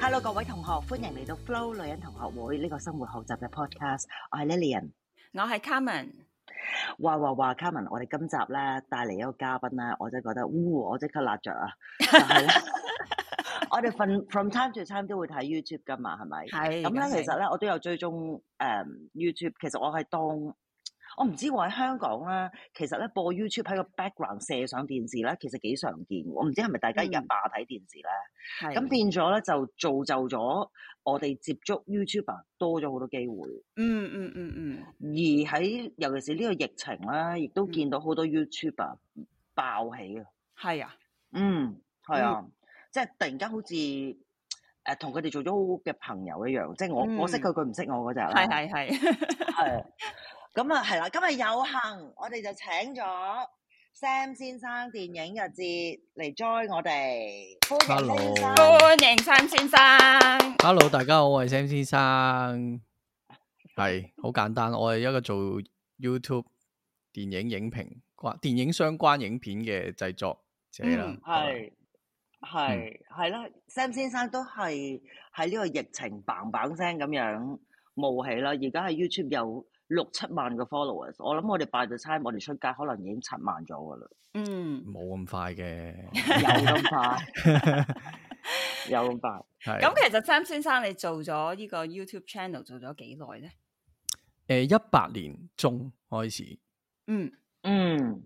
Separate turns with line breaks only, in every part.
Hello，各位同學，歡迎嚟到 Flow 女人同學會呢、個生活學習嘅 podcast。我係 Lilian，
我係 Carmen，
哇哇哇，Carmen，我哋今集咧帶嚟一個嘉賓咧，我真係覺得，呜，我即刻辣 着啊！ 就係呢我哋 from from time to time 都會睇 YouTube 噶嘛，係咪？
係
咁
梗係
咧，其實咧我都有追蹤誒、YouTube。其實我係當我唔知我喺香港咧，其實咧播 YouTube 喺個 background 射上電視咧，其實幾常見喎。我唔知係咪大家而家
嗯
霸睇電視咧？
係
咁變咗咧就造就咗我哋接觸 YouTuber 多咗好多機會，
嗯嗯嗯嗯，
而喺尤其是呢個疫情咧，亦都見到好多 YouTuber 爆起啊！
係啊，
嗯，係啊，即係突然間好似誒同佢哋做咗好好嘅朋友一樣，即係我、我識佢，佢唔識我嗰
啊
只
嗯係
啦，
係係，
係咁啊，係啦，今日有幸我哋就請咗 Sam 先生電影日誌嚟 join 我哋，歡迎 Sam
歡迎三先
先生
Hello
生，
Hello，大家好，我系 Sam 先生，系好简单，我系一个做 YouTube 电影影评关电影相关影片嘅制作者啦，
嗯係嗯係係啦，Sam 先生都係喺呢個疫情 bang bang 聲咁樣冒起啦。而家喺 YouTube 有六七萬個 followers，我諗我哋 by the time 我哋出街可能已經七萬咗㗎啦，
嗯，
冇咁快嘅，
有咁快，有咁快。
系
咁其實 Sam 先生你做咗呢個 YouTube channel 做咗幾耐咧？
诶一八年中开始系
嗯
嗯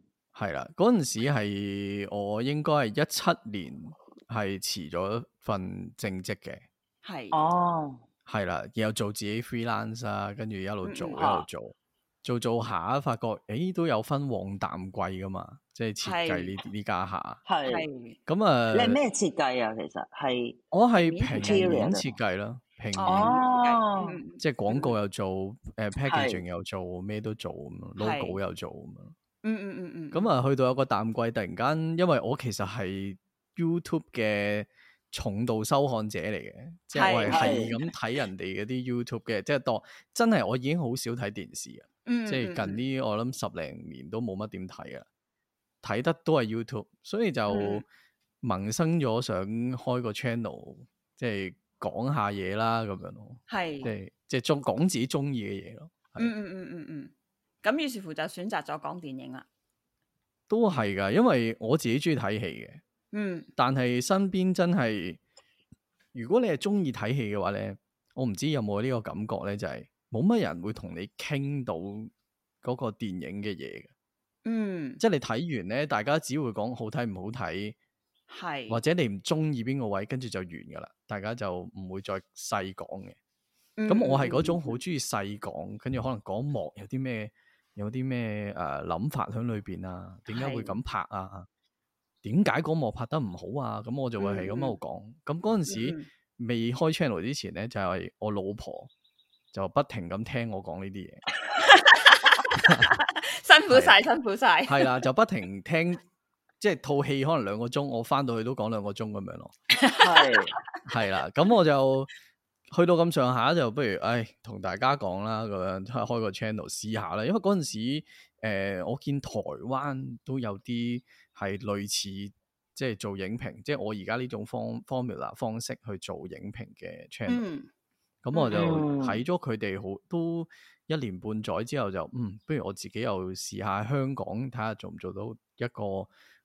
啦，嗰阵时系我应该系一七年系辞咗份正职嘅。
係，
哦，
系啦，然後做自己 freelance 啊，跟住一路
嗯嗯
做一路
啊
做，做做下發覺，诶都有分旺淡季噶嘛，即係設計
係
呢呢家下。
係。
係
咁
你係
啊，
咩設計啊？其實係
我係
面
平面
material
設計啦，平面
哦
嗯嗯
即係廣告又做，诶 packaging
係
又做，咩都做咁樣
係
，logo 又做咁樣。
嗯嗯嗯嗯，
咁啊，去到有個淡季，突然間，因為我其實係 YouTube 嘅重度收看者嚟嘅，即係我係
係
係
係
咁睇人哋嗰啲 YouTube 嘅，即係當真係我已經好少睇電視啊，
嗯，
即係近呢我諗十零年都冇乜點睇啊，睇得都係 YouTube，所以就
嗯
萌生咗想開個 channel，即係講下嘢啦咁樣咯，
係
即，係即係中講自己中意嘅嘢咯，
嗯嗯嗯嗯嗯，咁於是乎就選擇咗講電影啦，
都係㗎，因為我自己中意睇戲嘅。
嗯
但係身邊真係，如果你係中意睇戲嘅話咧，我唔知有冇呢個感覺咧，就係冇乜人會同你傾到嗰個電影嘅嘢嘅，
嗯
即係你睇完咧，大家只會講好睇唔好睇，
係，
或者你唔中意邊個位，跟住就完噶啦，大家就唔會再細講嘅。
咁
咁我係嗰種好中意細講，跟住可能講幕有啲咩有啲咩誒呃諗法喺裏邊啊，點解會
係
咁拍啊？點解嗰幕拍得唔好啊？咁我就會係咁喺度講。咁嗰陣
嗯
時未開 channel 之前咧，就係、我老婆就不停咁聽我講呢啲嘢，
辛苦晒，辛苦晒，
啊係啦，就不停聽，即係套戲可能兩個鐘，我翻到去都講兩個鐘咁樣咯。
係
係啦，咁我就去到咁上下就不如，唉，同大家講啦，咁樣開開個 channel 試下啦。因為嗰陣時，誒、我見台灣都有啲係類似即係做影評，即係我而家呢種方 formula 方式去做影評嘅 channel。
嗯，
咁我就
嗯
睇咗佢哋好都一年半載之後就嗯，不如我自己又試下香港睇下做唔做到一個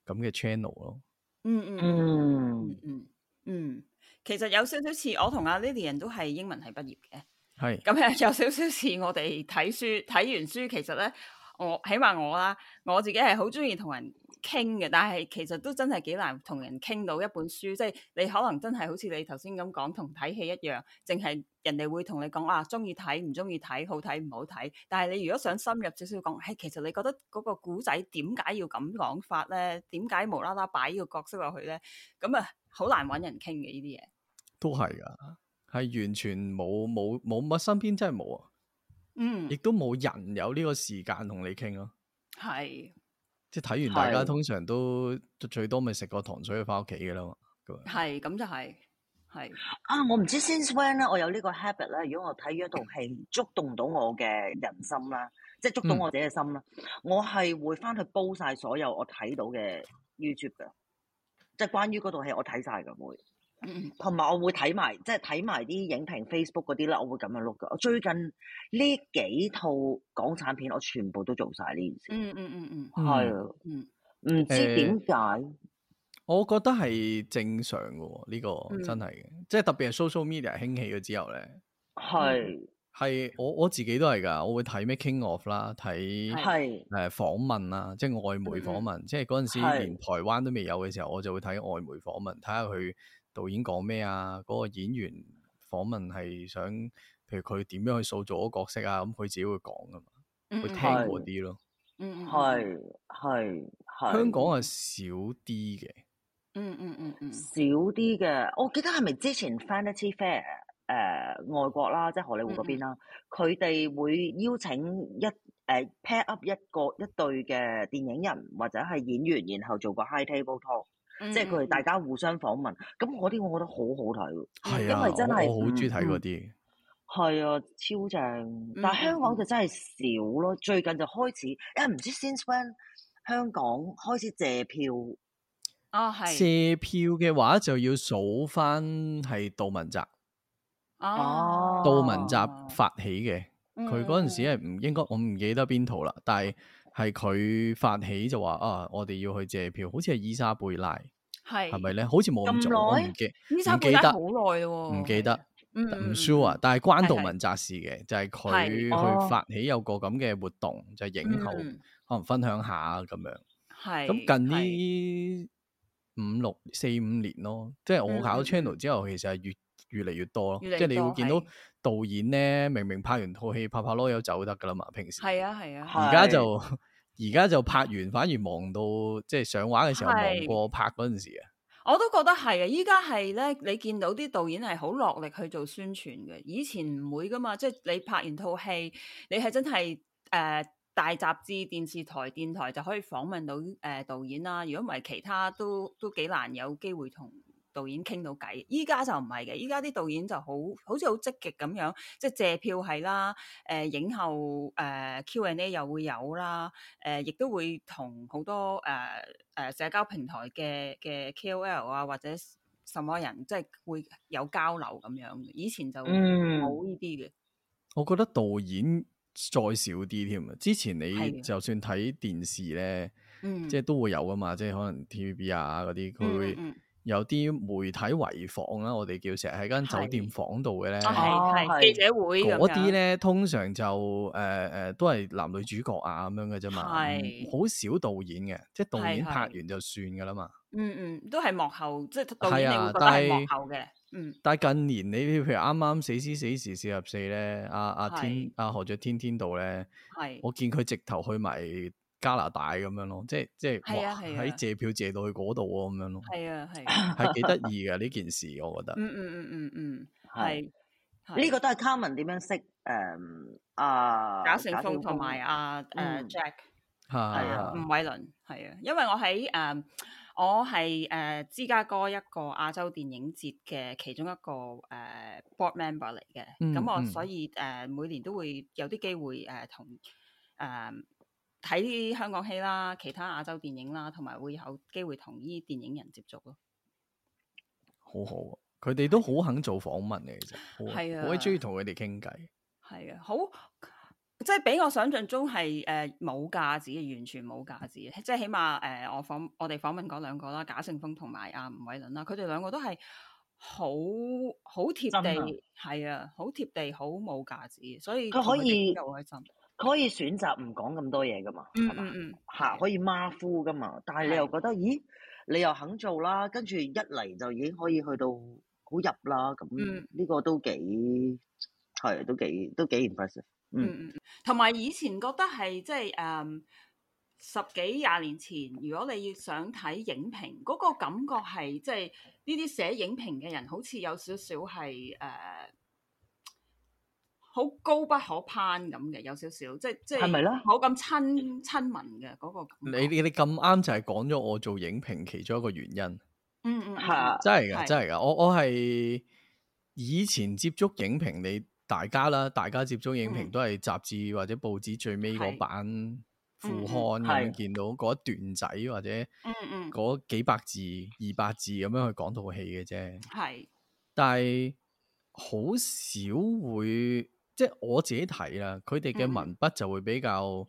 咁嘅 channel 咯。
嗯嗯
嗯
嗯嗯嗯，其實有少少似我同阿 Lilian 都係英文系畢業嘅。
係
咁誒 有少少似我哋睇書，睇完書其實咧，我起碼我啦，我自己係好中意同人傾嘅，但係其實都真係幾難同人傾到一本書，即係你可能真係好似你頭先咁講，同睇戲一樣，淨係人哋會同你講啊，中意睇唔中意睇，好睇唔好睇。但係你如果想深入少少講，係、其實你覺得嗰個古仔點解要咁講法咧？點解無啦啦擺呢個角色落去咧？咁啊，好難揾人傾嘅呢啲嘢。
都係噶，係完全冇冇冇乜，身邊真係冇啊，
嗯
亦，都冇人有呢個時間同你傾咯。
係
即係睇完，大家
係
通常都最多咪食個糖水去翻屋企嘅啦嘛。咁樣
係咁就係、係。
啊！我唔知 since when 咧，我有呢個 habit 咧。如果我睇咗一套戲，觸動到我嘅人心啦，即係觸
嗯
到我自己嘅心啦，我係會翻去煲晒所有我睇到嘅 YouTube 嘅，即係關於嗰套戲我睇晒嘅會。
嗯
同埋我會睇埋，即係睇埋啲影評 Facebook 嗰啲啦，我會咁樣碌嘅。我最近呢幾套港產片，我全部都做晒呢件事，
嗯嗯嗯嗯
係
嗯
啊
嗯
唔知點解。
我覺得係正常嘅喎，呢、
嗯
個真係嘅，即係特別係 social media 興起咗之後咧，
係
係我我自己都係㗎，我會睇咩 King of 啦，睇
係
係
誒訪問啦，即係外媒訪問，即係嗰陣時
嗯係
連台灣都未有嘅時候，我就會睇外媒訪問，睇下佢導演講咩啊，嗰、個演員訪問係想，譬如佢點樣去塑造嗰個角色啊，咁佢自己會講噶嘛，
嗯，
會聽
係
嗰啲咯。
嗯，嗯，
係係係。
香港係少啲嘅，
嗯嗯嗯嗯
少啲嘅，我記得係咪之前 Vanity Fair 誒、外國啦，即係荷里活
嗯
嗰邊啦，佢哋、會邀請一誒、pair up 一個一對嘅電影人或者係演員，然後做個 high table talk，、
嗯，
即係佢哋大家互相訪問。咁嗰啲我覺得好好睇喎，
係
嗯因
啊，
為真係
我我好中意睇嗰
嗯
啲。嗯
係啊，超正！但係香港就真係少咯，最近就開始，因為唔知 since when 香港開始借票，
啊係
借票嘅話就要數翻係杜汶澤，
哦，嗯
杜汶澤發起嘅，佢嗰陣時
係
係唔應該，我唔記得邊套啦，但係係佢發起就話啊，我哋要去借票，好似係伊莎貝拉，
係
係咪？咧？好似冇咁
咁
早，我
耐
唔記
呢首
唔記
記得
得
好耐喎，
唔記得
嗯，嗯
唔 sure，但係關杜汶澤事嘅，就係佢
係
去
哦
發起有個咁嘅活動，就係影後可能分享下咁樣。
嗯係
咁近呢五六四五年咯，即係我
嗯
搞
嗯
channel 之後，其實係越越嚟越多咯。
越嚟越
即係你會見到
多
導演咧，明明拍完套戲拍拍籮柚走得噶啦嘛，平時
係啊係啊
而家就而家就拍完，反而忙到即係上畫嘅時候忙
係
過拍嗰陣時啊。
我都覺得係啊！依家係咧，你見到啲導演係好落力去做宣傳嘅，以前唔會噶嘛。即係你拍完套戲，你係真係誒、呃大雜誌、電視台、電台就可以訪問到誒、呃、導演啦。如果唔係，其他都都幾難有機會同導演傾到偈。依家就唔係嘅，依家啲導演就好好似好積極咁樣，即係借票係啦，誒、影後誒、呃 Q&A 又會有啦。誒、亦都會同好多誒誒、呃社交平台嘅嘅 KOL 啊，或者什麼人，即係會有交流咁樣嘅。以前就冇呢
嗯
啲嘅，
我覺得導演再少啲添啊！之前你
係
就算睇電視咧，
嗯，
即係都會有噶嘛，即係可能 TVB 啊嗰啲，佢會
嗯嗯嗯
有啲媒體圍訪啦，我哋叫成日喺間酒店
係
房度嘅咧，
啊
嗰
哦
係係
係
記者會咁樣
啲，咧通常就誒誒、呃呃都係男女主角啊咁樣嘅啫嘛，
係
唔好少導演嘅，即係導演
係係
拍完就算噶啦嘛。
嗯嗯，都係幕後，即係導演你
係啊
會覺得
但係
係幕後嘅，嗯
但係近年你譬如啱啱死屍死時四十四咧，阿阿天
係
阿何爵天天度咧，
係
我見佢直頭去埋加拿大咁樣咯，即係即係
係啊
哇
係啊
喺借票借到去嗰度喎咁樣咯，
係啊係 啊，
係幾得意嘅呢件事，我覺得。
嗯嗯嗯嗯嗯，
係
係
呢個都係 Carmen 點樣識誒啊
係賈勝峯同埋阿
嗯
誒 Jack。
係
係啊，
啊
吳偉倫係啊，因為我喺誒、嗯我係誒、呃芝加哥一個亞洲電影節嘅其中一個誒、呃 board member 嚟嘅，咁、
嗯
我
嗯
所以誒、呃每年都會有啲機會誒同誒睇啲香港戲啦，其他亞洲電影啦，同埋會有機會同呢啲電影人接觸咯。
好好啊，佢哋都好肯做訪問嘅，其實好
係啊
好鬼中意同佢哋傾偈。
係啊，好即係比我想象中係誒冇價值嘅，完全冇價值嘅。即係起碼誒、呃我訪我哋訪問嗰兩個啦，賈勝峰同埋阿吳偉倫啦，佢哋兩個都係好好貼
真啊
地，係啊，好貼地，好冇價值嘅，所以
佢可以嗯
又開心。
佢可以選擇唔講咁多嘢噶嘛，
嗯
係嘛
嗯嗯，
嚇可以馬虎噶嘛，但係你又
係
覺得，咦，你又肯做啦，跟住一嚟就已經可以去到好入啦，咁
嗯
呢個都幾係都幾都幾 impressive。
嗯，嗯，嗯同埋以前覺得係即係誒、嗯十幾廿年前，如果你要想睇影評，嗰、個感覺係即係呢啲寫影評嘅人好似有少少係誒好高不可攀咁嘅，有少少即係即係
係咪咧
冇咁親親民嘅嗰、個感覺。
你你你咁啱就係講咗我做影評其中一個原因，
嗯嗯嗯
嚇
真係啊㗎，
係
真係㗎。我我係以前接觸影評，你大家啦，大家接觸影評
嗯
都係雜誌或者報紙最尾嗰
係
版副
嗯嗯
刊咁樣
係
見到嗰一段仔或者
嗯嗯
嗰幾百字、二百字咁樣去講套戲嘅啫。
嗯係
但係好少會，即係我自己睇啦，佢哋嘅
嗯嗯
文筆就會比較，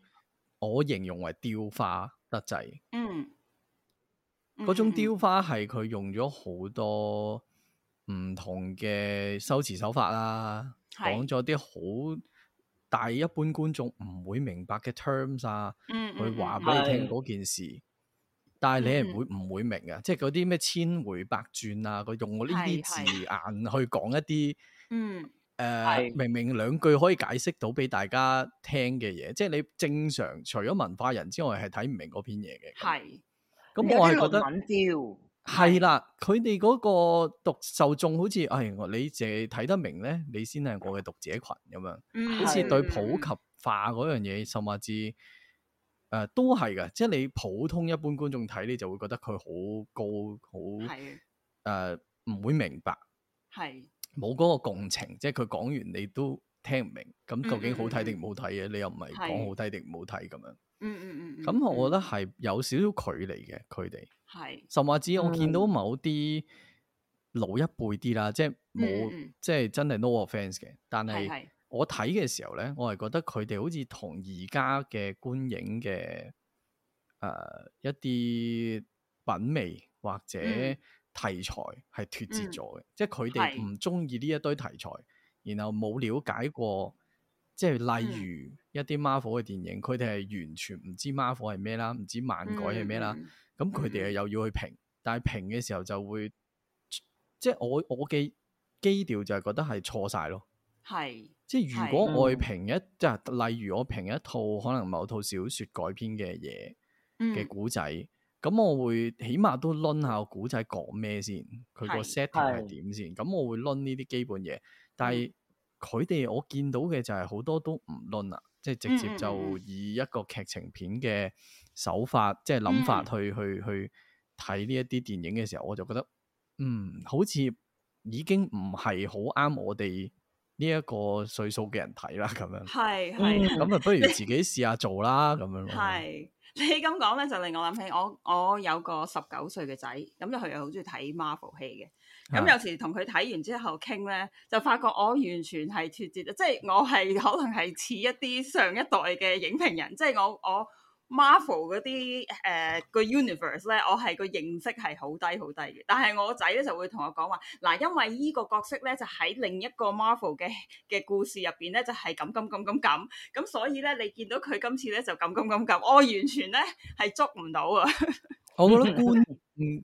我形容為雕花得滯。
嗯
嗰
嗯
種
嗯嗯
雕花係佢用咗好多唔同嘅修辭手法啦，
係
講咗啲好但係一般觀眾唔會明白嘅 terms 啊，
嗯嗯
去話
嗯
俾你
係
聽嗰件事。但係你
嗯
係唔會唔會明嘅，即係嗰啲咩千回百轉啊，佢用我呢
係
啲字
係
眼去講一啲
嗯
誒、
係
明明兩句可以解釋到俾大家聽嘅嘢，即係你正常除咗文化人之外係睇唔明嗰篇嘢嘅。咁
係
咁我係覺得
得
係啦，佢哋嗰個讀受眾好似誒、哎，我你淨係睇得明咧，你先係我嘅讀者群咁樣，
嗯
好似
係
對普及化嗰樣嘢，甚至誒、呃都係嘅，即係你普通一般觀眾睇，你就會覺得佢好高，好
係
誒唔會明白。
係
冇嗰個共情，即係佢講完你都聽唔明，咁究竟好
嗯嗯
睇
嗯
定唔好睇嘅？你又唔係
係
講好睇定唔好睇咁樣。
嗯嗯嗯嗯
咁我
嗯
覺得係有少少距離嘅，佢哋
係
甚至我見到
嗯
某啲老一輩啲啦，即係
嗯嗯
冇
嗯
即係真係 no offence 嘅，但
係
係
係
我睇嘅時候咧，我係覺得佢哋好似同而家嘅觀影嘅誒、呃一啲品味或者
嗯
題材係脱節
嗯
咗嘅，即係佢哋
係
唔中意呢一堆題材，然後冇了解過，即係例
嗯
如一啲 Marvel 嘅電影，佢哋係完全唔知 Marvel 係咩啦，唔知漫改係咩啦。
嗯嗯
咁佢哋又要去評，但係評嘅時候就會，即係我我嘅基調就係覺得係錯晒咯。
嗯係
即係如果
係
我去評一，即係例如我評一套可能某套小説改編嘅嘢嘅
嗯
古仔，咁、我會起碼都攆下個古仔講咩先，佢個
係嗯
setting 係點先，咁我會攆呢啲基本嘢。但係佢哋我見到嘅就係好多都唔攆啦，即係直
嗯嗯
接
嗯
就
嗯
以一個劇情片嘅手法，即係諗
嗯
法去、去去睇呢一啲電影嘅時候，我就覺得嗯，好似已經唔係好啱我哋呢一個歲數嘅人睇啦，咁樣。
係
嗯
係
咁啊，不如自己試下做啦，咁樣咯。哦
係。 你咁講咧，就令我諗起我我有個十九歲嘅仔，咁就佢又好中意睇 Marvel 戲嘅。咁有時同佢睇完之後傾咧，就發覺我完全係脱節，即係我係可能係似一啲上一代嘅影評人，即係我我 Marvel 嗰啲誒個 universe 咧，我係個認識係好低好低嘅。但係我仔咧就會同我講話，嗱，因為呢個角色咧就喺另一個 Marvel 嘅嘅故事入邊咧就係咁咁咁咁咁，咁所以咧你見到佢今次咧就咁咁咁咁，我完全咧係捉唔到啊！
我 覺得觀眾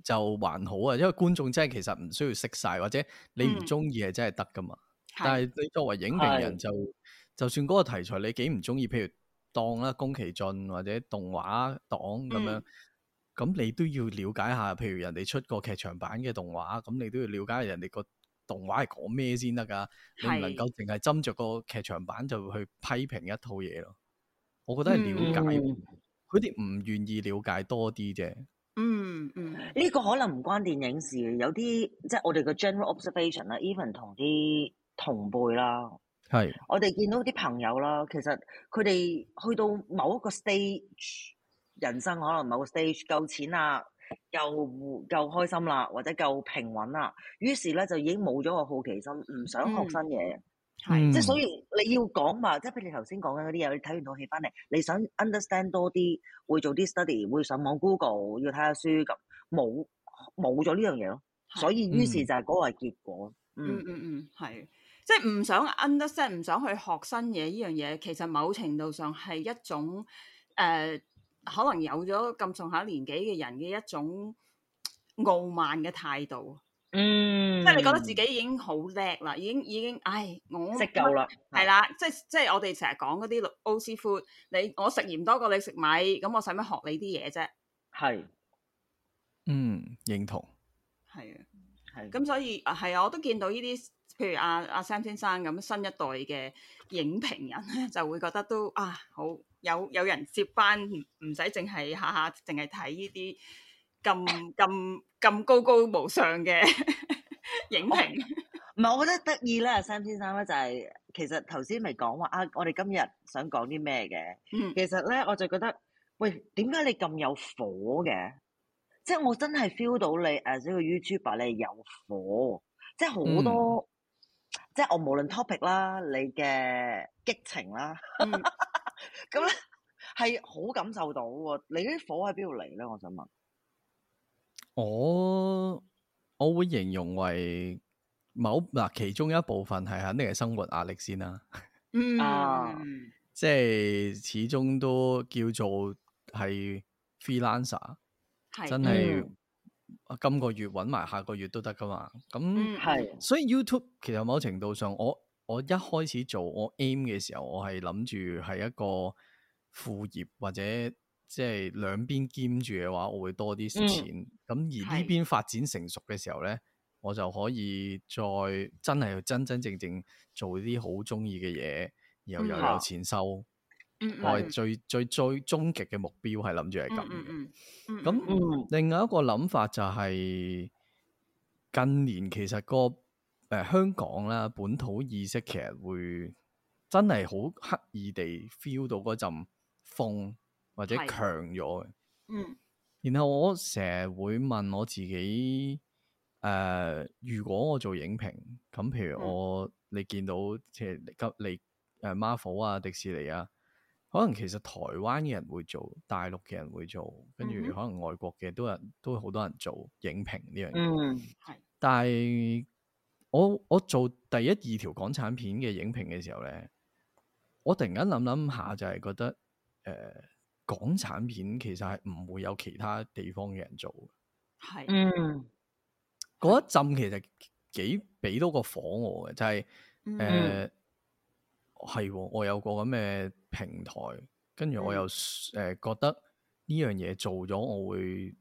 就還好啊，因為觀眾真係其實唔需要識晒，或者你唔
嗯
中意係真係得噶嘛。但
係
係你作為影評人
係
就，就算嗰個題材你幾唔中意，譬如當啦宮崎駿或者動畫黨咁樣，
嗯
咁、你都要了解下，譬如人哋出個劇場版嘅動畫，咁你都要了解下人哋個動畫係講咩先得㗎。你唔能
係
夠淨係斟酌個劇場版就去批評一套嘢咯。我覺得係了解，
嗯
佢哋唔願意了解多啲啫。
嗯嗯
呢個可能唔關電影事，有啲即係我哋嘅 general observation 啦，even 同啲同輩啦，
係
我哋見到啲朋友啦，其實佢哋去到某一個 stage，人生可能某個 stage 夠錢啦，又夠開心啦，或者夠平穩啦，於是咧就已經冇咗個好奇心，唔想學新嘢。
嗯
即係所以你要講嘛，即係譬如你頭先講緊嗰啲嘢，你睇完套戲翻嚟，你想 understand 多啲，會做啲 study，會上網 Google，要睇下書咁，冇冇咗呢樣嘢咯。
係
所以於是
嗯
就係嗰個係結果。
嗯
嗯，
嗯嗯，係，即係唔想 understand，唔想去學新嘢呢樣嘢，其實某程度上係一種誒、呃可能有咗咁上下年紀嘅人嘅一種傲慢嘅態度，
嗯
即係你覺得自己已經好叻啦，已經已經，唉，我
識夠啦，
係啦，即係即係我哋成日講嗰啲 O C food，你我食鹽多過你食米，咁我使乜學你啲嘢啫？
係，
嗯認同，
係啊。
係係
咁所以啊，係啊，我都見到呢啲，譬如阿阿 Sam 先生咁新一代嘅影評人咧，就會覺得都啊好有有人接班，唔唔使淨係下下淨係睇呢啲咁咁咁高高無上嘅影評。
唔係，我覺得得意咧，Sam 先生咧就係、其實頭先咪講話啊，我哋今日想講啲咩嘅？
嗯
其實咧，我就覺得，喂，點解你咁有火嘅？即係我真係 feel 到你 as 一個 YouTuber，你係有火，即係好多，即係我無論 topic 啦，你嘅激情啦，
嗯
咁咧係好感受到喎。你啲火喺邊度嚟咧？我想問。
我我會形容為某嗱其中一部分係肯定係生活壓力先啦，
嗯
啊
即係始終都叫做係 freelancer，
係
真係啊
嗯
今個月揾埋下個月都得噶嘛，咁。
嗯
係，
所以 YouTube 其實某程度上，我我一開始做我 aim 嘅時候，我係諗住係一個副業或者即係兩邊兼住嘅話，我會多啲
嗯
錢。咁、而呢
係
邊發展成熟嘅時候咧，我就可以再真係真真正正做啲好中意嘅嘢，然後
嗯
又
啊
有錢
嗯
收。我係最最最終極嘅目標係諗住係
嗯
咁
嗯
嘅。
嗯嗯
咁
嗯
嗯
另外一個諗法就係、近年其實個誒、呃香港啦本土意識其實會真係好刻意地 feel 到嗰陣風或者
係
強咗嘅。
嗯
然後我成日會問我自己，誒、呃如果我做影評，咁譬如
嗯
我、你見到即係吉你誒 Marvel 啊、迪士尼啊，可能其實台灣嘅人會做，大陸嘅人會做，跟住
嗯哼
可能外國嘅都有都好多人做影評呢樣嘢。
嗯
但係我我做第一二條港產片嘅影評嘅時候咧，我突然間諗諗下就係覺得，誒、呃港產片其實係唔會有其他地方嘅人做嘅。
係
嗯
嗰一陣其實幾俾到個火我嘅，就係
嗯
誒呃係喎，我有個咁嘅平台，跟
嗯
住我又誒、呃、覺得呢樣嘢做咗，我會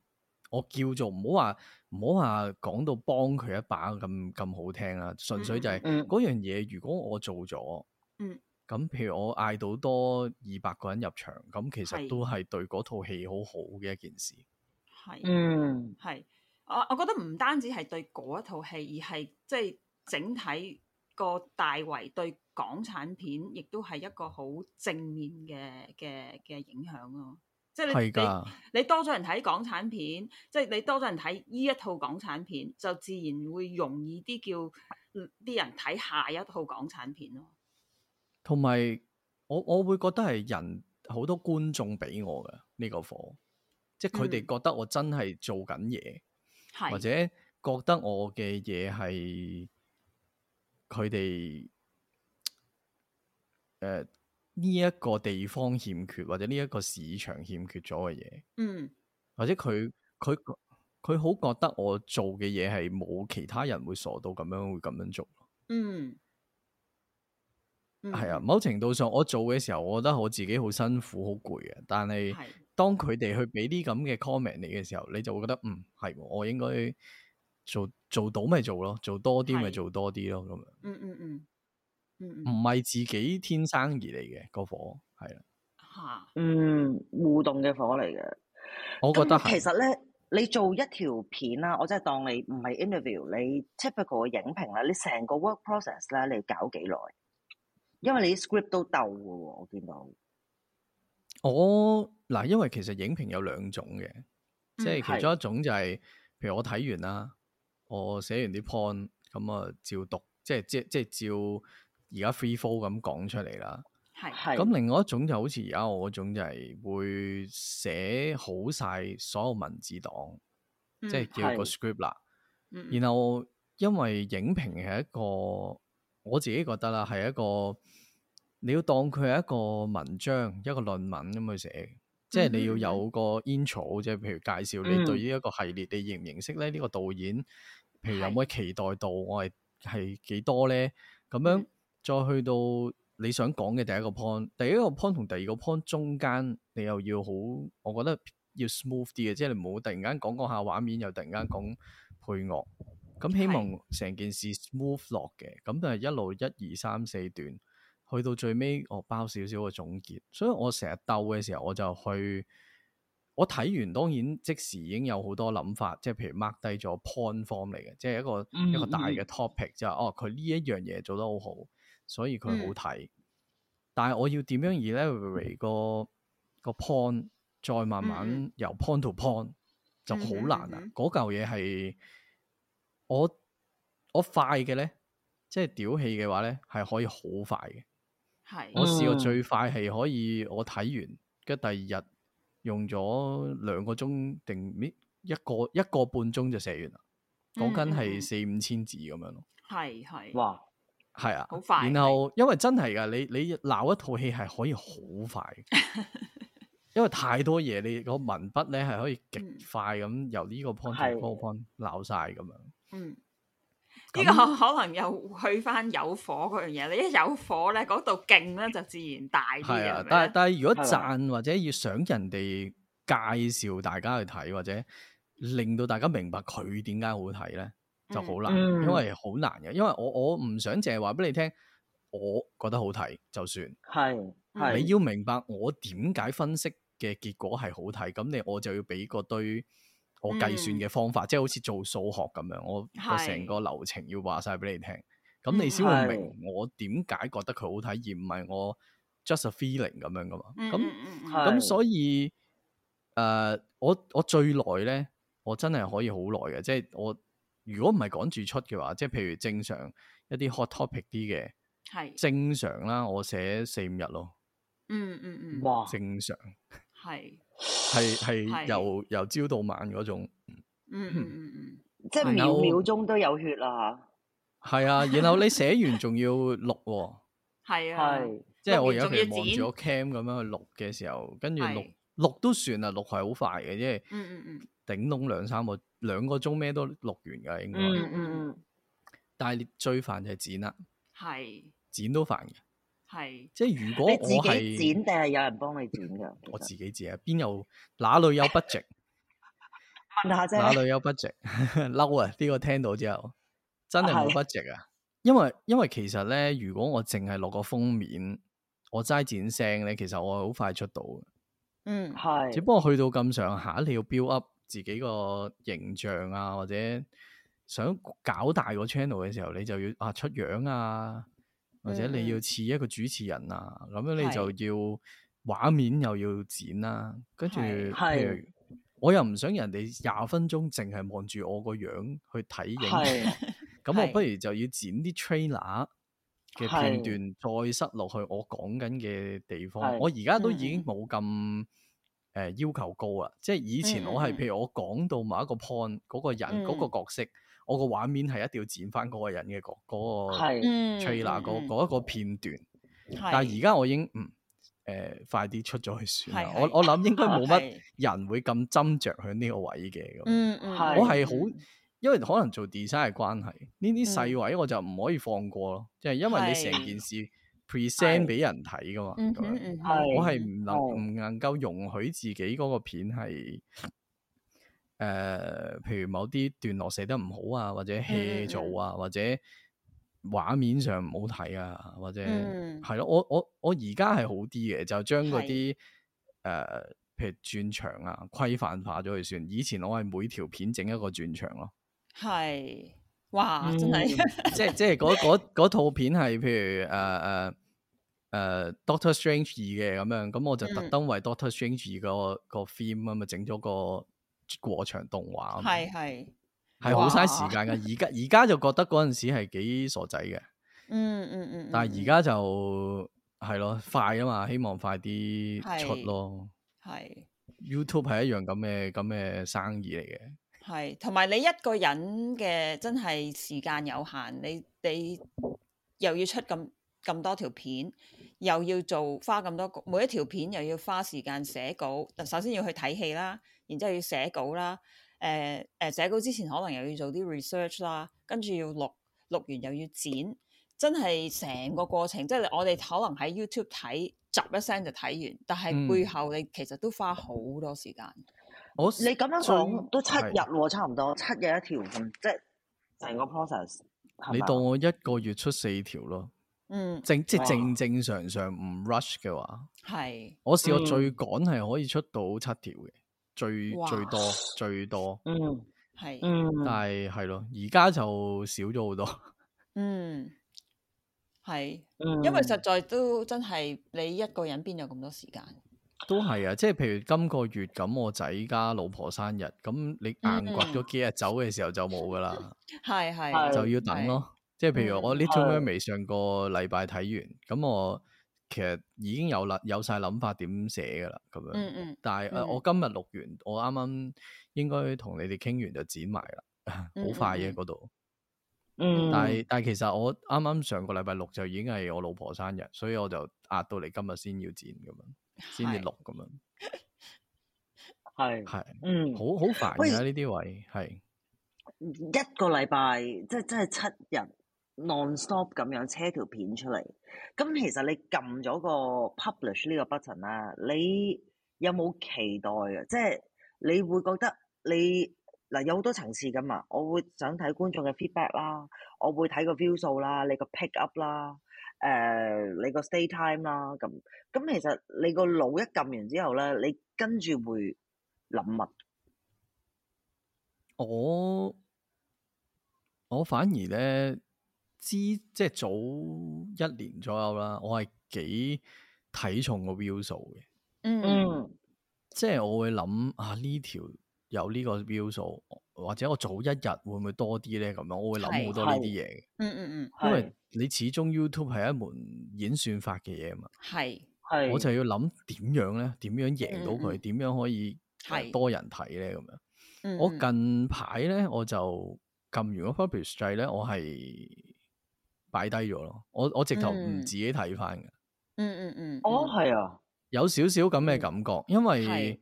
我叫做唔好話唔好話講到幫佢一把咁咁好聽啦，純粹就係
嗯
嗰樣嘢，如果我做咗，
嗯
咁譬如我嗌到多二百個人入場，咁其
係
實都係對嗰套戲好好嘅一件事。
係。
嗯
係，我我覺得唔單止係對嗰一套戲，而係即係整體個大圍對港產片，亦都係一個好正面嘅嘅嘅影響咯。即係
係
你
㗎，
你你多咗人睇港產片，即係你多咗人睇呢一套港產片，就自然會容易啲叫啲人睇下一套港產片咯。
同埋我我會覺得係人好多觀眾俾我嘅呢、個火，即係佢
嗯
哋覺得我真係做緊嘢，
係，
或者覺得我嘅嘢係佢哋誒呢一個地方欠缺，或者呢一個市場欠缺咗嘅嘢，
嗯
或者佢佢佢好覺得我做嘅嘢係冇其他人會傻到咁樣會咁樣做。
嗯，嗯
係啊，，某程度上我做嘅時候，我覺得我自己好辛苦、好攰嘅。但係
係。
當佢哋去俾啲咁嘅 comment 你嘅時候，你就會覺得嗯係喎，我應該做做到咪做咯，做多啲咪
係
做多啲咯，咁樣
嗯嗯嗯嗯
唔
嗯
係自己天生而嚟嘅個火，係啦，
嚇，
嗯，互動嘅火嚟嘅。
我覺得
咁其
係，
實咧，你做一條片啦，我真係當你唔係 interview，你 typical 嘅影評啦，你成個 work process 咧，你搞幾耐？因為你啲 script 都鬥嘅喎，我見到。
我嗱，因為其實影評有兩種嘅，即
嗯
係
係
其中一種就係、譬如我睇完啦，我寫完啲 point，咁啊照讀，即係即即係照而家 free f a l l 咁講出嚟啦。
係
係。
咁另外一種就好似而家我嗰種就係會寫好晒所有文字檔，
嗯
即係叫個
係
script 啦。
嗯嗯
然後因為影評係一個我自己覺得啦，係一個你要當佢係一個文章、一個論文咁去寫嘅，即係
嗯
你要有個 intro，即係譬如介紹你
嗯
對呢一個系列，你認唔認識咧？呢、個導演，譬如有
係
冇期待度，我係係幾多咧？咁樣
嗯
再去到你想講嘅第一個 point，第一個 point 同第二個 point 中間，你又要好，我覺得要 smooth 啲嘅，即係你唔好突然間講講下畫面，又突然間講配樂。咁希
係
望成件事 smooth 落嘅，咁但係一路一二三四段，去到最尾我包少少嘅總結。所以我成日鬥嘅時候，我就去我睇完，當然即時已經有好多諗法，即係譬如 mark 低咗 point form 嚟嘅，即係一個、
嗯
一個大
嗯
嘅 topic，就係、哦佢呢一樣嘢做得好好，所以佢好
嗯
睇。但係我要點樣 elaborate 個個 point，再慢
嗯
慢由 point to point 就好難啊
嗯哼嗯哼！
嗰嚿嘢係我我快嘅咧，即係屌戲嘅話咧，係可以好快嘅。
係
我試過
嗯
最快係可以我睇完，跟住第二日用咗兩個鐘定唔知一個一個半鐘就寫完啦，講緊
嗯嗯
係
嗯
四五千字咁樣咯。
係係
哇，
係啊，
好快
然後因為真係噶，你你鬧一套戲係可以好快嘅，因為太多嘢，你個文筆咧係可以極
嗯
快咁由呢個 point
係
到嗰個 point 鬧晒咁樣。
嗯，
咁
呢個可 能又去翻有火嗰樣嘢，你一有火咧，嗰度勁咧就自然大啲
係
嘅，
啊
係，咪
但係
咧
但係如果
係啊
讚或者要想人哋介紹大家去睇，或者令到大家明白佢點解好睇咧，就好難，
嗯
因為好難嘅。因為我我唔想淨係話俾你聽，我覺得好睇就算。
係
係
你
係
要明白我點解分析嘅結果係好睇，咁你我就要俾個堆我計算嘅方法，即係好似做數學咁樣，我我
嗯係
成個流程要話晒俾你聽，
嗯
咁你先會明
係
我點解覺得佢好睇，而唔係我 just a feeling 咁樣噶嘛。
嗯
咁
嗯嗯
係
咁所以誒、呃我我最耐咧，我真係可以好耐嘅，即係我如果唔係趕住出嘅話，即係譬如正常一啲 hot topic 啲嘅，
係
正常啦，我寫四五日咯。
嗯嗯嗯
哇，
正常
係
係係
係
由由朝到晚嗰種，
嗯嗯嗯嗯
即係
然
秒
後
秒鐘都有血啦
係啊，然後你寫完仲要錄 喎，
係
嚇，
啊，
係
即係我而家
錄完仲
譬
要
如望住
剪
個 cam 咁樣去錄嘅時候，跟住錄
係
錄都算啦，錄係好快嘅，因為
嗯嗯嗯
頂籠兩三個兩個鐘咩都錄完㗎
嗯
應該，
嗯嗯，
但係你最煩就係剪啦，
係
剪都煩嘅，
係
即係如果
你自
我
己
係
剪定係有人幫你剪㗎？
我
其實
自己剪啊，邊有哪裏有 budget，
問下
哪
啫，
裏有 budget，嬲 啊！呢個聽到之後真係冇
係
budget 啊，因為因為其實咧，如果我淨係落個封面，我齋剪聲咧，其實我係好快出到嘅。
嗯
係
只不過去到咁上下，你要 build up 自己個形象啊，或者想搞大個 channel 嘅時候，你就要啊出樣啊，或
嗯
者你要似一個主持人啊，咁樣你就要畫面又要剪啦、跟住
係
譬
係
如我又唔想人哋廿分鐘淨係望住我個樣去睇影
係
片，咁我
係
不如就要剪啲 trailer。嘅片
係
段再塞落去我講緊嘅地方，
係
我而家都已經
嗯
冇咁誒要求高啦。即係以前我
嗯嗯
係
嗯嗯
譬如我講到某一個 point 嗰個人嗰個角色，我個畫面係一定要剪翻嗰個人嘅角嗰個
係
trailer 嗰嗰一個片段。但係而
嗯係
家我已經嗯誒快啲出咗去算啦。
係
我
係
我諗 應該冇乜
係
人會咁斟酌喺呢個位嘅咁。
嗯嗯
係
我係好，因為可能做 design 嘅關係，呢
嗯
啲細位我就唔可以放過咯，即係因為你
係
成件事 present
係
俾人睇噶嘛，
嗯
咁
哼
樣
嗯哼
係
我係唔能
係
唔能夠容許自己嗰個片係誒，譬如某啲段落寫得唔好啊，或者 hea 做啊，或者畫面上唔好睇啊，或者
嗯
係咯，我我我而家係好啲嘅，就將嗰
係
啲誒。譬如轉場啊，規範化咗佢算。以前我係每條片整一個轉場咯，
係哇真係
嗯 即係即係嗰嗰嗰套片係譬如誒誒誒呃 Doctor Strange 二嘅咁樣，咁我就特
嗯
登為 Doctor Strange 二個個 theme 咁啊整咗個過場動 畫咁樣，
係係，
係好嘥
哇
時間㗎。而家而家就覺得嗰陣時係幾傻 仔嘅，
嗯嗯嗯，
但係而家就係咯快啊嘛，希望快啲出
係
咯。
家係。
YouTube 係一樣咁嘅咁嘅生意嚟嘅。
系，同埋你一個人嘅真係時間有限，你你又要出咁咁多條片，又要做花咁多個每一條片又要花時間寫稿，首先要去睇戲啦，然之後要寫稿啦，誒、誒、寫稿之前可能又要做啲 research 啦，跟住要錄，錄完又要剪，真係成個過程，即係我哋可能喺 YouTube 睇，集一聲就睇完，但係背
嗯
後你其實都花好多時間。
我
你咁樣
最
講都七
係
日喎，差唔多七日一條，咁即係成個 process 係
你
嘛
當我一個月出四條咯，
嗯，
正即係
哇
正正常常唔 rush 嘅話，
係。
我試過
嗯
最趕係可以出到七條嘅，最
哇
最多最多，
嗯
係，
但
嗯
係係咯，而家就少咗好多。
嗯，係，
嗯，
因為實在都真係你一個人邊有咁多時間？
都係啊，即係譬如今個月咁，我仔家老婆生日，咁你
嗯
硬掘咗幾日走嘅時候就冇噶啦，
係
係
係，
就要等咯。即係譬如我
嗯
Little
係
Mermaid 上個禮拜睇完，咁我其實已經有啦，有晒諗法點寫噶啦，咁樣。
嗯嗯
但係誒、呃
嗯
我今日錄完，我啱啱應該同你哋傾完就剪埋啦，
嗯
好快
嗯
嘅
嗯
嗰度。
嗯，
但係但係其實我啱啱上個禮拜六就已經係我老婆生日，所以我就壓到嚟今日先要剪咁樣，先至
係
錄咁樣，
係
係
嗯
好好煩
喂
㗎呢啲位係
一個禮拜，即係真係七日 non stop 咁樣車條片出嚟。咁其實你撳咗個 publish 呢個 button 啦，你有冇期待啊？即係你會覺得你嗱有好多層次噶嘛，我會想睇觀眾嘅 feedback 啦，我會睇個 view 數啦，你個 pick up 啦，誒、你個 stay time 啦，咁咁其實你個腦一撳完之後咧，你跟住會諗乜？
我我反而咧知即係早一年左右啦，我係幾睇重個 view 數嘅。
嗯
嗯
即係我會諗啊呢條有呢個 view 數，或者我早一日會唔會多啲咧？咁樣我會諗好多呢啲嘢嘅，
嗯嗯嗯，
因
係
為你始終 YouTube 係一門演算法嘅嘢嘛，
係
係
我就要諗點樣咧，點樣贏到
嗯嗯
佢，點樣可以呃
係
多人睇咧？咁樣，
嗯
我
嗯
近排咧我就撳完個 publish 掣咧，我係擺低咗咯，我我直頭唔
嗯
自己睇翻嘅。
嗯嗯嗯，
哦
嗯
係啊。
有少少咁嘅感覺，因
係
為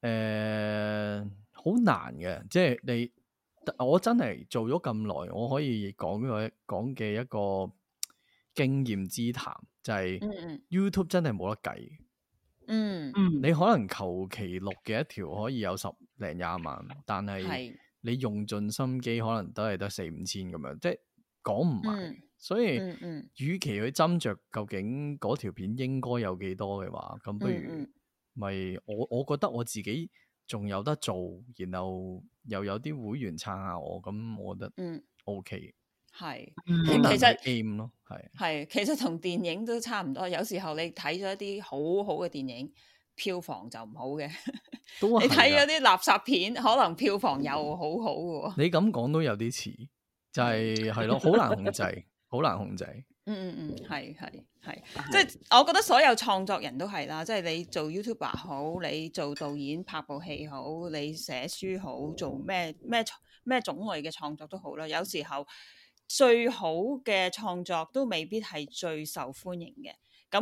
誒好、難嘅，即係你我真係做咗咁耐，我可以講嘅講嘅一個經驗之談，就係、
嗯嗯
YouTube 真係冇得計。
嗯
嗯，
你可能求其錄嘅一條可以有十零廿萬，但係
係
你用盡心機，可能都係得四五千咁樣，即係講唔埋。
嗯
所以，
嗯嗯
與其去斟酌究竟嗰條片應該有幾多嘅話，咁不
嗯
如
嗯
咪我我覺得我自己仲有得做，然後又有啲會員撐下我，咁我覺得
嗯
OK。
係。
嗯
可能
其實
係 aim 咯，係
係，其實同電影都差唔多。有時候你睇咗一啲好好嘅電影，票房就唔好嘅；
都
你睇
係啊
咗
㗎
啲垃圾片，可能票房又好好嘅喎。
你咁講都有啲似，就係係咯，好難控制，好難控制。
嗯嗯嗯，係係係，即係我覺得所有創作人都係啦，即係你做 YouTuber 好，你做導演拍部戲好，你寫書好，做咩咩咩種類嘅創作都好啦。有時候最好嘅創作都未必係最受歡迎嘅。咁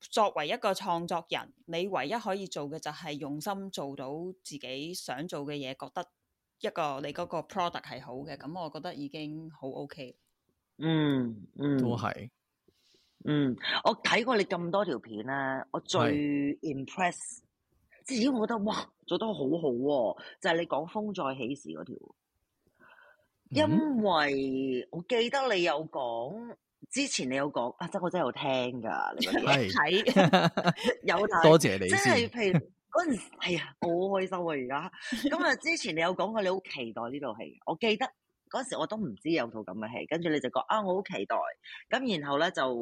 作為一個創作人，你唯一可以做嘅就係用心做到自己想做嘅嘢，覺得一個你嗰個 product 係好嘅，咁我覺得已經好 OK
嗯嗯，
都係
嗯，我睇過你咁多條片咧，我最
係
impress，即係已經覺得哇，做得好好喎、就係、你講風再起時嗰條，
嗯
因為我記得你有講，之前你有講啊，真我真係有聽㗎，你嗰啲嘢
係
睇。
有睇。
多謝你
即係
先。
譬如嗰陣時，係啊，我好開心啊！而家咁啊，之前你有講過你好期待呢套戲，我記得嗰陣時我都唔知有套咁嘅戲，跟住你就講啊，我好期待。咁然後咧就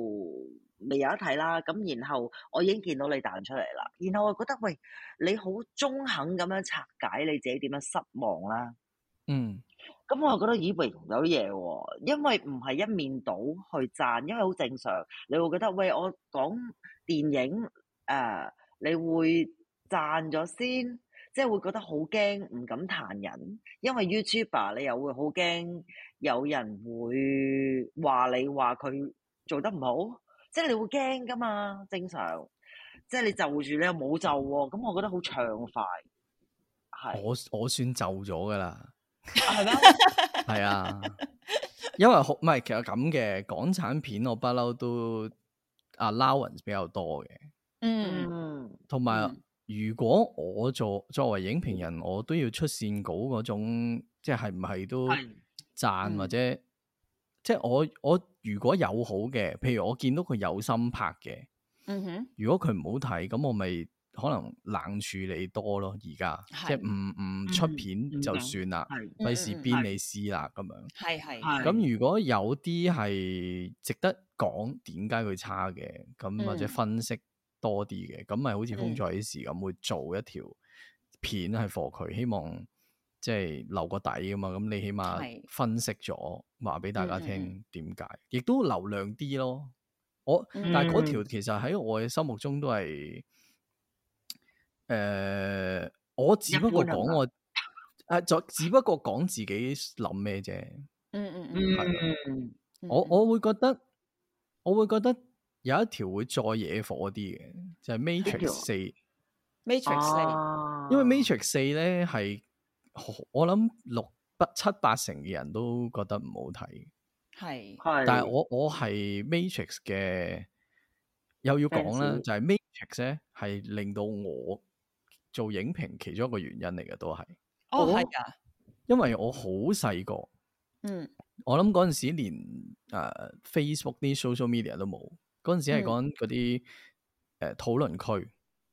未有得睇啦。咁然後我已經見到你彈出嚟啦，然後我覺得喂，你好中肯咁樣拆解你自己點樣失望啦。
嗯
咁我又覺得咦，喂有啲嘢喎，因為唔係一面倒去讚，因為好正常。你會覺得喂，我講電影誒、呃你會讚咗先，即係會覺得好驚，唔敢彈人，因為 YouTuber 你又會好驚有人會話你話佢做得唔好，即係你會驚噶嘛，正常。即係你就住你又冇就喎，咁我覺得好暢快，係
我我算就咗噶啦。
係咩？
系啊，因为好唔系，其实咁嘅港产片我不嬲都 allowance 比较多嘅，
嗯，
嗯。嗯
同埋
嗯
如果我做作为影评人，我都要出线稿嗰种，即系系唔系都
係
赞
嗯
或者，即系我我如果有好嘅，譬如我见到佢有心拍嘅，
嗯哼，
如果佢唔好睇，咁我咪可能冷处理多咯，而家
係
即系唔唔出
嗯
片
嗯
就
嗯
算啦，
係
嗯
费事
嗯嗯
邊
係
你撕啦咁样。
係係，
係
咁如果有啲係值得講點解佢差嘅，咁或者
嗯
分析多啲嘅，咁咪好似《風
嗯
再起時》咁，會做一條片係 for 佢，希望即係留個底噶嘛。咁你起碼
係
分析咗，話俾大家
嗯嗯
聽點解，亦都流量啲咯。我
嗯
但係嗰條其實喺我嘅心目中都係，誒、我只不過
一般係
啊
講
嘛
我。誒，就只不過講自己諗咩啫，
嗯嗯嗯
嗯，
嗯，
我我會覺得，我會覺得有一條會再惹火啲嘅，就係
邊條
Matrix 四，因
Matrix
啊
為 Matrix 四咧係我諗六不七八成嘅人都覺得唔好睇，
係
係，
但係我我係 Matrix 嘅，又要講啦，
fans
就係 Matrix 咧係令到我做影評其中一個原因嚟嘅，都係
哦
我
係㗎，
因為我好細個，
嗯
我諗嗰陣時連誒、呃 Facebook 啲 social media 都冇，嗰陣時係
嗯
講嗰啲誒討論區，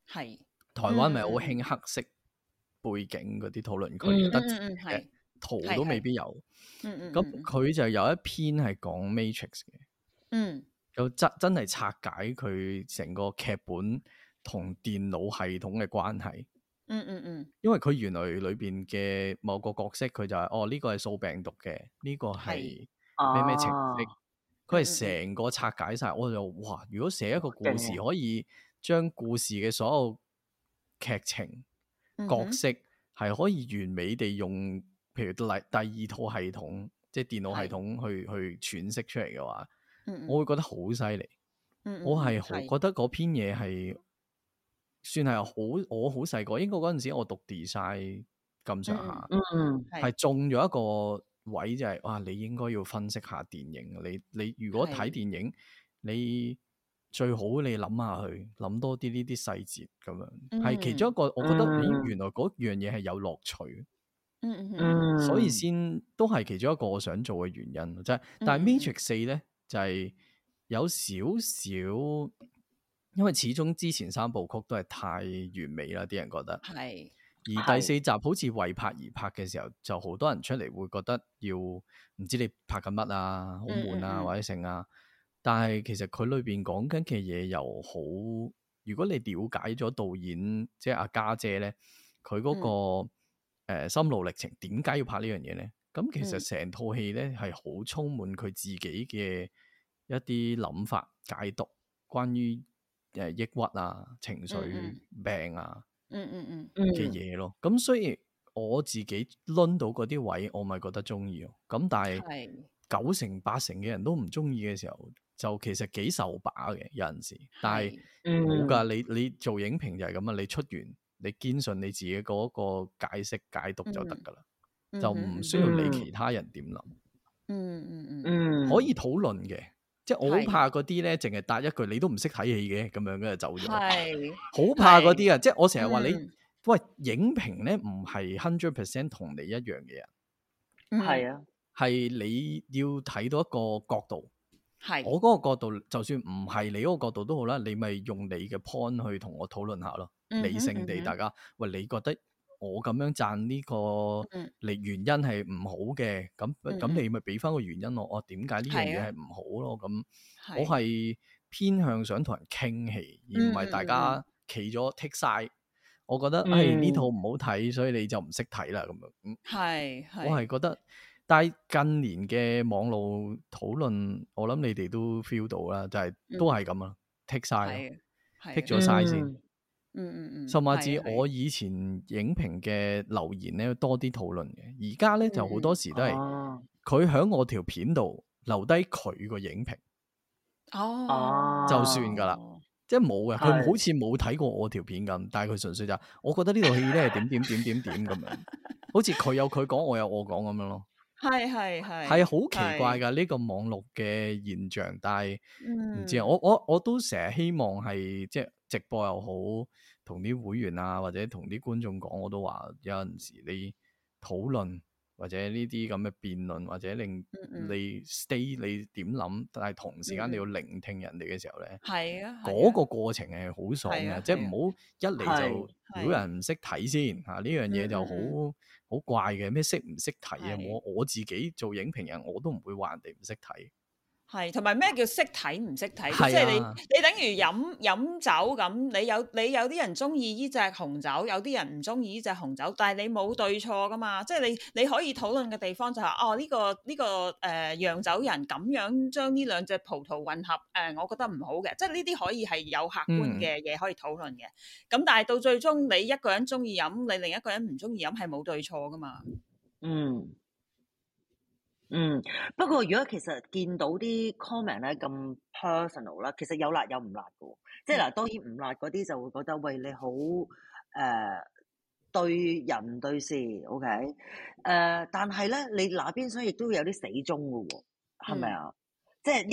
係，
台灣咪
嗯
好
嗯
興黑色背景嗰啲討論區嘅，
嗯
得
嗯嗯嗯係
誒圖
係
都
係
未必有。
嗯嗯，
咁佢就有一篇係講 Matrix 嘅，
嗯
就真真係拆解佢成個劇本同電腦系統嘅關係。
嗯嗯嗯
因為佢原來裏邊嘅某個角色，佢就係、哦呢、個係掃病毒嘅，呢、個係。
哦嗯
咩咩程式，佢
嗯嗯
係成個拆解晒。我就哇！如果寫一個
啊
故事，
勁
可以將故事嘅所有劇情、
嗯
角
哼
色係可以完美地用，譬如第第二套系統，即係電腦
係
系統去去詮釋出嚟嘅話，
嗯嗯
我會覺得好犀利。
嗯嗯
我
嗯
係好覺得嗰篇嘢係算係好，我好細個，應該嗰陣時我讀 design 咁上下。
嗯，
係
係中咗一個位就係、哇，你應該要分析下電影。啊你你如果睇
係
電影，你最好你諗下佢，諗多啲呢啲細節咁樣，係、其中一個我覺得，咦，
嗯
原來嗰樣嘢係有樂趣，
嗯嗯嗯
嗯，
所以先都係其中一個我想做嘅原因。就係、但係
嗯嗯嗯
Matrix 四咧就係、有少少，因為始終之前三部曲都係太完美啦，啲人覺得。
係
而
係
第四集好似為拍而拍嘅時候，就好多人出嚟會覺得要唔知你拍緊乜啊，好
嗯
悶
嗯
啊
嗯
或者剩啊。但係其實佢裏邊講緊嘅嘢又好，如果你了解咗導演即係阿家姐咧，佢嗰、個、
嗯
呃心路歷程點解要拍呢樣嘢咧？咁其
嗯
實成套戲咧係好充滿佢自己嘅一啲諗法解讀，關於誒、呃抑鬱啊、情緒
嗯
病啊。
嗯嗯嗯
嘅嘢咯。咁所以我自己攆到嗰啲位，我咪覺得中意咯。咁但
係
係九成八成嘅人都唔中意嘅時候，就其實幾受把嘅有陣時。但係
嗯
冇㗎，你你做影評就係咁啊，你出完。你堅信你自己嗰個解釋解讀就得㗎啦，
係
就唔需要理
嗯
其他人點諗，
嗯嗯嗯
嗯，
可以討論嘅。即係我好
係
怕嗰啲咧，淨係答一句你都唔識睇戲嘅咁樣，跟住走咗。
係
好怕嗰啲啊！即係我成日話你
嗯，
喂影評咧唔係 hundred percent 同你一樣嘅人，
係啊，
係你要睇到一個角度。
係
我嗰個角度，就算唔係你嗰個角度都好啦，你咪用你嘅 point 去同我討論下咯，
嗯哼
理性
嗯
地
哼
大家，喂，你覺得我咁樣讚呢個
嗯
你原因係唔好嘅，咁
嗯
咁
嗯
哦你咪俾翻個原因我，我點解呢樣
係
嘢
啊
係唔好咯？咁
係
我係偏向想同人傾氣，而唔
嗯
係大家企咗剔晒。我覺得
嗯
誒呢套唔好睇，所以你就唔識睇啦咁樣。嗯
係係，
我係覺得，但係近年嘅網路討論，我諗你哋都 feel 到啦，就係、
嗯
都係咁啊，剔晒咯，
係係
剔咗晒先。
嗯
嗯嗯嗯，
甚
係
至
啊
我以前影評嘅留言咧多啲討論嘅，而家咧
嗯
就好多時都係
哦
佢喺我條片度留低佢個影評，
哦
哦，
就算㗎啦即係冇嘅，佢
係
好似冇睇過我條片咁，但係佢純粹就係我覺得呢套戲咧點點點點點咁樣，好似佢有佢講，我有我講咁樣咯，
係係係
係好奇怪
嘅，
㗎呢個網絡嘅現象，但係。
唔
唔知啊，我我我都成日希望係即係直播又好，同啲會員啊或者同啲觀眾講，我都話有陣時你討論或者呢啲咁嘅辯論，或者令
嗯嗯
你 stay 你點諗，但係同時間你要聆聽人哋嘅時候咧，
係啊，係
嗰
啊
個過程係好爽
係啊
嘅，即係
係啊
唔好一嚟就
係啊
如果有人唔識睇先啊嚇呢樣嘢就
嗯嗯
好好怪嘅，咩識唔識睇啊？
係
我我自己做影評人我都唔會話人哋唔識睇。
係，同埋咩叫識睇唔識睇？
係
即係你
啊
你等於飲飲酒咁，你有你有啲人中意呢只紅酒，有啲人唔中意呢只紅酒，但係你冇對錯噶嘛。即係你你可以討論嘅地方就係、哦呢、個呢、個誒、呃、釀酒人咁樣將呢兩隻葡萄混合誒、呃我覺得唔好嘅。即係呢啲可以係有客
嗯
觀嘅嘢可以討論嘅。咁、但係到最終你一個人中意飲，你另一個人唔中意飲係冇對錯噶嘛。
嗯嗯，不過如果其實見到啲 comment 咧咁 personal 啦，其實有辣有唔辣嘅喎，即係嗱，當然唔辣嗰啲就會覺得喂你好誒、呃、對人對事，OK 誒、呃但係咧你那邊廂亦都有啲死忠嘅喎，係咪啊？即係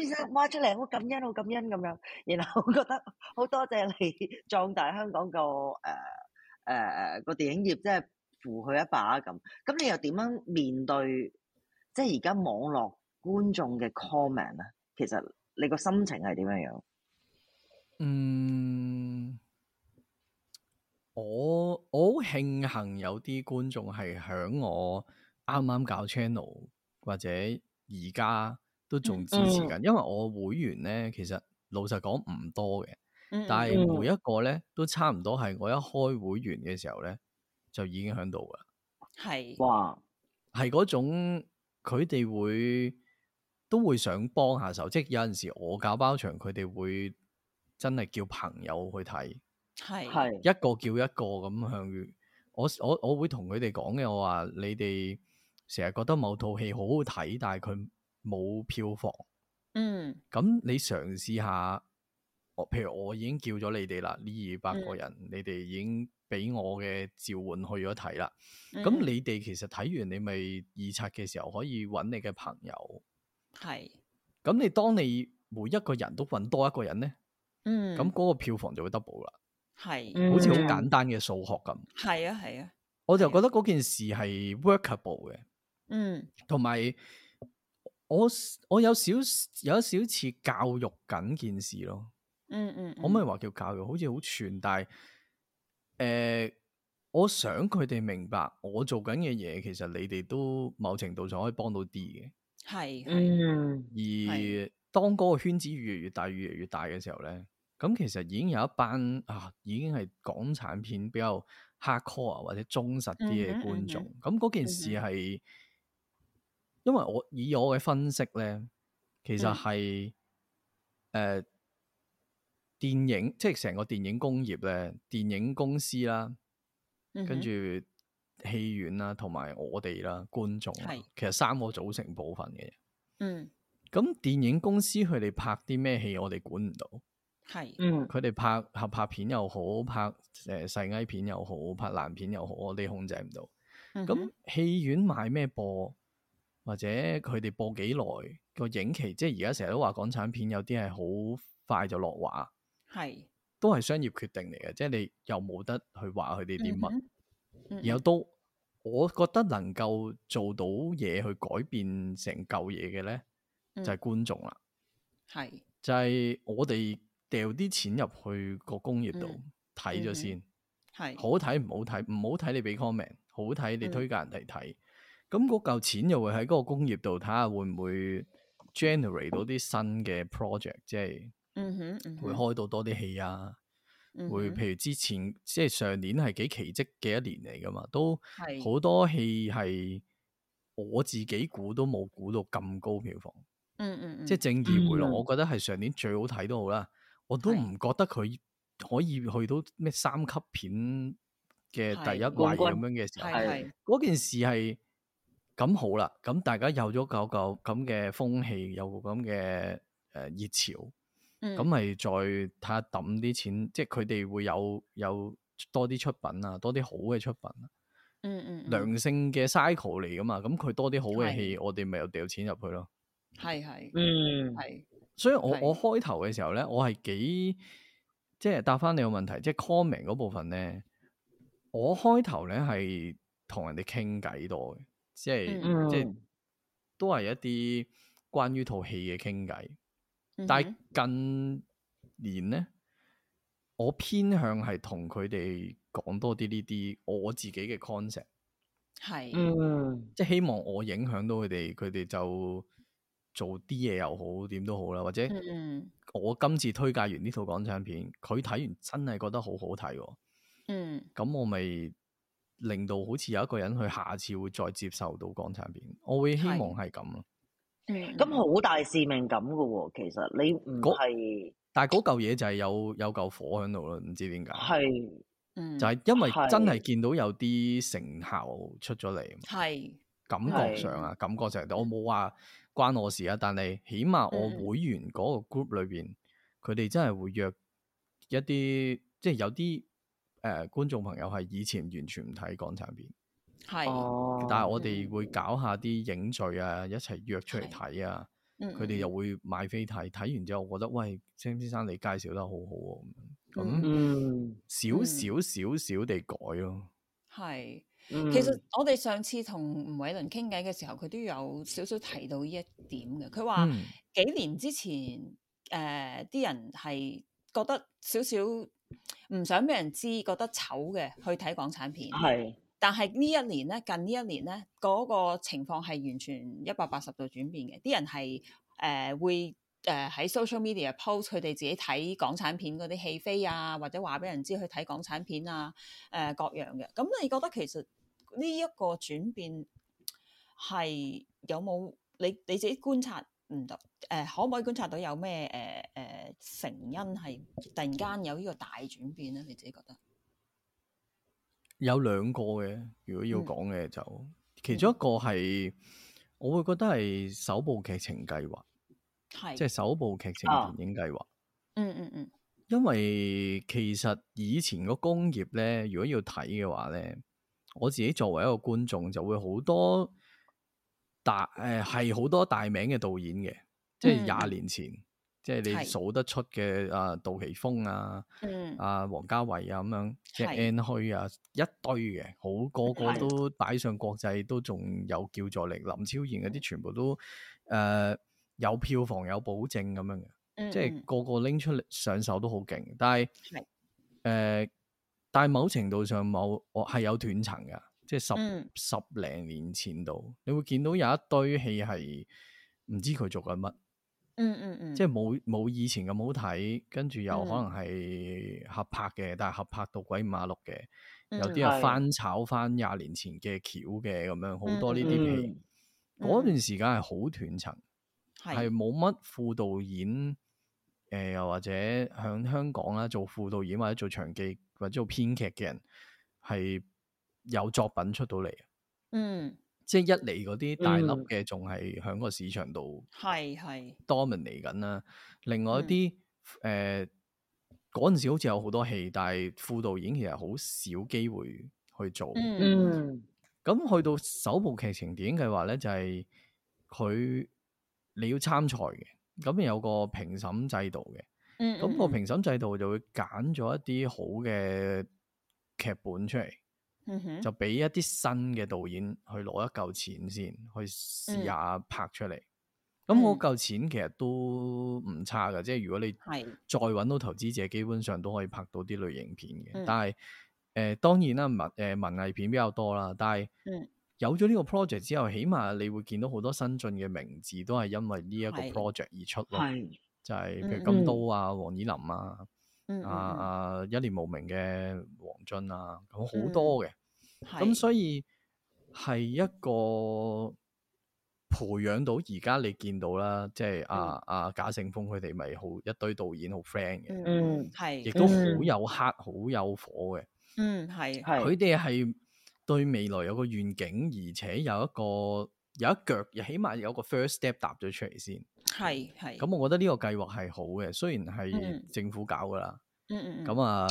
一先生挖出嚟，好感恩，好感恩咁樣，然後覺得好多謝你壯大香港個誒誒個電影業，即係扶佢一把咁。咁你又點樣面對即係而家網絡觀眾嘅 comment 咧？其實你個心情係點樣樣？
嗯，我我好慶幸有啲觀眾係響我啱啱搞 channel 或者而家都仲支持
嗯
緊，因為我會員咧其實老實講唔多嘅，
嗯
但係
嗯
每一個咧都差唔多係我一開會員嘅時候咧就已經響度噶啦。
係
哇！
係嗰種佢哋會都會想幫下手，即係有陣時我搞包場，佢哋會真係叫朋友去睇，
係
係
一個叫一個咁向我我我會同佢哋講嘅，我話你哋成日覺得某套戲好好睇，但係佢冇票房，
嗯
咁你嘗試下，我譬如我已經叫咗你哋啦，呢二百
嗯
個人，你哋已經俾我嘅召喚去咗睇啦。咁
嗯
你哋其實睇完你咪二刷嘅時候可以揾你嘅朋友，
係
咁你當你每一個人都揾多一個人呢，
嗯
咁嗰、個票房就會 double 啦，
係
嗯
好似好簡單嘅數學咁。
係啊係啊，
我就覺得嗰件事係 workable 嘅，
嗯
同埋我我有少有少少似教育緊件事咯。
嗯嗯，
可唔可以話叫教育？好似好串，但係誒、呃我想佢哋明白我做緊嘅嘢，其實你哋都某程度上可以幫到啲
係係
嗯
嘅。而
係
當嗰個圈子越嚟越大、越嚟越大嘅時候咧，咁其實已經有一班啊，已經係港產片比較 hardcore 啊或者忠實啲嘅
嗯哼
觀
嗯
眾。咁嗰、件事
嗯
係、因為我以我嘅分析咧，其實
嗯
係誒、呃電影，即係成個電影工業咧，電影公司啦，
嗯
跟住戲院啦，同埋我哋啦，觀眾啦
係，
其實三個組成部分嘅。
嗯
咁電影公司佢哋拍啲咩戲，我哋管唔到。
係
嗯
佢哋拍合拍片又好，拍誒細藝片又好，拍爛片又好，我哋控制唔到。
嗯
咁戲院買咩播，或者佢哋播幾耐個影期，即係而家成日都話港產片有啲係好快就落畫，
係
都係商業決定嚟嘅，即係你又冇得去話佢哋啲乜，
嗯
然後都我覺得能夠做到嘢去改變成嚿嘢嘅咧，就係、
嗯
觀眾啦，
係
就係、我哋掉啲錢入去個工業度
嗯
睇
嗯
咗
哼
先。
係
好睇唔好睇，唔好睇你俾 comment，好睇你
嗯
推介人哋睇，咁嗰嚿錢又會喺嗰個工業度睇下會唔會 generate 到啲新嘅 project，即係
嗯哼，嗯
會
哼
開到多啲戲啊，會
嗯哼
譬如之前即係上年係幾奇蹟嘅一年嚟噶嘛，都
係
好多戲係我自己估都冇估到咁高票房，
嗯嗯嗯，
即係正義回廊，
嗯
我覺得係上年最好睇都好啦，我都
係
唔覺得佢可以去到咩三級片嘅
係
第一位
冠軍
咁樣嘅時候。
係係
嗰件事係咁好啦，咁大家有咗嚿嚿咁嘅風氣，有個咁嘅誒熱潮，咁
咁
咪、再睇下抌啲錢，即係佢哋會有有多啲出品啊，多啲好嘅出品，
嗯嗯嗯
良性嘅 cycle 嚟噶嘛，咁佢多啲好嘅
係
戲，我哋咪又掉錢入去咯。
係係
嗯，
係
所以我
係
我開頭嘅時候咧，我係幾即係答翻你個問題，即係 comment 嗰部分咧，我開頭咧係同人哋傾偈多嘅，即係、
嗯
即係都係一啲關於套戲嘅傾偈。
嗯
但
哼
係近年咧，我偏向係同佢哋講多啲呢啲我自己嘅 concept，
係
嗯
即係希望我影響到佢哋，佢哋就做啲嘢又好，點都好啦，或者。
嗯嗯
我今次推介完呢套港產片，佢睇完真係覺得好好睇喎，
嗯
咁我咪令到好似有一個人佢下次會再接受到港產片，我會希望係咁咯。
嗯
咁好大使命感噶喎，其實你唔
嗰
係
但係嗰嚿嘢就係有有嚿火喺度咯，唔知點
啊
解，
係
嗯
就係因為
係
真係見到有啲成效出咗嚟啊嘛，
係
感覺上啊，感覺上我冇話關我事啊，但係起碼我
嗯嗯
會員嗰個 group 裏邊，佢哋真係會約一啲即係有啲誒、呃、觀眾朋友係以前完全唔睇港產片。
係
哦，
但係我哋會搞下啲影聚啊，一齊約出嚟睇啊，
嗯
佢哋又會買飛睇，睇完之後我覺得喂，Sam 先生你介紹得好好喎、
嗯
咁
嗯
少少少少地改咯，
係。
嗯
其實我哋上次同吳偉倫傾偈嘅時候，佢都有少少提到呢一點嘅。佢話
嗯
幾年之前，誒、啲人係覺得少少唔想俾人知，覺得醜嘅去睇港產片。
係
但係呢一年咧，近呢一年咧，嗰、個情況係完全一百八十度轉變嘅。啲人係誒、呃、會誒喺 social media post 佢哋自己睇港產片嗰啲戲飛啊，或者話俾人知去睇港產片啊，誒、各樣嘅。咁你覺得其實呢一個轉變係有冇你你自己觀察唔到？誒、呃可唔可以觀察到有咩誒誒成因係突然間有呢個大轉變咧？你自己覺得？
有兩個嘅，如果要
嗯
講嘅就、其中一個係我會覺得係首部劇情計劃，
係
即係首部劇情
啊
電影計劃。
嗯嗯嗯
因為其實以前個工業咧，如果要睇嘅話咧，我自己作為一個觀眾就會好多大誒係好多大名嘅導演嘅，即係
嗯
廿年前，即係你
係
數得出嘅啊杜琪峰啊、
嗯
啊王家衛啊咁樣，即係
係
N 虛啊一堆嘅，好個個
係
都擺上國際都仲有叫座力，林超賢嗰啲全部都誒、呃有票房有保證咁樣嘅。
嗯，
即係
嗯
個個拎出嚟上手都好勁，但係誒
係、
但係某程度上某我係有斷層㗎，即係十、
嗯
十零年前度，你會見到有一堆戲係唔知佢做緊乜，
嗯嗯嗯，
即
係
係冇冇以前咁好睇，跟住又
嗯
可能係合拍嘅，但係合拍到鬼五馬六嘅，有
嗯
啲
人
係
係
翻炒翻廿年前嘅橋嘅咁樣，好多呢啲戲，
嗯
嗰、
嗯
段時間係好斷層。係
係
冇乜副導演，誒、又或者響香港啦，做副導演或者做長記或者做編劇嘅人，係有作品出到嚟嘅。
嗯
即係一嚟嗰啲大粒
嗯
嘅，仲係響個市場度
係係
dominate 緊啦。另外一
嗯
啲誒嗰陣時好似有好多戲，但係副導演其實好少機會去做。
嗯
嗯
咁去到首部劇情電影計劃咧，就係、佢你要參賽嘅，咁有個評審制度嘅，
嗯
咁、個評審制度就會揀咗一啲好嘅劇本出嚟，
嗯
就俾一啲新嘅導演去攞一嚿錢先，去試下拍出嚟。咁
嗯
嗰嚿錢其實都唔差㗎，即係如果你
係
再揾到投資者，基本上都可以拍到啲類型片嘅。
嗯
但係誒、呃、當然啦，文誒、呃文藝片比較多啦。但係
嗯
有咗呢個 project 之後，起碼你會見到好多新進嘅名字都係因為呢一個
係
project 而出咯。
係
就係譬
嗯
如金都啊、黃以林啊、
嗯，嗯
啊
嗯
啊一年無名嘅黃俊啊，咁好
嗯
多嘅。咁
係
所以係一個培養到而家你見到啦，即係
嗯
啊啊贾勝峰佢哋咪好一堆導演好 friend 嘅，
嗯
亦
係，
都好
嗯
有黑好有火嘅。
嗯係，
係
佢哋係對未來有個願景，而且有一個有一腳，起碼有個 first step 踏咗出嚟先。
係係，
咁我覺得呢個計劃係好嘅，雖然係
嗯
政府搞噶啦，
嗯嗯嗯
咁啊，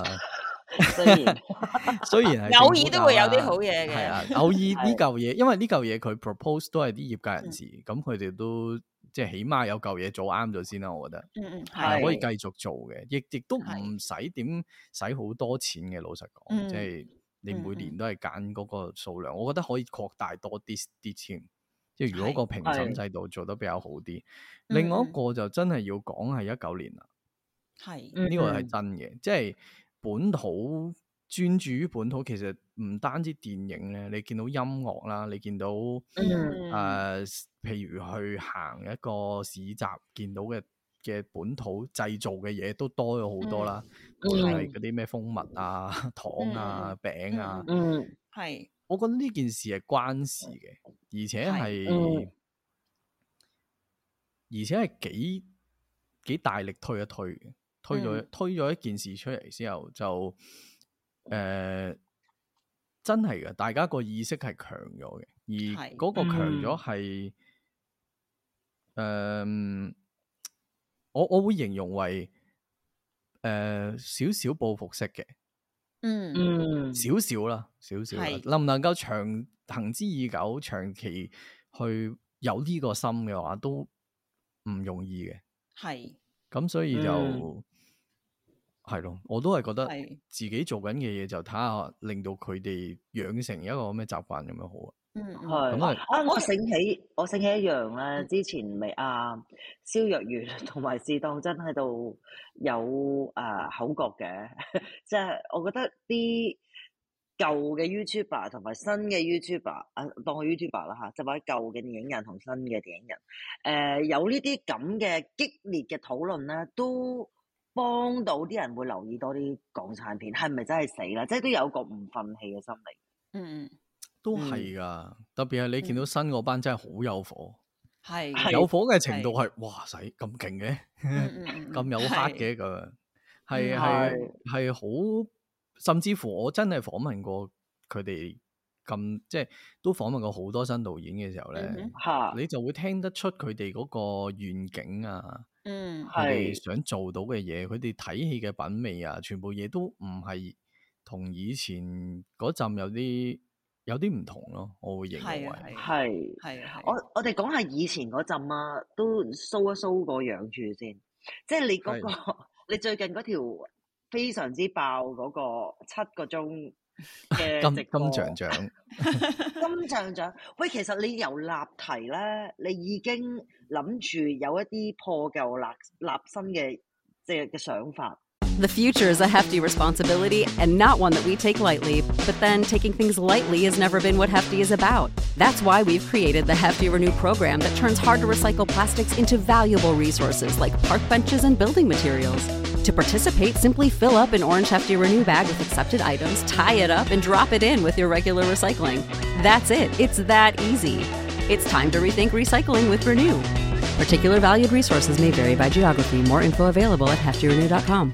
雖 然
雖然係
偶爾
政府
都會有
搞
啲
啦
好嘢嘅
係啊，偶爾
係
呢嚿嘢，因為呢嚿嘢佢 propose 都係啲業界人士，
嗯
咁佢哋都即係起碼有嚿嘢做啱咗先啦，我覺得
嗯嗯
係
係
可以繼續做嘅，亦亦都唔
係
使點使好多錢嘅，老實講，
嗯
即係你每年都係揀嗰個數量，我覺得可以擴大多啲啲添。即係如果個評審
係
制度做得比較好啲，另外一
嗯嗯
個就真係要講係一九年啦。
係，
呢個係
嗯
真嘅，即係本土專注於本土，其實唔單止電影咧，你見到音樂啦，你見到誒、
嗯
呃譬如去行一個市集，見到嘅嘅本土製造嘅嘢都多咗
嗯
好多啦，無論係嗰啲咩蜂蜜啊、 糖啊、餅啊，
嗯
係
我覺得呢件事係關事嘅，而且
係
係，
嗯
而且係幾幾大力推一推嘅，推咗、推咗一件事出嚟之後，就誒、呃真係嘅，大家個意識係強咗嘅，而
係
嗰個強咗
嗯
係誒，我我會形容為誒、呃少少報復式嘅。
嗯
嗯
少少啦，少少啦
係
能唔能夠長行之以久、長期去有呢個心嘅話，都唔容易嘅。
係
咁所以就
嗯
係咯、我都係覺得
係
自己做緊嘅嘢就睇下令到佢哋養成一個咩習慣咁樣好啊。
嗯嗯
係
咁啊
啊！我嗯醒起，我醒起一樣咧，之前咪啊蕭若元啊同埋是當真喺度有啊口角嘅， 即係我覺得啲舊嘅 YouTuber 同埋新嘅 YouTuber 啊，當佢 YouTuber 啦嚇，即係或者舊嘅電影人同新嘅電影人，誒、有呢啲咁嘅激烈嘅討論咧，都幫到啲人會留意多啲港產片，係咪真係死啦？即係都有個唔憤氣嘅心理。
嗯嗯
都係噶，特別係你見到新嗰班真係好有火，
係
係
有火嘅程度係哇使咁勁嘅。
嗯
咁有黑嘅咁樣，
嗯
係係
係
係好，甚至乎我真係訪問過佢哋咁，即係都訪問過好多新導演嘅時候咧，
嗯
嚇，
你就會聽得出佢哋嗰個願景啊，
嗯
佢
係
哋想做到嘅嘢，佢哋睇戲嘅品味啊，全部嘢都唔係同以前嗰陣有啲有啲唔同咯，我會認為
係啊係啊
係。
係係
我我哋講下以前嗰陣啊，都 show 一 show 個樣住先，即係你嗰、個 你最近嗰條非常之爆嗰個七個鐘嘅
金
啊直
金
播
像獎
金像獎，喂，其實你由立題咧，你已經諗住有一啲破舊立立新嘅即係嘅想法，
The future is a hefty responsibility and not one that we take lightly, but then taking things lightly has never been what Hefty is about. That's why we've created the Hefty Renew program that turns hard to recycle plastics into valuable resources like park benches and building materials. To participate, simply fill up an orange Hefty Renew bag with accepted items, tie it up, and drop it in with your regular recycling. That's it, it's that easy. It's time to rethink recycling with Renew. Particular valued resources may vary by geography. More info available at heftyrenew.com.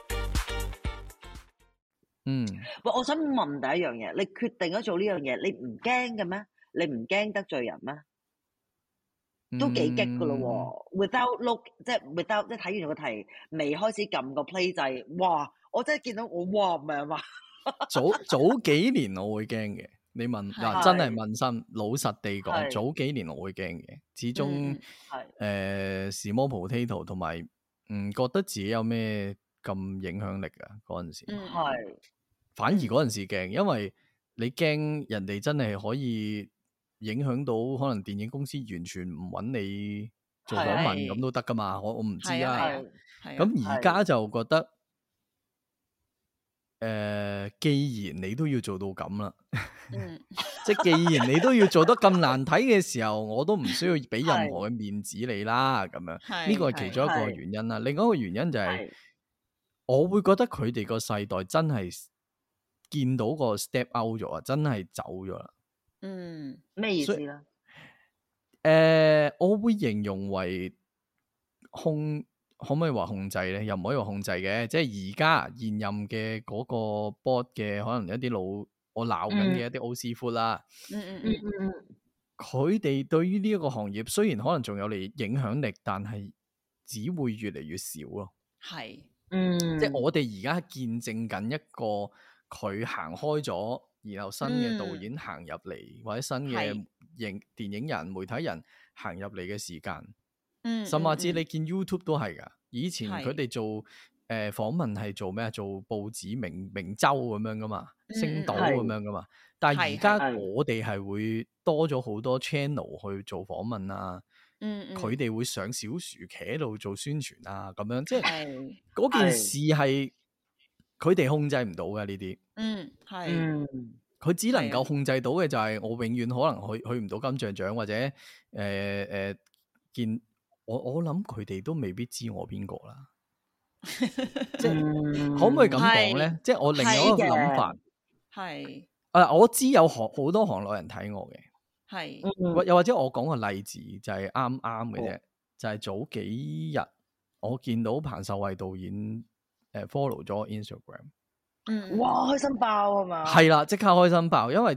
嗯，
喂，我想問第一樣嘢，你決定咗做呢樣嘢，你唔驚嘅咩？你唔驚得罪人咩？都幾激噶咯
嗯
喎！Without look，即係 without 即係睇完個題，未開始撳個 play 掣，哇！我真係見到我哇唔係嘛，
嗯。 早早幾年我會驚嘅，你問嗱
係
真係問心，老實
係
地講，早幾年我會驚嘅，始
嗯
終
嗯
係
诶是魔 potato 同埋唔覺得自己有咩咁影響力啊嗰陣時。
嗯
係
反而嗰陣時驚，因為你驚人哋真係可以影響到可能電影公司完全唔揾你做訪問
係
咁都得噶嘛，我我唔知
係啊係
啊
啊。
係
係啊
咁而家就覺得，誒、既然你都要做到咁啦，
嗯
即係既然你都要做得咁難睇嘅時候，我都唔需要俾任何嘅面子你啦，咁樣。
係
呢個係其中一個
係
原因啦。另外一個原因就係、
係
我會覺得佢哋個世代真係見到個 step out 咗啊，真係走咗啦。
嗯
咩意思
所以
咧？
诶、呃我會形容為控，可唔可以話控制咧？又唔可以話控制嘅，即係而家現任嘅嗰個 board 嘅，可能一啲老我鬧緊嘅一啲 O 師傅啦，
嗯嗯
嗯
嗯
嗯嗯，
佢哋對於呢一個行業雖然可能仲有嚟影響力，但係只會越嚟越少咯。
係
嗯，
即係我哋而家見證緊一個佢行開咗，然後新嘅導演行入嚟，或者新嘅
係
影電影人、媒體人行入嚟嘅時間，
嗯
甚
嗯
至
嗯
你見 YouTube 都係噶。以前
係
佢哋做誒訪問係做咩啊？做報紙明明周咁樣噶嘛，
嗯
星島
係
咁樣噶嘛。但係而
係
家
係
我哋係會多咗好多 channel 去做訪問啊，
嗯嗯
佢哋會上小薯茄度做宣傳啊，咁樣即係。
係
嗰件
係
事係佢哋控制唔到嘅呢啲，
嗯係
嗯
佢只能
係啊
夠控制到嘅就係我永遠可能去去唔到金像獎或者誒誒、呃呃見我我諗佢哋都未必知我邊個啦，即係
嗯
可唔可以咁講
係
咧？即係我另有一個
係嘅
諗法，
係
啊我知有行好多行內人睇我嘅，
係
嗯
或又或者我講個例子就係啱啱嘅啫
好，
就係早幾日我見到彭秀慧導演誒、呃 follow 咗我 Instagram。
嗯
哇，開心爆啊嘛！
系啦，即刻開心爆，因為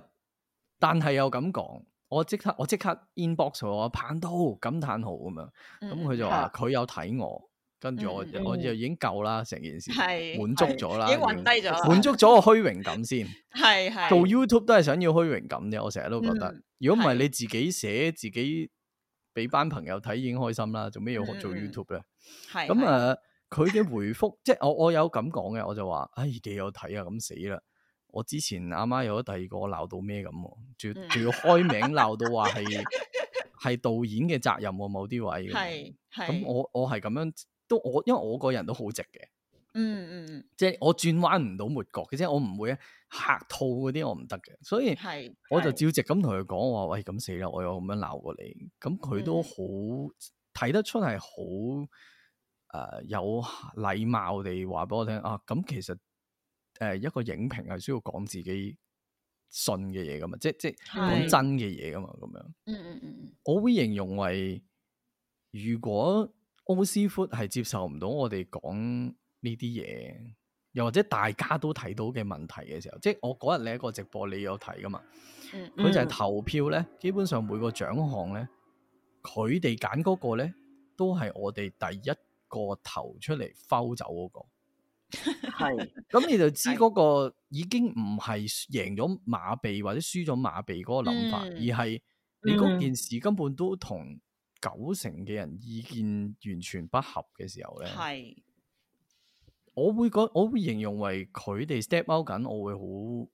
但係又咁講，我即刻我即刻 inbox 佢我棒到感嘆號咁樣，
嗯
咁佢就話
啊
佢有睇我，跟住我
嗯嗯
我就已經夠啦，成件事
係
滿足咗啦，
已經暈低咗啦
滿足咗個虛榮感先。
係係
做 YouTube 都係想要虛榮感啫，我成日都覺得
嗯，
如果唔係
係
你自己寫自己俾班朋友睇已經開心啦，做咩要學
嗯
做
嗯嗯
YouTube 咧？
係
咁啊
係
誒，佢嘅回覆即係我我有咁講嘅，我就話：，唉、你有睇啊，咁死啦！我之前阿媽有咗第二個鬧到咩咁喎，仲
嗯
要仲要開名鬧到話係係導演嘅責任喎，某啲位咁。
係係
咁我我係咁樣都我，因為我個人都好直嘅，
嗯嗯
即係我轉彎唔到抹角嘅，即係我唔會客套嗰啲，我唔得嘅，所以
嗯。係
我就
係
照直咁同佢講，我話喂咁死啦，我有咁樣鬧過你，咁佢都好睇得出係好誒有禮貌地話俾我聽啊，咁其實誒、呃一個影評係需要講自己信嘅嘢噶嘛，即即講
係
真嘅嘢噶嘛，咁樣
嗯嗯嗯
我會形容為如果 O 師傅係接受唔到我哋講呢啲嘢。又或者大家都睇到嘅問題嘅時候，即係我嗰日你喺個直播你有睇噶嘛？
嗯嗯
佢就係
嗯
投票咧，基本上每個獎項咧，佢哋揀嗰個咧，都係我哋第一個投出嚟摟走嗰、
係
個。咁你就知
係
嗰個已經唔係贏咗馬鼻或者輸咗馬鼻嗰個諗法，
嗯
而係你嗰
嗯
件事根本都同九成嘅人意見完全不合嘅時候咧，
係
我會覺我會形容為佢哋 step out 緊，我會好，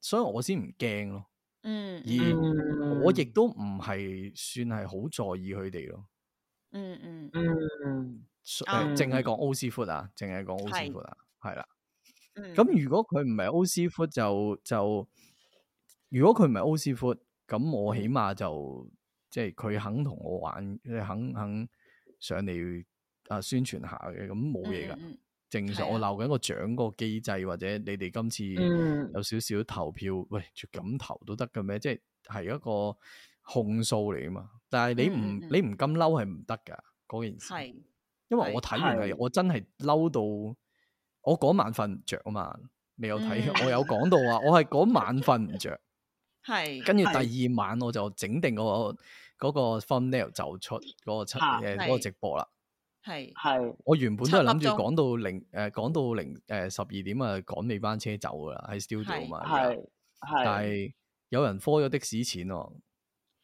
所以我先唔驚咯。
嗯
而我亦都唔係算係好在意佢哋咯，
嗯嗯
嗯
誒
啱
呃淨係講 O 師傅啊，淨係講 O 師傅啊，係啦。
嗯
咁如果佢唔係 O 師傅就就，如果佢唔係 O 師傅，咁我起碼就即係佢肯同我玩，即係肯肯上嚟啊宣傳下嘅，咁冇嘢
嗯
㗎。
嗯嗯
正常
係啊
我鬧緊個獎嗰個機制，或者你哋今次。
嗯
有少少投票，喂，就咁投都得嘅咩？即係係一個控訴嚟噶嘛。但係你唔、
嗯嗯嗯
你唔咁嬲係唔得噶，嗰件事。
係
因為我睇完係
係
我真係嬲到，我嗰晚瞓唔着啊嘛，未有睇，
嗯
我有講到話，我係嗰晚瞓唔 着，
係
跟住第
係
二晚我就整定嗰、個嗰、個 thumbnail 就出嗰、個出
啊
誒嗰個
係
直播啦。
係
係
我原本都係諗住
七粒鐘
講到零誒講到零誒十二點啊趕尾班車走噶啦，喺 studio 嘛，而家
係
但
係
係有人科咗的士錢喎，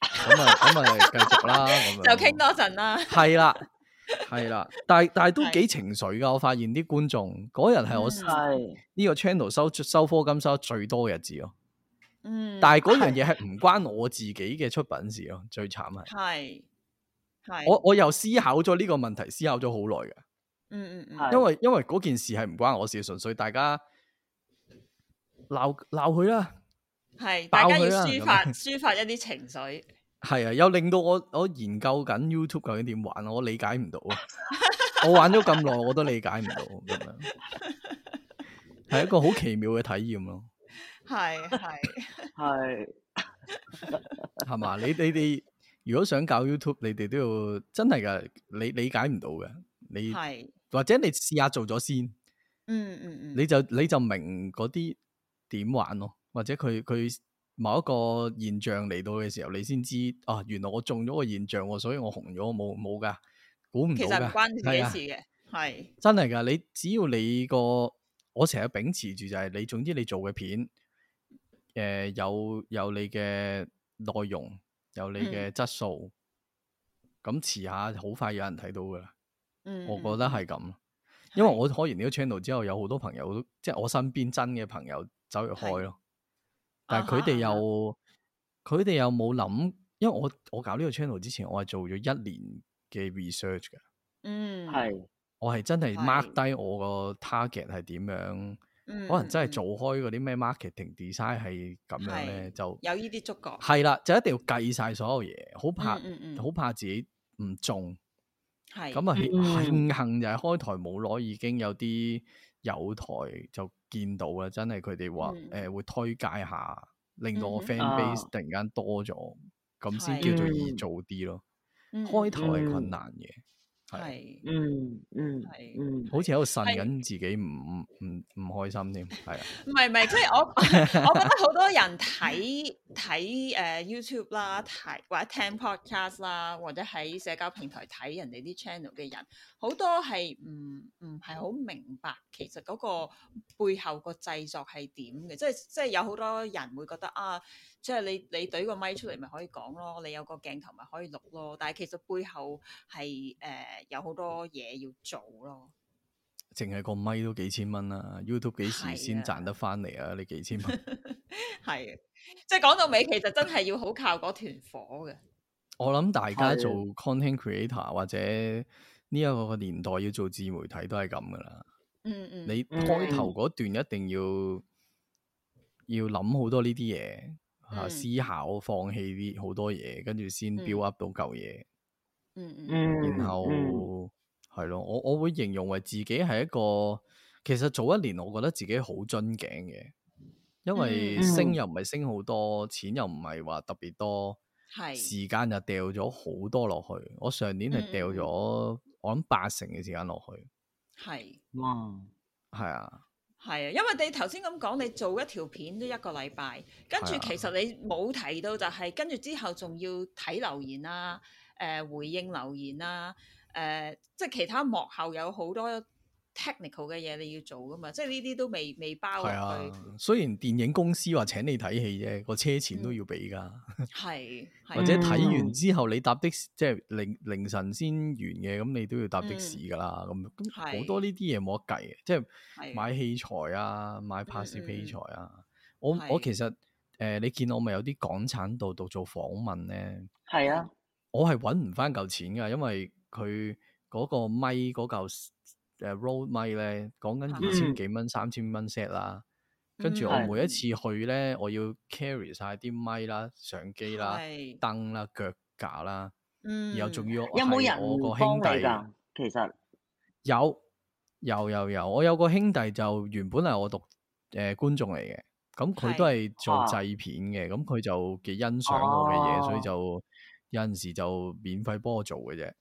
咁啊咁啊繼續啦，咁 樣
就傾多陣啦。
系啦，系啦， 但系但系都
係
幾情緒噶。我發現啲觀眾嗰日係我
嗯
係
呢個 channel 收收科金收得最多嘅日子咯。
嗯，
但係嗰樣嘢係唔關我自己嘅出品事咯，最慘係
係係
我我又思考咗呢個問題，思考咗好耐嘅，
嗯嗯嗯
係
因為因為嗰件事係唔關我事，純粹大家鬧鬧佢啦。
係，大
爆
家
佢
要
啦
抒
咁
發
樣
抒發一啲情緒。
係啊，又令到我我研究緊 YouTube 究竟點玩，我理解唔到啊！我玩咗咁耐，我都理解唔到咁樣，係一個好奇妙嘅體驗咯，
係係
係
係嘛？你你哋如果想搞 YouTube，你哋都要真係噶，你理解唔到嘅，你
係，
或者你試下做咗先，
嗯嗯嗯，
你就你就明嗰啲點玩咯，或者佢佢某一個現象嚟到嘅時候，你先知啊，原來我中咗個現象喎，所以我紅咗，我冇冇噶，估唔
其
到
實唔
噶，
關自
係啊
己事嘅，係
真係噶，你只要你個，我成日秉持住就係你，總之你做嘅片，诶、有有你嘅內容，有
嗯
你嘅質素，咁遲下好快有人睇到噶啦，
嗯，
我
嗯
覺得係咁。因為我開完呢個 channel 之後，有好多朋友都即係我身邊真嘅朋友走去開咯，但係佢哋
啊哈
又佢哋又冇諗，因為我我搞呢個 channel 之前，我係做咗一年嘅 research 嘅。
嗯
係
我係真係
係
mark 低我個 target 係點樣，
嗯
可能
嗯
真係做開嗰啲咩 marketing design 係咁樣
係
咧，就
有呢啲觸覺，
係啦，就一定要計晒所有嘢，好怕好、
嗯嗯嗯
怕自己唔中，
係
咁啊慶
嗯
慶幸就係開台冇耐已經有啲有台就見到啦，真係佢哋話
嗯
誒會推介下，令到我
嗯哼
fan
啊
base 突然間多咗，咁先
係
叫做易
嗯
做啲
嗯
咯。開頭係困
嗯
難嘅，係。
係
嗯嗯
係
嗯
好似喺度呻
係
緊自己唔唔唔唔開心添，係啊，
唔係唔係，即係我我 覺得好多人睇睇誒 YouTube 啦，睇或者聽 podcast 啦，或者喺社交平台睇人哋啲 channel 嘅人，好多係唔唔係好明白其實嗰個背後個製作係點嘅，即係即係有好多人會覺得啊，即係你你懟個咪出嚟咪可以講咯，你有個鏡頭咪可以錄咯，但係其實背後係誒、呃有好多嘢要做咯，
淨係個咪都幾千蚊啦，YouTube 幾
係啊
時先賺得翻嚟啊？你幾千 蚊？
係即係講到尾，其實真係要好靠嗰團火嘅。
我諗大家
係
做 content creator 或者呢一個年代要做自媒體都係咁噶啦，
嗯嗯，
你
嗯
開頭嗰段一定要要諗好多呢啲嘢。啊
嗯
思考、放棄啲好多嘢，跟住先
嗯
build up 到嚿嘢，
嗯嗯嗯
嗯，
然後
嗯
係咯，我我會形容為自己係一個，其實早一年我覺得自己好樽頸嘅，因為
嗯
升又唔係升好多，錢又唔係話特別多，
係
時間就掉咗好多落去。我上年係掉
嗯嗯嗯
咗我諗八成嘅時間落去，
係
哇
係啊，
係啊，因為你頭先咁講，你做一條片都一個禮拜，跟住
係啊
其實你冇提到就係、跟住之後仲要睇留言啦、誒、回應留言啦、誒、即係其他幕後有好多 technical 嘅嘢你要做噶嘛，即係呢啲都未未包
係
落 去，
啊。雖然電影公司話請你睇戲啫，個車錢都
嗯
要俾㗎。
係係
或者睇完
嗯
之後，你搭的士即係凌凌晨先完嘅，咁你都要搭的士噶啦。咁咁
嗯係
好多呢啲嘢冇得計嘅，即係
係嗯
買器材啊，買拍攝器材啊。我我
係
其實誒、呃你見我咪有啲港產度度做訪問咧，
係啊
我係揾唔翻嚿錢噶，因為佢嗰個咪嗰嚿誒 road 咪咧，講緊
嗯
二千幾蚊、三千蚊 set 啦。跟住我
嗯
每一次去咧，我要 carry 晒啲咪啦、相機啦、
係
燈啦、腳架啦。
嗯，
啊然後仲要
有冇
係
人
我個
幫
兄
你
弟
㗎？其實
有有有有，我有個兄弟就原本係我讀誒、呃、觀眾嚟嘅，咁佢都係做
哦
啊
製片嘅，咁佢就幾欣賞我嘅嘢，所以
哦
就有陣時就免費幫我做嘅啫。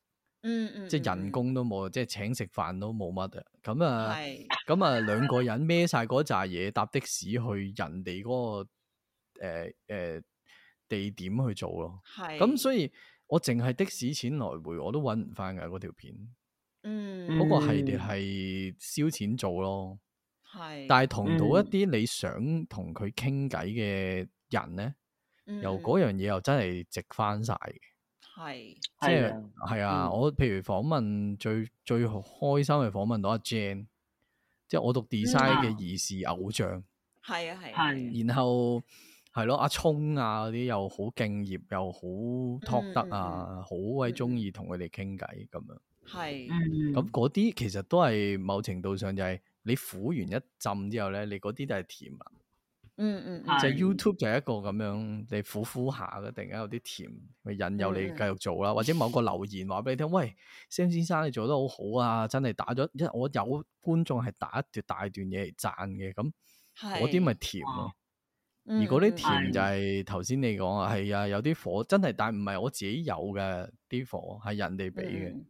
嗯嗯，
即係人工都冇，即係請食飯都冇乜啊。咁啊，
系
咁啊兩個人孭晒嗰扎嘢搭的士去人哋嗰、個誒、誒地點去做咯。
系
咁所以我淨係的士錢來回我都揾唔翻㗎嗰條片，
嗯
嗰、個系列
嗯
係燒錢做咯。
系，
但係同到一
嗯
啲你想同佢傾偈嘅人咧，由
嗯
嗰樣嘢又真係值翻晒嘅。
系
即
係
係
啊
係啊，
嗯
我譬如訪問最最開心係訪問到阿 Jan，即係我
嗯
讀 design
啊
嘅兒時偶像，
系啊系
係
然後係咯阿聰啊嗰啲又好敬業，又好 talk
嗯
得啊，好鬼中意同佢哋傾偈咁樣。
系
咁嗰啲其實都係某程度上就係你苦完一浸之後咧，你嗰啲就係甜啦。
嗯嗯
就係
係
YouTube 就係一個咁樣，你苦苦下嘅，突然間有啲甜，咪引誘你
嗯
繼續做啦。或者某個留言話俾你聽，喂，Sam 先生你做得好好啊，真係打咗一，我有觀眾係打一段大段嘢嚟讚嘅，咁
系
嗰啲咪甜咯。而
而
嗰啲
嗯
甜就係頭先你講啊，係啊，有啲火真係，但唔係我自己有嘅啲火，係人哋俾
嗯
嘅。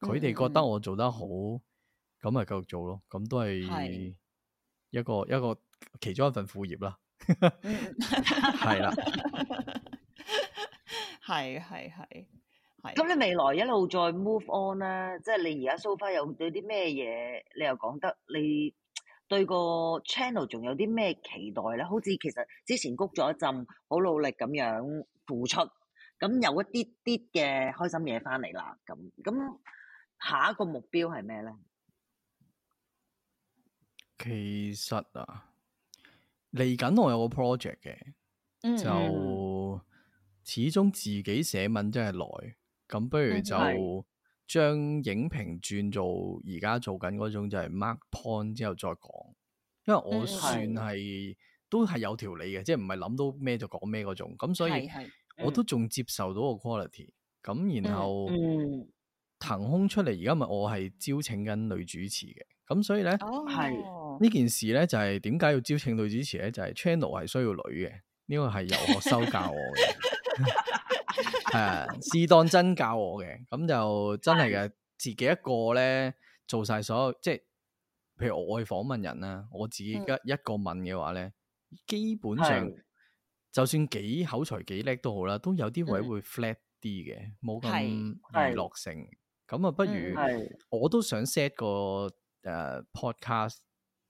佢哋覺得我做得好，咁咪繼續做咯。咁都係
係
一個一個其中一份副業啦。 係啦。
系系系系
咁你未來一路再 move on 啦，即係你而家 so far 有有啲咩嘢，你又講得你對個 channel 仲有啲咩期待咧？好似其實之前谷咗一陣，好努力咁樣付出，咁有一啲啲嘅開心嘢翻嚟啦。咁咁下一個目標係咩咧？
其實啊，嚟緊我有個 project 嘅，
你嗯
就始終自己寫文真係耐，咁不如
嗯
就將影評轉做而家做緊嗰種就係 mark point 之後再講，因為
嗯
我
嗯
算
係
係都係有條理嘅，即係唔係諗到咩就講咩嗰種，咁所以我都仲接受到個 quality，咁然
嗯
後
嗯，
騰空出嚟，而家咪我係招請緊女主持嘅，咁所以咧。
哦
呢件事咧就係點解要招請女主持咧？就係、channel 係需要女嘅，呢個係由學修教我嘅，係啊，是當真教我嘅。咁就真係嘅，自己一個咧做晒所有，即係譬如我去訪問人啦，我自己一一
嗯
個問嘅話咧，基本上
係
就算幾口才幾叻都好啦，都有啲位
嗯
會 flat 啲嘅，冇咁
係
娛
係
樂性。咁啊，不如、
嗯
係
我都想 set 個诶、呃 podcast，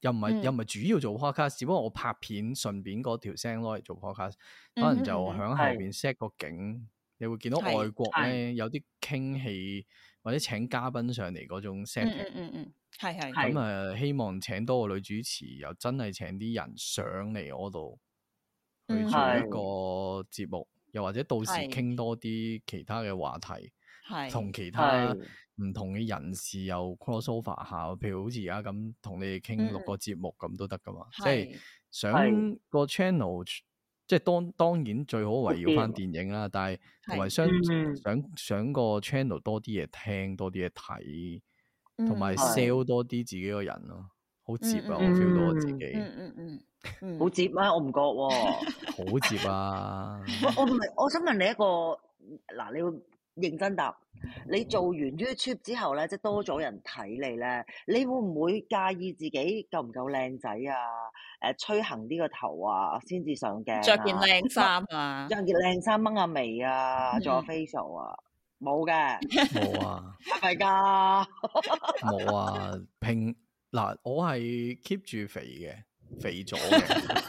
又唔係
嗯
又唔係主要做 podcast，只不過我拍片順便嗰條聲攞嚟做 podcast，可能就
嗯哼嗯
響
哼
後
係
邊 set 個景，你會見到
係
外國咧
係
有啲傾戲或者請嘉賓上嚟嗰種 set
嗯
嘅。
嗯嗯系系
咁
係
啊、呃希望請多個女主持，又真係請啲人上嚟我度去
嗯
做一
係
個節目，又或者到時
係
傾多啲其他嘅話題，
系
同其他
係
唔同嘅人士又 crossover 下，譬如好似而家咁同你哋
嗯
傾
嗯
六個節目咁都得噶嘛，即係
系
想
係
個 channel 即係當當然最好圍繞翻
好啲
電影啦，但係同埋
係
想
嗯
想想個 channel 多啲嘢聽，多啲嘢睇，同埋
嗯
係
sell 多啲自己個人咯，好接啊！我
嗯嗯
feel 到我自
嗯
己
嗯嗯嗯
好接啊咩？我唔覺喎。
好接啊！
喂我唔係，我想問你一個嗱，你要認真答。你做完 YouTube 之後咧，即係多咗人睇你咧，你會唔會介意自己夠唔夠靚仔啊？誒，吹行呢個頭啊，先至上鏡、啊。
着件，靓衫啊，
着件靚衫掹下眉啊，
嗯
做下
嗯
facial 啊，冇嘅，
冇啊！
係咪
啊
㗎？
冇啊，平嗱，我係 keep 住肥嘅，肥咗嘅，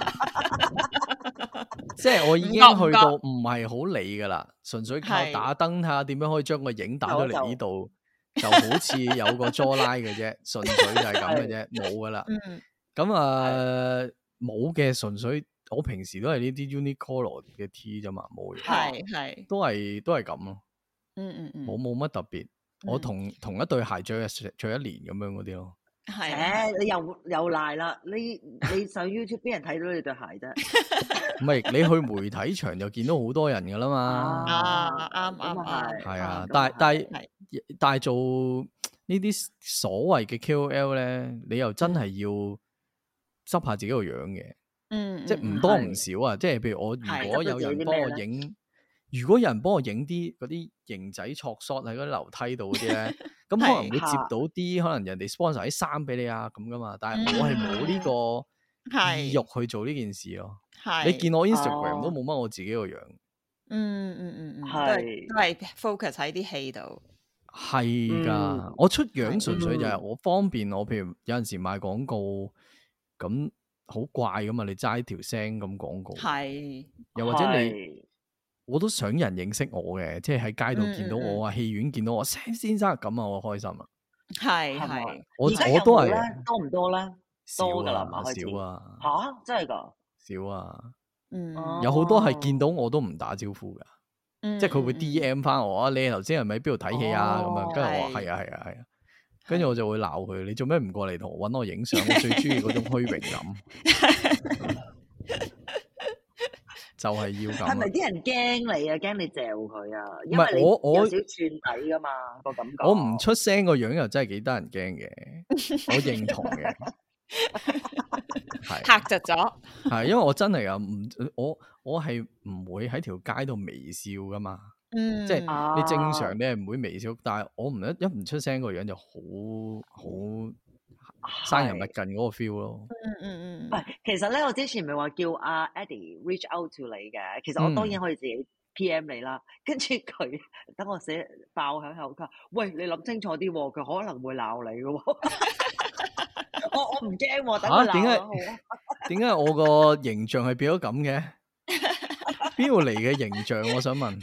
即係我已經去
唔覺
到
唔
唔係好理噶啦，純粹靠
係
打燈睇下點樣可以將個影打到嚟呢度，就好似有個 jaw line 嘅啫，純粹就係咁嘅啫，冇噶啦。
嗯
咁啊，冇嘅，純粹我平時都係呢啲 Uniqlo 嘅 T 啫嘛，冇嘢，
系系
都係都係咁咯，
嗯嗯嗯
冇冇乜特別。我
嗯
同同一對鞋着一着一年咁樣嗰啲咯。
系
誒、你又又賴啦！你你上 YouTube 邊人睇到你對鞋啫？
唔係你去媒體場就見到好多人噶啦嘛，
啊啱
咁
啱
啊
啱
係
係啊
咁，
但係但
係
係但係做呢啲所謂嘅 KOL 咧，你又真係要執下自己個樣嘅，
嗯
即係唔多唔少啊！即係譬如我
係
如果有人幫我
執到自己啲咩
影如果有人幫我影啲嗰啲型仔錯 shot 喺嗰啲樓梯度嗰啲咧，咁可能會接
嚇
到啲可能人哋 sponsor 啲衫俾你啊咁噶嘛，但係我係冇呢個
係
意欲去做呢件事咯。
係
你見我 Instagram
哦
都冇乜我自己個樣，
嗯嗯嗯嗯，
係
都係都係 focus 喺啲戲度，
係噶，
嗯
我出樣純粹就係
嗯
我方便我，譬如有陣時賣廣告咁好怪噶嘛，你齋條聲咁廣告，
係
又或者你。
係
我都想人認識我嘅，即係喺街度
嗯
見到我啊，戲院見到我，Sam 先生咁啊，我開心啊！
係
係咪
係，
我
而家
我
有
都
冇
係
咧多唔多咧？
少
多㗎啦
啊，
嘛開始
少啊，
吓，真係㗎？
少啊，
嗯，
哦
有好多係見到我都唔打招呼噶，即係佢會 D
M
M 翻我啊，你頭先係咪喺邊度睇戲啊？咁樣，跟住我話
哦係
係啊係啊係啊，跟住我就會鬧佢，你做咩唔過嚟同我搵我影相？我最中意嗰種虛榮感， 就係要咁
係咪
啊。
啲人驚你啊？驚你嚼佢啊？因
唔
為
係
你
我我
有少轉底㗎嘛個感覺。
我
哦
唔出聲個樣又真係幾得人驚嘅，我認同 嘅，係
嚇窒咗，
係，因為我真係啊，唔我我係唔會喺條街度微笑噶嘛。
嗯，
即係
啊
你正常你係唔會微笑，但係我唔一一唔出聲個樣就好好生人勿近嗰個 feel 咯。
嗯嗯嗯
喂，其實咧，我之前咪話叫阿 Eddie reach out to 你嘅，其實
嗯
我當然可以自己 PM 你啦。 跟住佢等我寫爆響口，佢話：喂，你諗清楚啲喎，佢可能會鬧你嘅喎。 我我唔驚喎，等佢
嚇點解
鬧我好啊
點解我個形象係變咗咁嘅？邊度嚟嘅形象？我想問。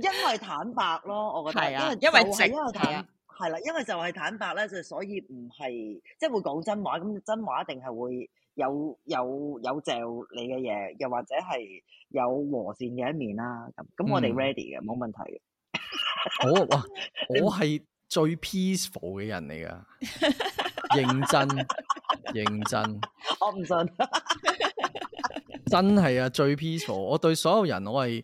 因為坦白咯，我覺得，
係啊
因為
因為
就
直
係因為
係
坦
啊
係啦，因為就係坦白咧，就所以唔係即係會講真話，咁真話一定係會有有有嚼你嘅嘢，又或者係有和善嘅一面啦。咁咁我哋
嗯
ready 嘅，冇問題嘅。
我哇，我係最 peaceful 嘅人嚟噶，認真認真，
我唔信，
真係啊，最 peaceful。我對所有人我係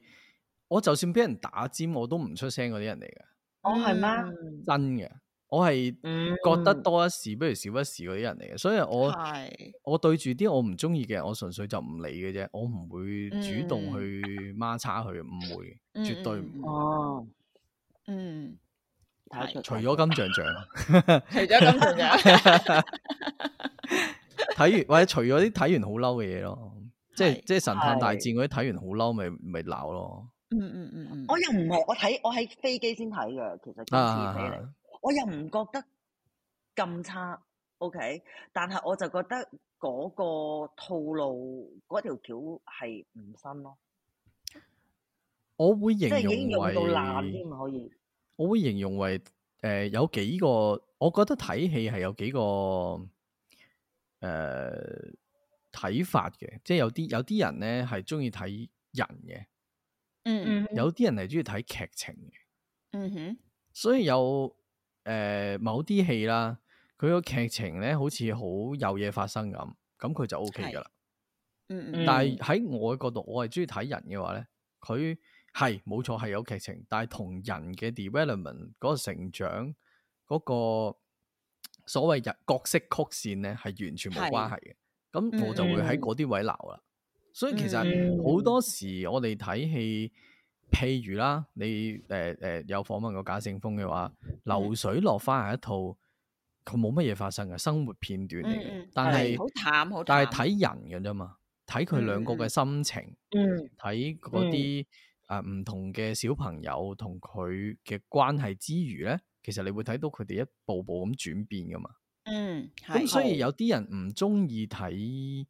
我就算俾人打尖我都唔出聲嗰啲人嚟嘅，
我哦係咩？
咩？
真嘅。我係
嗯
覺得多一事不如少一事嗰啲人嚟嘅，所以我
係
我對住啲我唔中意嘅人，我純粹就唔理嘅啫，我唔會主動
嗯
去孖叉佢，唔會，
嗯
絕對
嗯
唔會。
哦，
嗯，
睇得出
除咗金像獎，
除咗咁仲有，
睇完 或者除咗啲睇完好嬲嘅嘢咯，即係
係
即係神探大
係
戰嗰啲睇完好嬲，咪咪鬧咯。
嗯嗯嗯嗯，
我又唔係，我睇我喺飛機先睇嘅，其實今次睇嚟，
啊，
我又唔覺得咁差，OK，但係我就覺得嗰個套路嗰條橋係唔新咯，
我會
即
形
係已經
容
用到爛
為
添，可以，
我會形容為誒、呃有幾個，我覺得睇戲係有幾個誒睇、法嘅，即係有啲有啲人咧係中意睇人嘅，
嗯嗯
有啲人係中意睇劇情嘅，
嗯哼，
所以有誒、呃某啲戲啦，佢個劇情咧好似好有嘢發生咁，咁佢就 O K 噶啦。
嗯
嗯
嗯，
但係喺我嘅角度，我係中意睇人嘅話咧，佢係冇錯係有劇情，但係同人嘅 development 嗰個成長嗰、個所謂人角色曲線咧係完全冇關係嘅。咁我就會喺嗰啲位鬧啦。所以其實
嗯
好多時我哋睇戲，譬如啦，你誒誒有訪問過賈勝峰嘅話，流水落花係一套佢冇乜嘢發生嘅生活片段嚟嘅，
嗯嗯
但係
係好淡好
但
淡
係睇人嘅啫嘛，睇佢兩個嘅心情，
嗯
睇嗰啲啊唔同嘅小朋友同佢嘅關係之餘咧，其實你會睇到佢哋一步步咁轉變噶嘛。
嗯
咁
係
所以有啲人唔中意睇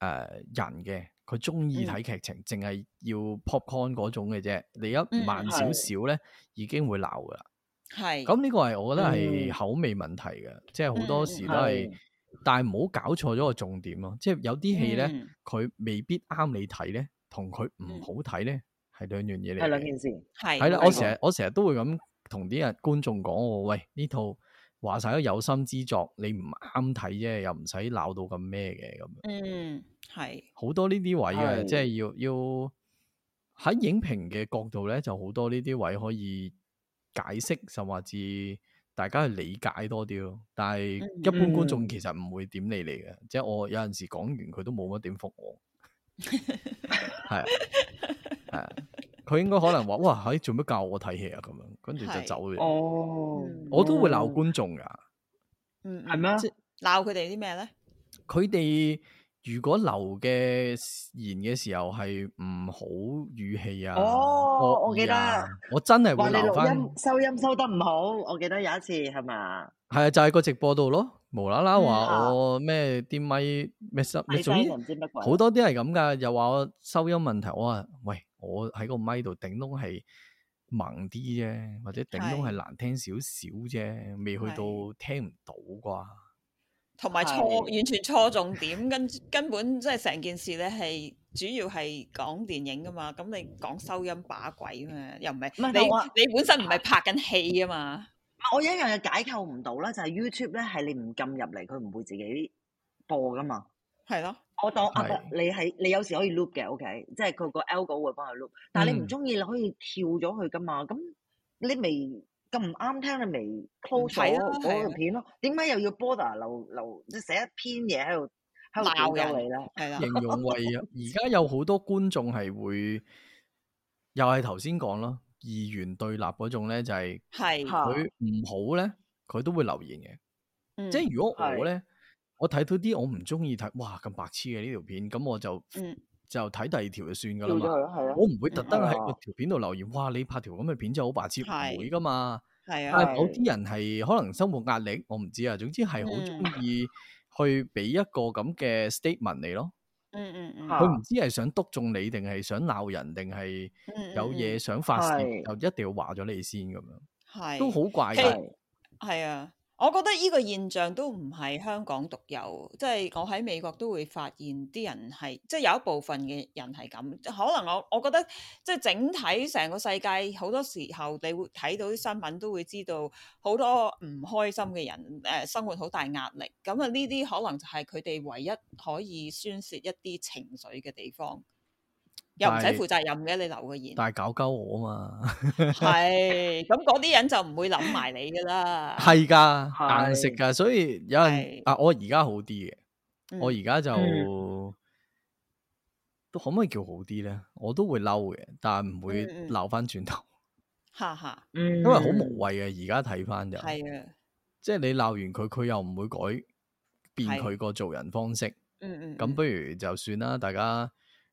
誒人嘅，佢中
嗯
意睇劇情，淨係、要 popcorn 嗰種嘅啫。你一
嗯
慢少少咧，已經會鬧噶啦。
係
咁呢個係我覺得係
嗯
口味問題嘅，即係好多時都
係
係，但係唔好搞錯咗個重點咯。即係有啲戲咧
嗯，
佢未必啱你睇咧，同佢唔好睇咧係兩樣嘢嚟
係兩嗯
嘅。
件事，
係
係啦，
冇
我
錯
成日我成日都會咁同啲人觀眾講我喂呢套話晒都有心之作，你唔啱睇啫，又唔使鬧到咁咩嘅咁樣。
嗯係
好多呢啲位嘅，
係
即係要要喺影評嘅角度咧，就好多呢啲位可以解釋，甚至大家去理解多啲咯。但係一般觀眾
嗯
其實唔會點理你嘅，即係我有陣時講完佢都冇乜點覆我，係啊係啊，佢應該可能話：哇，喺做乜教我睇戲啊？咁樣跟住就
係
走咗。
哦，
嗯
我都會鬧觀眾㗎。
嗯，
係咩？
鬧佢哋啲咩咧？
佢哋如果留嘅言嘅時候係唔好語氣啊，
哦
惡意啊
我記，
我真係
話
會
你
鬧
錄
翻，
音收音收得唔好，我記得有一次係嘛？
係啊，就係個直播度咯，無啦啦
嗯
話
啊
我咩啲咪咩收，
睇
總
低
之
就唔知乜鬼。
好多啲係咁㗎，又話我收音問題，我話喂，我喺個咪度頂窿係萌啲啫，或者頂窿係
係
難聽少少啫，未去到
係
聽唔到啩。
同埋錯
係
完全錯重點，跟根本即係成件事咧係主要係講電影噶嘛，咁你講收音把鬼咩？又唔係
唔係但啊我
你你本身唔係拍緊戲啊嘛，
我有一樣嘢解構唔到啦，就係、YouTube 咧係你唔撳入嚟，佢唔會自己播噶嘛。
係咯，
我當啊，
係
不你係你有時可以 loop 嘅，OK，即係佢個 algo 會幫佢 loop，但係你
嗯
唔中意你可以跳咗佢噶嘛。咁你未咁唔啱聽，你未 close 咗
睇啦係
嗰
啊
條片咯。點解又要 border 留留即係寫一篇嘢喺度喺度
鬧
鬧
人
鳩你咧？
係啦
形，容為而家有好多觀眾係會，又係頭先講咯，二元對立嗰種咧，就係
係，
嚇
佢唔好咧，佢都會留言嘅。
嗯
即係如果我
係
咧，我睇到啲我唔中意睇，哇咁白痴嘅呢條片，咁我就、
嗯
就睇第二條就算噶
跳
啦
咗
嘛
佢。咯，係
我
咯。
唔會特登喺
嗯
個條片度留言，哇！你拍條咁嘅片真係好白痴，
係
唔會噶嘛。
係
但
啊，
係某啲人係可能生活壓力，我唔知啊。總之係好中意去俾一個咁嘅 statement 你咯。
嗯嗯嗯
嚇
佢唔知係想督中你，定係想鬧人，定係
嗯，
有嘢
嗯
想發泄，
係
就一定要話咗你先咁樣，
係
都好怪
其
嘅。
係
係啊，我覺得呢個現象都唔係香港獨有，即係我喺美國都會發現啲人係，即係有一部分嘅人係咁。可能我我覺得即係整體成個世界好多時候，你會睇到啲新聞都會知道好多唔開心嘅人，誒、呃生活好大壓力。咁啊，呢啲可能就係佢哋唯一可以宣泄一啲情緒嘅地方，又唔使
但係
負責任嘅，你留個言。
但係搞鳩我啊 嘛，
係，咁嗰啲人就唔會諗埋你噶啦。
係㗎，
係
硬食㗎。所以有人
係
啊，我而家好啲嘅，
嗯，
我而家就
嗯
都可唔可以叫好啲咧？我都會嬲嘅，但係唔會
嗯嗯
鬧翻轉頭，
哈哈。
嗯，因
因為好無謂嘅。而家睇翻就
係啊，
即係你鬧完佢，佢又唔會改變
係
佢個做人方式。
嗯嗯，
咁
嗯
不如就算啦，大家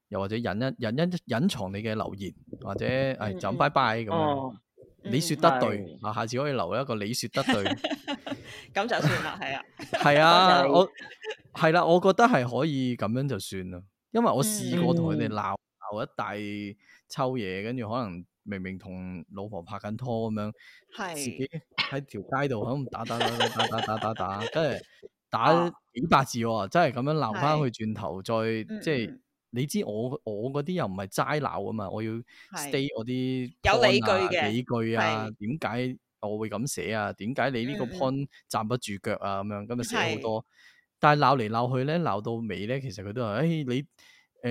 又或者隱一隱一隱藏你嘅留言，或者誒
嗯
就咁
嗯
拜拜咁樣。
哦，
你説
嗯
得對
係
啊，下次可以留一個你説得 對，
咁就算啦，係啊，
係啊，
就係
我係啦，我覺得係可以咁樣就算啦，因為我試過同佢哋
嗯
鬧鬧一大抽嘢，跟住可能明明同老婆拍緊拖咁樣， 自己
係
喺條街度喺度打打打打打打打打打，跟住 打幾百字喎，真係咁樣鬧翻去
哦係
轉頭，再
嗯
即係
嗯
你知我我嗰啲又唔係齋鬧啊嘛，我要
嗯
stay 我啲
有理
point 啊
據嘅
理據啊
係，
點解我會咁寫啊？點解你呢個
嗯嗯
point 站不住腳啊？咁樣咁就寫好
係
多，但係鬧嚟鬧去咧，鬧到尾咧，其實佢都係誒、哎你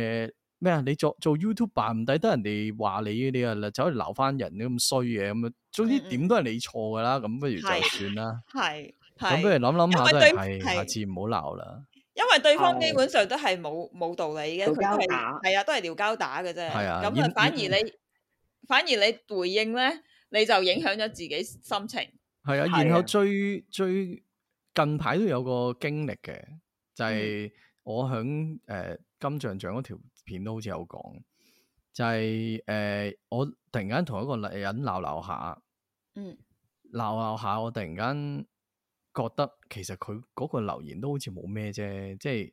誒。咩啊？你做做 YouTuber 唔抵得人哋話你，你啊走去鬧翻人，你咁衰嘅咁啊！總之
嗯嗯
點都係你錯噶啦，咁不如就
係
算啦。
係係，
咁不如諗諗下都
因為
係，
對
係
係
下次唔好鬧啦。
因為對方基
係
本上都係冇冇道理嘅，
撩
佢都
交打
係係啊，都係撩交打嘅啫。
係啊
咁
演
啊，反而
演
你反而你回應咧，你就影響咗自己心情。
係啊，
係
然後
啊
最最近排都有個經歷嘅，就
嗯
係、我響誒、呃金像獎嗰條片都好似有講，就係、呃我突然間同一個人鬧鬧下，
嗯，
鬧鬧下，我突然間覺得其實佢嗰個留言都好似冇咩啫，即係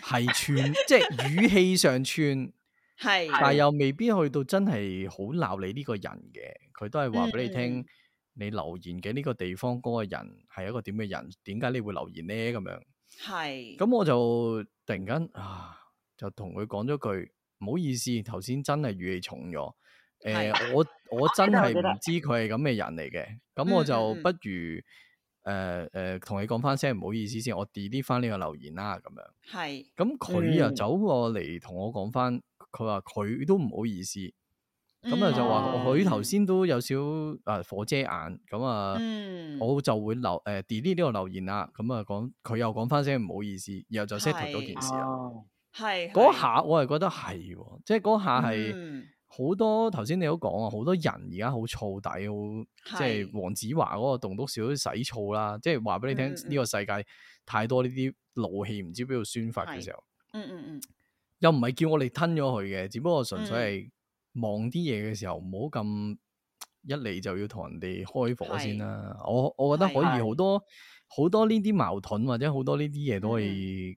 係 串，即係語氣上串。
係
但又未必去到真係好鬧你呢個人嘅，佢都係話俾你
嗯嗯
聽，
嗯
你留言嘅呢個地方嗰個人係一個點嘅人，點解你會留言呢？咁樣，
係
咁我就突然間啊，就同佢講咗句唔好意思，頭先真係語氣重咗。誒、
係
我我真係
我記
唔
得
知佢係咁嘅人嚟嘅，咁
嗯
我
嗯
就
嗯
不如誒誒同你講翻聲唔好意思先，我 delete 翻呢個留言啦，咁樣。
係
咁佢又
嗯
走過嚟同我講翻，佢話佢都唔好意思，咁啊
嗯
就話
哦
佢頭先都有少啊火遮眼，咁啊、
嗯
我就會留誒 delete 呢個留言啦，咁啊講佢又講翻聲唔好意思，然後就 settle 咗件事啦。
哦，
係
嗰
係
下我係覺得係喎，即係嗰下係
嗯
好多頭先你都講啊，好多人而家好燥底，好即係
係
黃子華嗰個棟篤笑都洗燥啦，即係話俾你聽，
嗯
呢
嗯、嗯
個世界太多呢啲怒氣唔知邊度宣發嘅
係
時候，
嗯嗯嗯，
又唔係叫我哋吞咗佢嘅，只不過純粹
嗯
係望啲嘢嘅時候唔好咁一嚟就要同人哋開火先啦。我我覺得可以
係
好多好多呢啲矛盾或者好多呢啲嘢都可以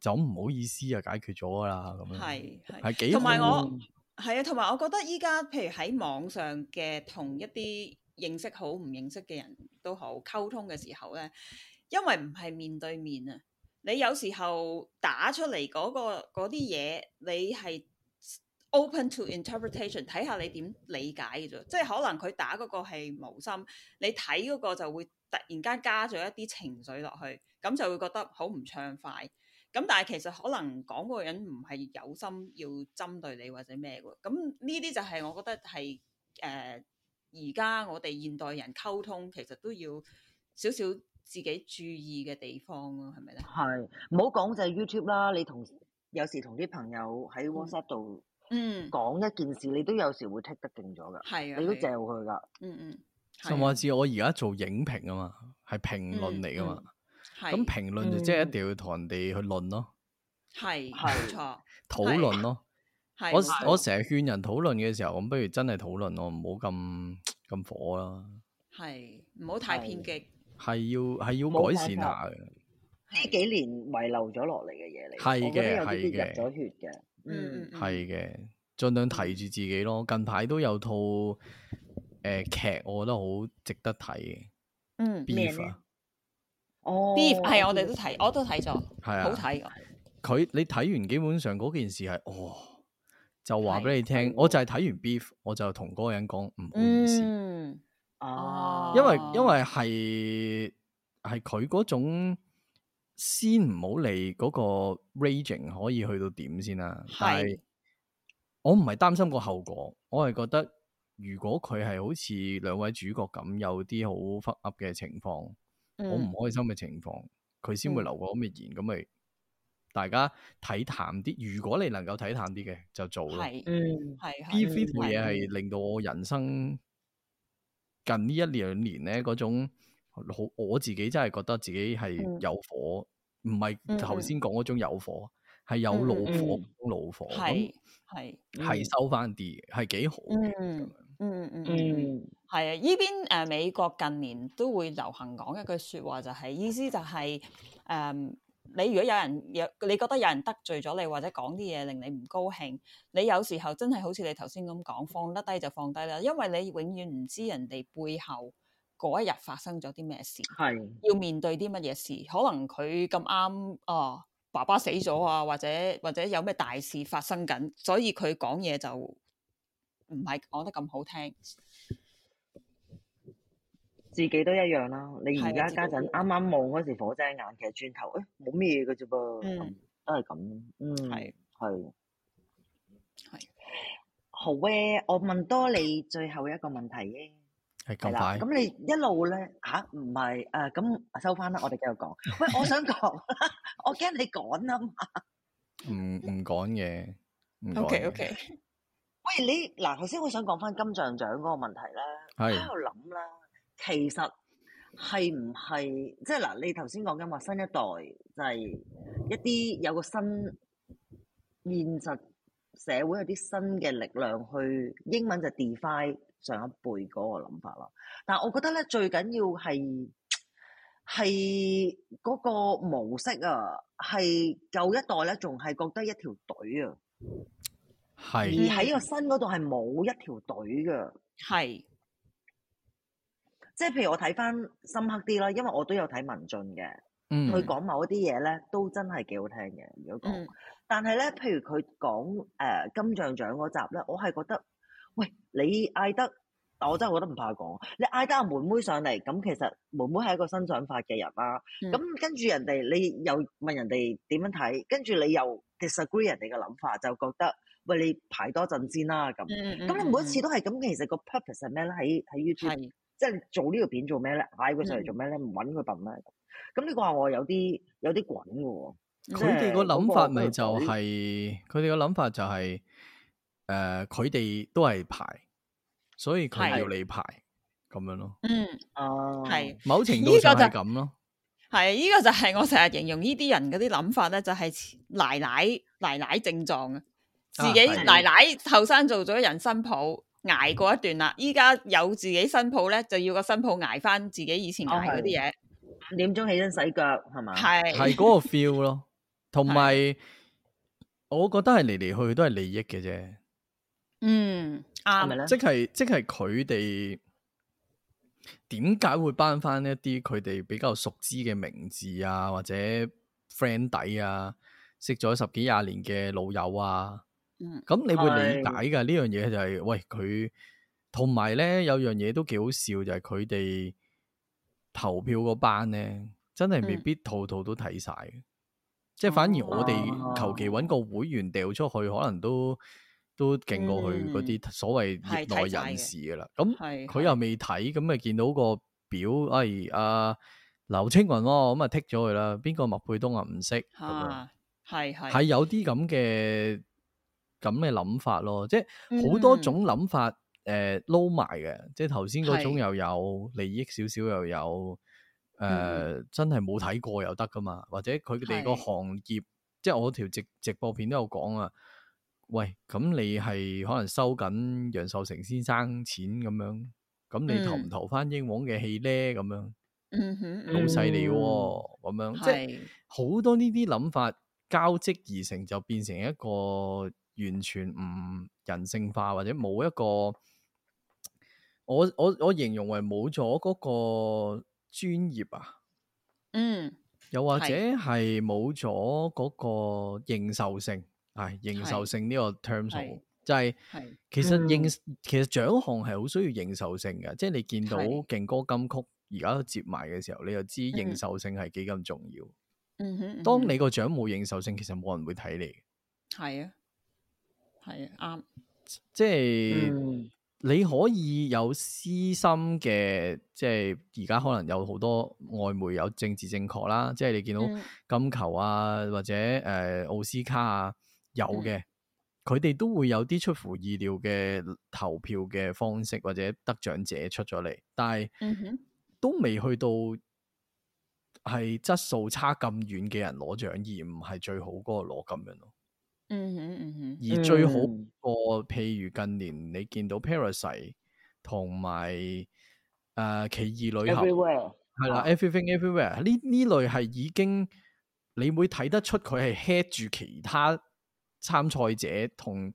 就咁唔好意思啊解決咗噶啦咁樣。
嗯係係
係幾
同埋
好
我係啊，同埋我覺得依家譬如喺網上嘅同一啲認識好唔認識嘅人都好溝通嘅時候咧，因為唔係面對面啊，你有時候打出嚟嗰、個嗰啲嘢，你係 open to interpretation，睇下你點理解嘅啫。即係可能佢打嗰個係無心，你睇嗰個就會突然間加咗一啲情緒落去，咁就會覺得好唔暢快。咁但係其實可能講嗰個人唔係有心要針對你或者咩喎，咁呢啲就係我覺得係誒而家我哋現代人溝通其實都要少少自己注意嘅地方咯，係咪咧？
係唔好講就係 YouTube 啦，你同有時同啲朋友喺 WhatsApp 度
嗯，
講一件事，你都有時會剔得勁咗㗎，
係啊，
你都
係
嚼
啊
佢㗎。
嗯嗯，係啊
甚至我而家做影評啊嘛，係評論嚟噶嘛。
嗯係
咁評論就即係一
嗯
定要同人哋去論咯，
係
係
冇錯，
討論咯。
係冇錯
我我成日勸人討論嘅時候，咁不如真係討論咯，唔好咁咁火啦。
係唔好太偏激，
係要係要
冇
改
辦
善下
法
嘅，
呢幾年遺留咗落嚟嘅嘢嚟，
係嘅
我覺得有
係
啲
嘅
啲入咗血嘅。
嗯嗯
嗯，
嗯
係嘅，盡量提住自己咯。近排都有套誒劇，我覺得好值得睇嘅
嗯
咩
，Beef 啊，
哦
beef 係我哋都睇，我都睇咗，
係
好
啊，
睇㗎，
佢你睇完基本上嗰件事係哦，就話
係
俾你聽，
係
我就係睇完 Beef，我就同嗰個人講唔好意思。
嗯，
哦，
因為
哦
因為係係佢嗰種先唔好理嗰個 raging 可以去到點先啦，
係
但係我唔係擔心個後果，我係覺得如果佢係好似兩位主角咁有啲好 fuck up 嘅情況，
嗯
好唔開心嘅情況，佢先會留個咁嘅言，咁咪大家睇淡啲。如果你能夠睇淡啲嘅，就做咯。
係
嗯，
係
B
係
f 呢套嘢
係
係令到我人生近呢一兩年咧嗰種好，我自己真係覺得自己係
嗯
有火，唔係
嗯
頭
嗯
先講嗰種有火，係有
嗯嗯
怒
嗯
火怒火，咁
係係。
係收翻啲嘅，係幾好嘅。咁
嗯
樣
嗯嗯嗯，
嗯，
係啊！依邊誒美國近年都會流行講一句説話，就係、意思就係、誒、你如果有人有你覺得有人得罪咗你，或者講啲嘢令你唔高興，你有時候真係好似你頭先咁講，放得低就放低啦，因為你永遠唔知人哋背後嗰一日發生咗啲咩事。
係
要面對啲乜嘢事，可能佢咁啱啊，爸爸死咗啊，或者或者有咩大事發生緊，所以佢講嘢就唔係講得咁好聽。
自己都一樣啦。你而
係
家
自己
家陣啱啱望嗰時火遮眼，其實轉頭誒冇咩嘅啫噃，
嗯
咁都係咁。嗯，
係
係
係
好嘅，我問多你最後一個問題啫。係
係咁
啦，
快，
咁你一路咧吓，唔係誒，咁、收翻啦，我哋繼續講。喂，我想講， 我驚你趕啊嘛。
唔唔講嘢，唔講
OK
嘢
OK，
喂，你嗱頭先我想講翻金像獎嗰個問題啦，我
係
喺度諗啦，其實係唔係即係嗱？你頭先講緊話新一代就係一啲有個新現實社會有啲新嘅力量去英文就 defy 上一輩嗰個諗法啦。但係我覺得咧最緊要係係嗰個模式啊，係舊一代咧仲係覺得一條隊啊。而
係
嗯
喺個身嗰度係冇一條隊嘅，
係
即係譬如我睇翻深刻啲啦，因為我都有睇文進嘅，
嗯
佢講某一啲嘢咧都真係幾好聽嘅，如果講。
嗯
但係咧，譬如佢講誒金像獎嗰集咧，我係覺得，喂，你嗌得，我真係覺得唔怕講，你嗌得阿妹妹上嚟，咁其實妹妹係一個新想法嘅人啦。
嗯
咁、跟住人哋，你又問人哋點樣睇，跟住你又 disagree 人哋嘅諗法，就覺得，喂，你排多陣先啦咁。
嗯
咁你每一次都係咁，其實個 purpose 係咩咧？喺喺 YouTube，
係嗯
即係你做呢個片做咩咧？嗌佢上嚟做咩咧？唔揾佢笨咩？咁呢個話我有啲有啲滾嘅喎。
佢哋個諗法咪就
即係嗰個
係，佢哋個諗法就係誒佢哋都係排，所以佢
係
要你排咁樣咯。
嗯，
哦，
係
某程度
呢個
上係
就
咁咯，
係呢個就係我成日形容呢啲人嗰啲諗法咧，就係似奶奶奶奶症狀啊！自
啊
己
係
奶奶後生做咗人新抱，捱過一段啦，依家有自己新抱咧，就要個新抱捱翻自己以前捱
哦
嗰啲嘢，
五點鐘起身洗腳係嘛？
啊係
係
嗰個 feel 咯，同埋我覺得係嚟嚟去去都係利益嘅啫。
嗯
係
啱
咪咧？
即係即係佢哋點解會班翻一啲佢哋比較熟知嘅名字啊，或者 friend 底啊，識咗十幾廿年嘅老友啊，
嗯
咁你會理
係
解噶呢樣嘢就係、喂佢，同埋咧有樣嘢都幾好笑就係佢哋投票嗰班咧，真係未
嗯
必套套都睇晒嘅。即係反而我哋求
哦
其揾個會員掉出去，可能都都勁過佢嗰啲所謂業
嗯係
內
睇晒嘅
人士噶啦。咁
係
佢又未睇，咁咪見到個表，哎啊劉青雲喎，咁啊剔咗佢啦。邊個麥佩東啊唔識咁樣。
啊，係係
係有啲咁嘅咁嘅諗法咯，即
嗯
係好多種諗法誒撈埋嘅，即係頭先嗰種
係
又有利益少少又有誒、
嗯
真係冇睇過又得噶嘛，或者佢哋個
係
行業，即係我條直直播片都有講啊。喂，咁你係可能收緊楊受成先生錢咁樣，咁你投唔
嗯
投翻英皇嘅戲咧？咁樣
嗯哼
老細
嗯
嚟喎，咁樣即係
係
好多呢啲諗法交織而成，就變成一個完全唔人性化，或者冇一個我我我形容為冇咗嗰個專業啊，
嗯
又或者
係
係冇咗嗰個認受性，係認受性呢個 terms 好
係
就係、
係
其實
嗯
認、其實獎項係好需要認受性嘅，即係你見到
係
勁歌金曲而家接埋嘅時候，你就知認
嗯
受性係幾咁重要。
嗯哼，
當
嗯哼
你個獎冇認受性，其實冇人會睇你嘅，
係啊係啊啱
即係
嗯
你可以有私心嘅，即係而家可能有好多外媒有政治正確啦，即係你見
嗯
到金球啊或者誒、呃、奧斯卡啊有嘅，佢哋、都會有啲出乎意料嘅投票嘅方式或者得獎者出咗嚟，但係
嗯哼
都未去到係質素差咁遠嘅人攞獎，而唔係最好嗰個攞咁樣咯。
嗯哼嗯哼
而最好
嗯
個，譬如近年你見到 Parasite 同埋誒奇異女俠
，everywhere
係啦
啊
，Everything Everywhere 呢呢類係已經你會睇得出佢係 head 住其他參賽者同誒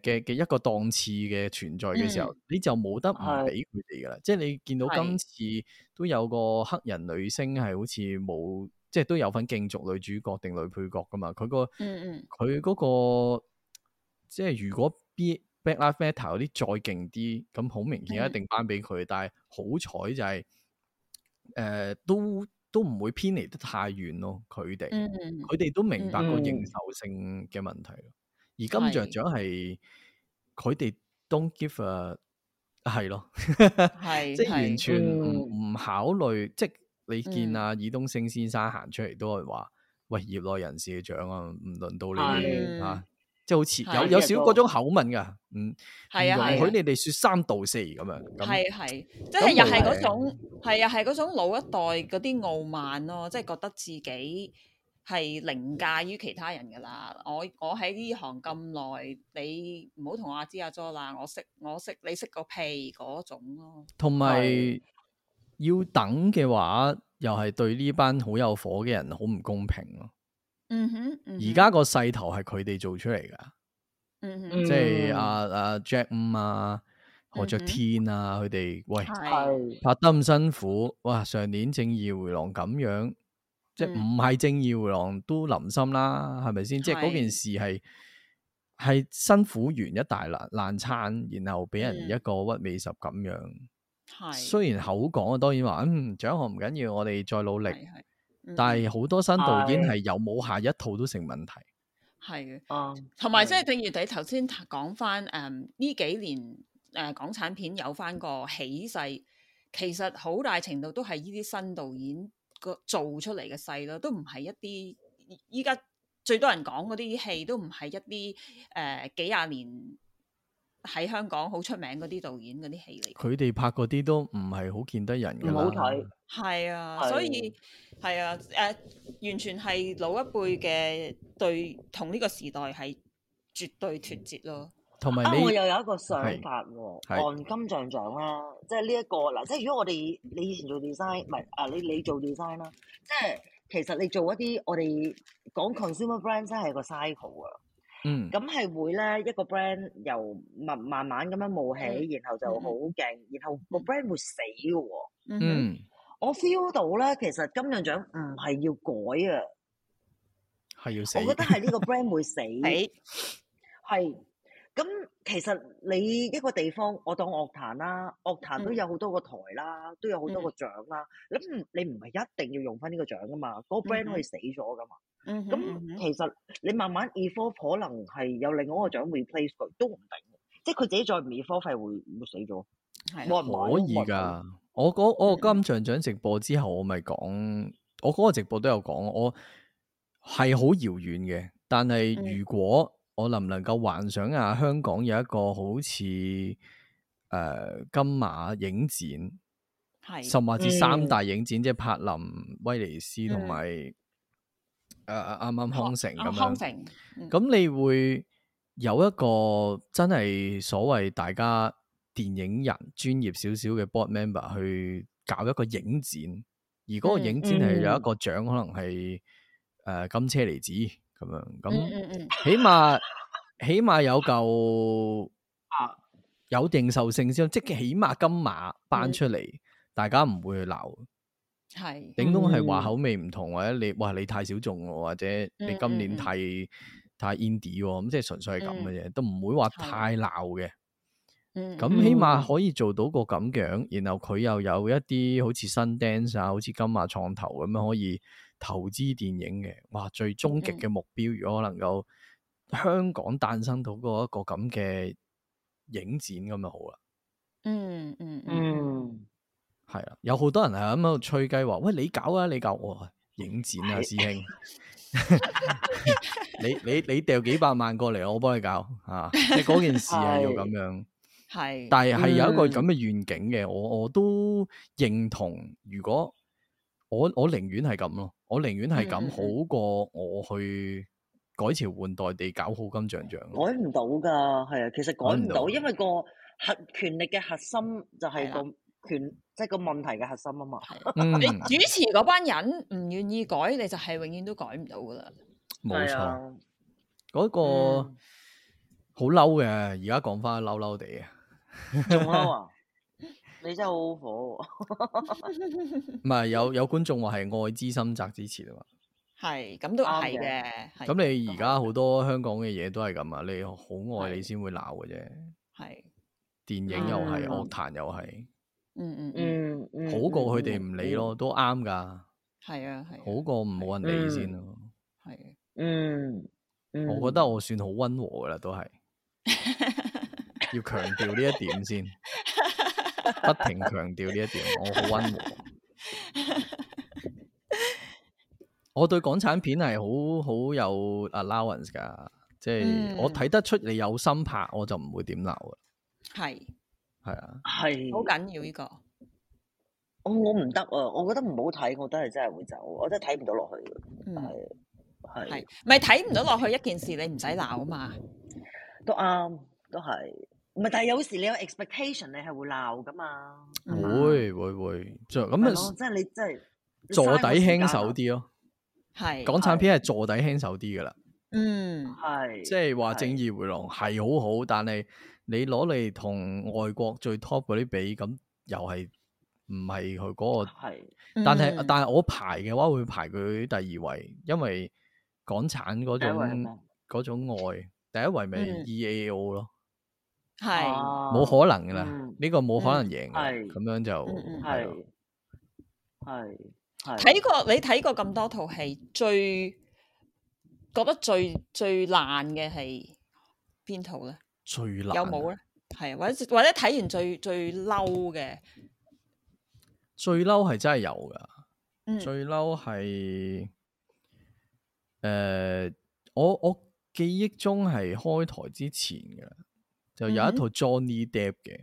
嘅嘅一個檔次嘅存在嘅時候，你就冇得唔
係
俾佢哋噶啦。即係你見到
嗯係
今次都有個黑人女星係好似冇，即係都有份競逐女主角定女配角噶嘛，佢個。
嗯
佢嗰、個即係如果 B Black Lives Matter 嗰啲再勁啲，咁好明顯
嗯
一定頒俾佢。但係好彩就係、誒、呃都都唔會偏離得太遠咯。佢哋
嗯嗯
佢哋都明白個
嗯
認受性嘅問題咯。而金像
係
獎係佢哋 don't give a 係咯，
係
即係完全唔
嗯
唔考慮，即係你見
嗯
啊，爾冬升先生行出嚟都係話：喂，業內人士嘅獎啊，唔輪到你
係
哋啊！即係好似
係
有有少嗰種口吻噶，唔唔
係啊
容
係
許
啊
你哋說三道四咁樣。咁
係係，即
咁
係又
無
係
謂
嗰種係啊係嗰種老一代嗰啲傲慢咯，即係覺得自己係凌駕於其他人㗎啦。我我喺呢行咁耐，你唔好同我阿支阿咗啦，我識我識你識個屁嗰種咯。
同埋
係
要等嘅話，又係對呢班好有火嘅人好唔公平咯。
嗯哼，嗯哼
而家個勢頭係佢哋做出嚟噶。
嗯哼
嗯
即係阿阿 Jack 五啊、何爵
嗯哼
天啊，佢哋喂
係
係
拍得咁辛苦，哇！上年正義回廊咁樣，即係
嗯
唔係正義回廊都林心啦，係咪先？即係嗰
係
件事係係辛苦完一大爛爛餐，然後俾人
嗯
一個屈美十咁樣。
係
雖然口講啊，當然話嗯獎項唔緊要，我哋再努力，
係係，嗯
但係好多新導演
係
係有冇下一套都成問題。
係嘅。
啊，
同埋即
係
係正如你頭先講翻誒呢幾年誒、呃港產片有翻個起勢，其實好大程度都係呢啲新導演個做出嚟嘅勢咯，都唔係一啲依依家最多人講嗰啲戲都唔係一啲誒、呃、幾廿年喺香港好出名嗰啲導演嗰啲戲嚟。
佢哋拍嗰啲都唔係好見得人㗎
唔好
啦。
睇，
係啊，所以係啊，誒、完全係老一輩嘅對同呢個時代係絕對脱節咯。
同埋
啊！
你
我又有一個想
係
法喎，
係
按金像獎啦，即係呢一個嗱，即係如果我哋你以前做 design，唔係啊，你你做 design 啦，即係其實你做一啲我哋講 consumer brand 真係個 cycle 啊，
嗯
咁係會咧一個 brand 由慢慢慢咁樣冒起，
嗯
然後就好勁，然後個 brand 會死嘅喎。
嗯哼
嗯
我 feel 到咧，其實金像獎唔係要改啊，
係要死
我。覺得係呢個 brand 會死。
係
係，咁其實你一個地方，我當樂壇啦，樂壇都
嗯
有好多個台啦，都有好多個獎啦。咁唔你唔係一定要用翻呢個獎噶嘛，嗰、個 brand 可以死咗噶嘛。
嗯
咁、
哼嗯哼
其實你慢慢 evolve 可能係有另外一個獎 replace 佢，都唔定。即係佢自己再唔 evolve 係會會死咗，
係啊
冇人買嗯
可以㗎。我嗰我個金像獎直播之後，我咪講，我嗰個直播都有講，我係好遙遠嘅。但
嗯
係如果我能唔能夠幻想下香港有一個好似誒、呃金馬影展，
係
甚至三
嗯
大影展，即係柏林、威尼斯同埋誒啱啱康城
啊
咁
康
樣。
城，嗯
咁你會有一個真係所謂大家電影人專業少少嘅 board member 去搞一個影展，而嗰個
嗯
影展係有一
嗯
個獎，可能係誒、呃金車厘子咁樣，
嗯
咁
嗯嗯
起碼起碼有嚿
啊
有認受性先，即係起碼金馬
嗯
頒出嚟，大家唔會去鬧。
係
頂多係話
嗯
口味唔同，或者你哇你太小眾喎，或者你
嗯
今
嗯
年
嗯嗯
太太 indie 喎，咁即係純粹係咁嘅啫，都唔會話
係
太鬧嘅。
嗯
咁起碼可以做到個咁樣，然後佢又有一啲好似新 dance 啊，好似金馬創投咁樣可以投資電影嘅。哇！最終極嘅目標，如果能夠香港誕生到嗰一個咁嘅影展咁就好啦。
嗯嗯嗯
嗯，
係啊，有好多人係咁喺度吹雞話，喂你搞啊，你搞我話影展啊，
係
師兄，你你你掉幾百萬過嚟，我幫你搞啊，即係嗰件事係要咁樣，
係
但係係有一個
嗯
咁嘅願景嘅，我我都認同，如果我我寧願係咁咯，我寧願係
嗯嗯
咁
嗯
好過我去改朝換代地搞好金像獎咯，
改唔到㗎，係啊，其實改唔
改唔到
到，因為個核權力嘅核心就係
係
個權，即係個問題嘅核心啊嘛。
嗯，
你主持嗰班人唔願意改，你就係永遠都改唔到噶啦。
冇
係
錯。
啊。
嗰個
嗯
好嬲嘅，而家講翻嬲嬲地啊，
仲嬲啊！你真係好火
唔係有有觀眾話係愛之深責之切啊嘛，
係咁都
啱
係
嘅
嘅。係
咁你而家好多香港嘅嘢都係咁啊，你好愛
係
你先會鬧嘅啫，
係
電影又係，
嗯
樂壇又係，
嗯嗯嗯
喎，嗯，
好過佢哋唔理，咯，都啱噶，
係啊係啊
好過冇人理先咯，
係啊
嗯，嗯，
我覺得我算好温和噶啦，都係
啊
要強調呢一點先，不停強調呢一點，我好温和。 我對港產片係好好有 allowance 噶，即係
嗯
我睇得出你有心拍，我就唔會點鬧噶。
係
係啊，
係
好緊要呢個
我我唔得啊！我覺得唔好睇，我都係真係會走，我真係睇唔到落去嘅，
嗯
係
係
係
咪睇唔到落去一件事你唔使鬧啊嘛
都啱，都係。唔係，但係有時你有 expectation，你係會鬧噶嘛？係嘛
會會會，就咁
嗯係咯
啊，
即係你真係你
坐
嘥
底
個時間
輕
啊
手，啲咯。
係
港產片係坐底輕手啲噶啦，
嗯
係
即係話
係
正義回廊係好好，但係你攞嚟同外國最 top 嗰啲比，咁又係唔係佢嗰個
係
但係、
嗯
但係我排嘅話會排佢第二位，因為港產嗰
第一位係咩
種嗰種愛，第一位咪
嗯
E A O 咯，
係
冇、可能噶啦，
哦嗯
呢、個冇可能贏㗎啦，
係
咁、樣就
嗯嗯
係咯
係係係
睇過你睇過咁多套戲，最覺得最最爛嘅係邊套咧？
最難。
有冇咧？係啊或者或者睇完最最嬲嘅，
最嬲係真係有噶，
嗯
最嬲係誒呃我我記憶中係開台之前嘅，就有
嗯
一套 Johnny Depp 嘅，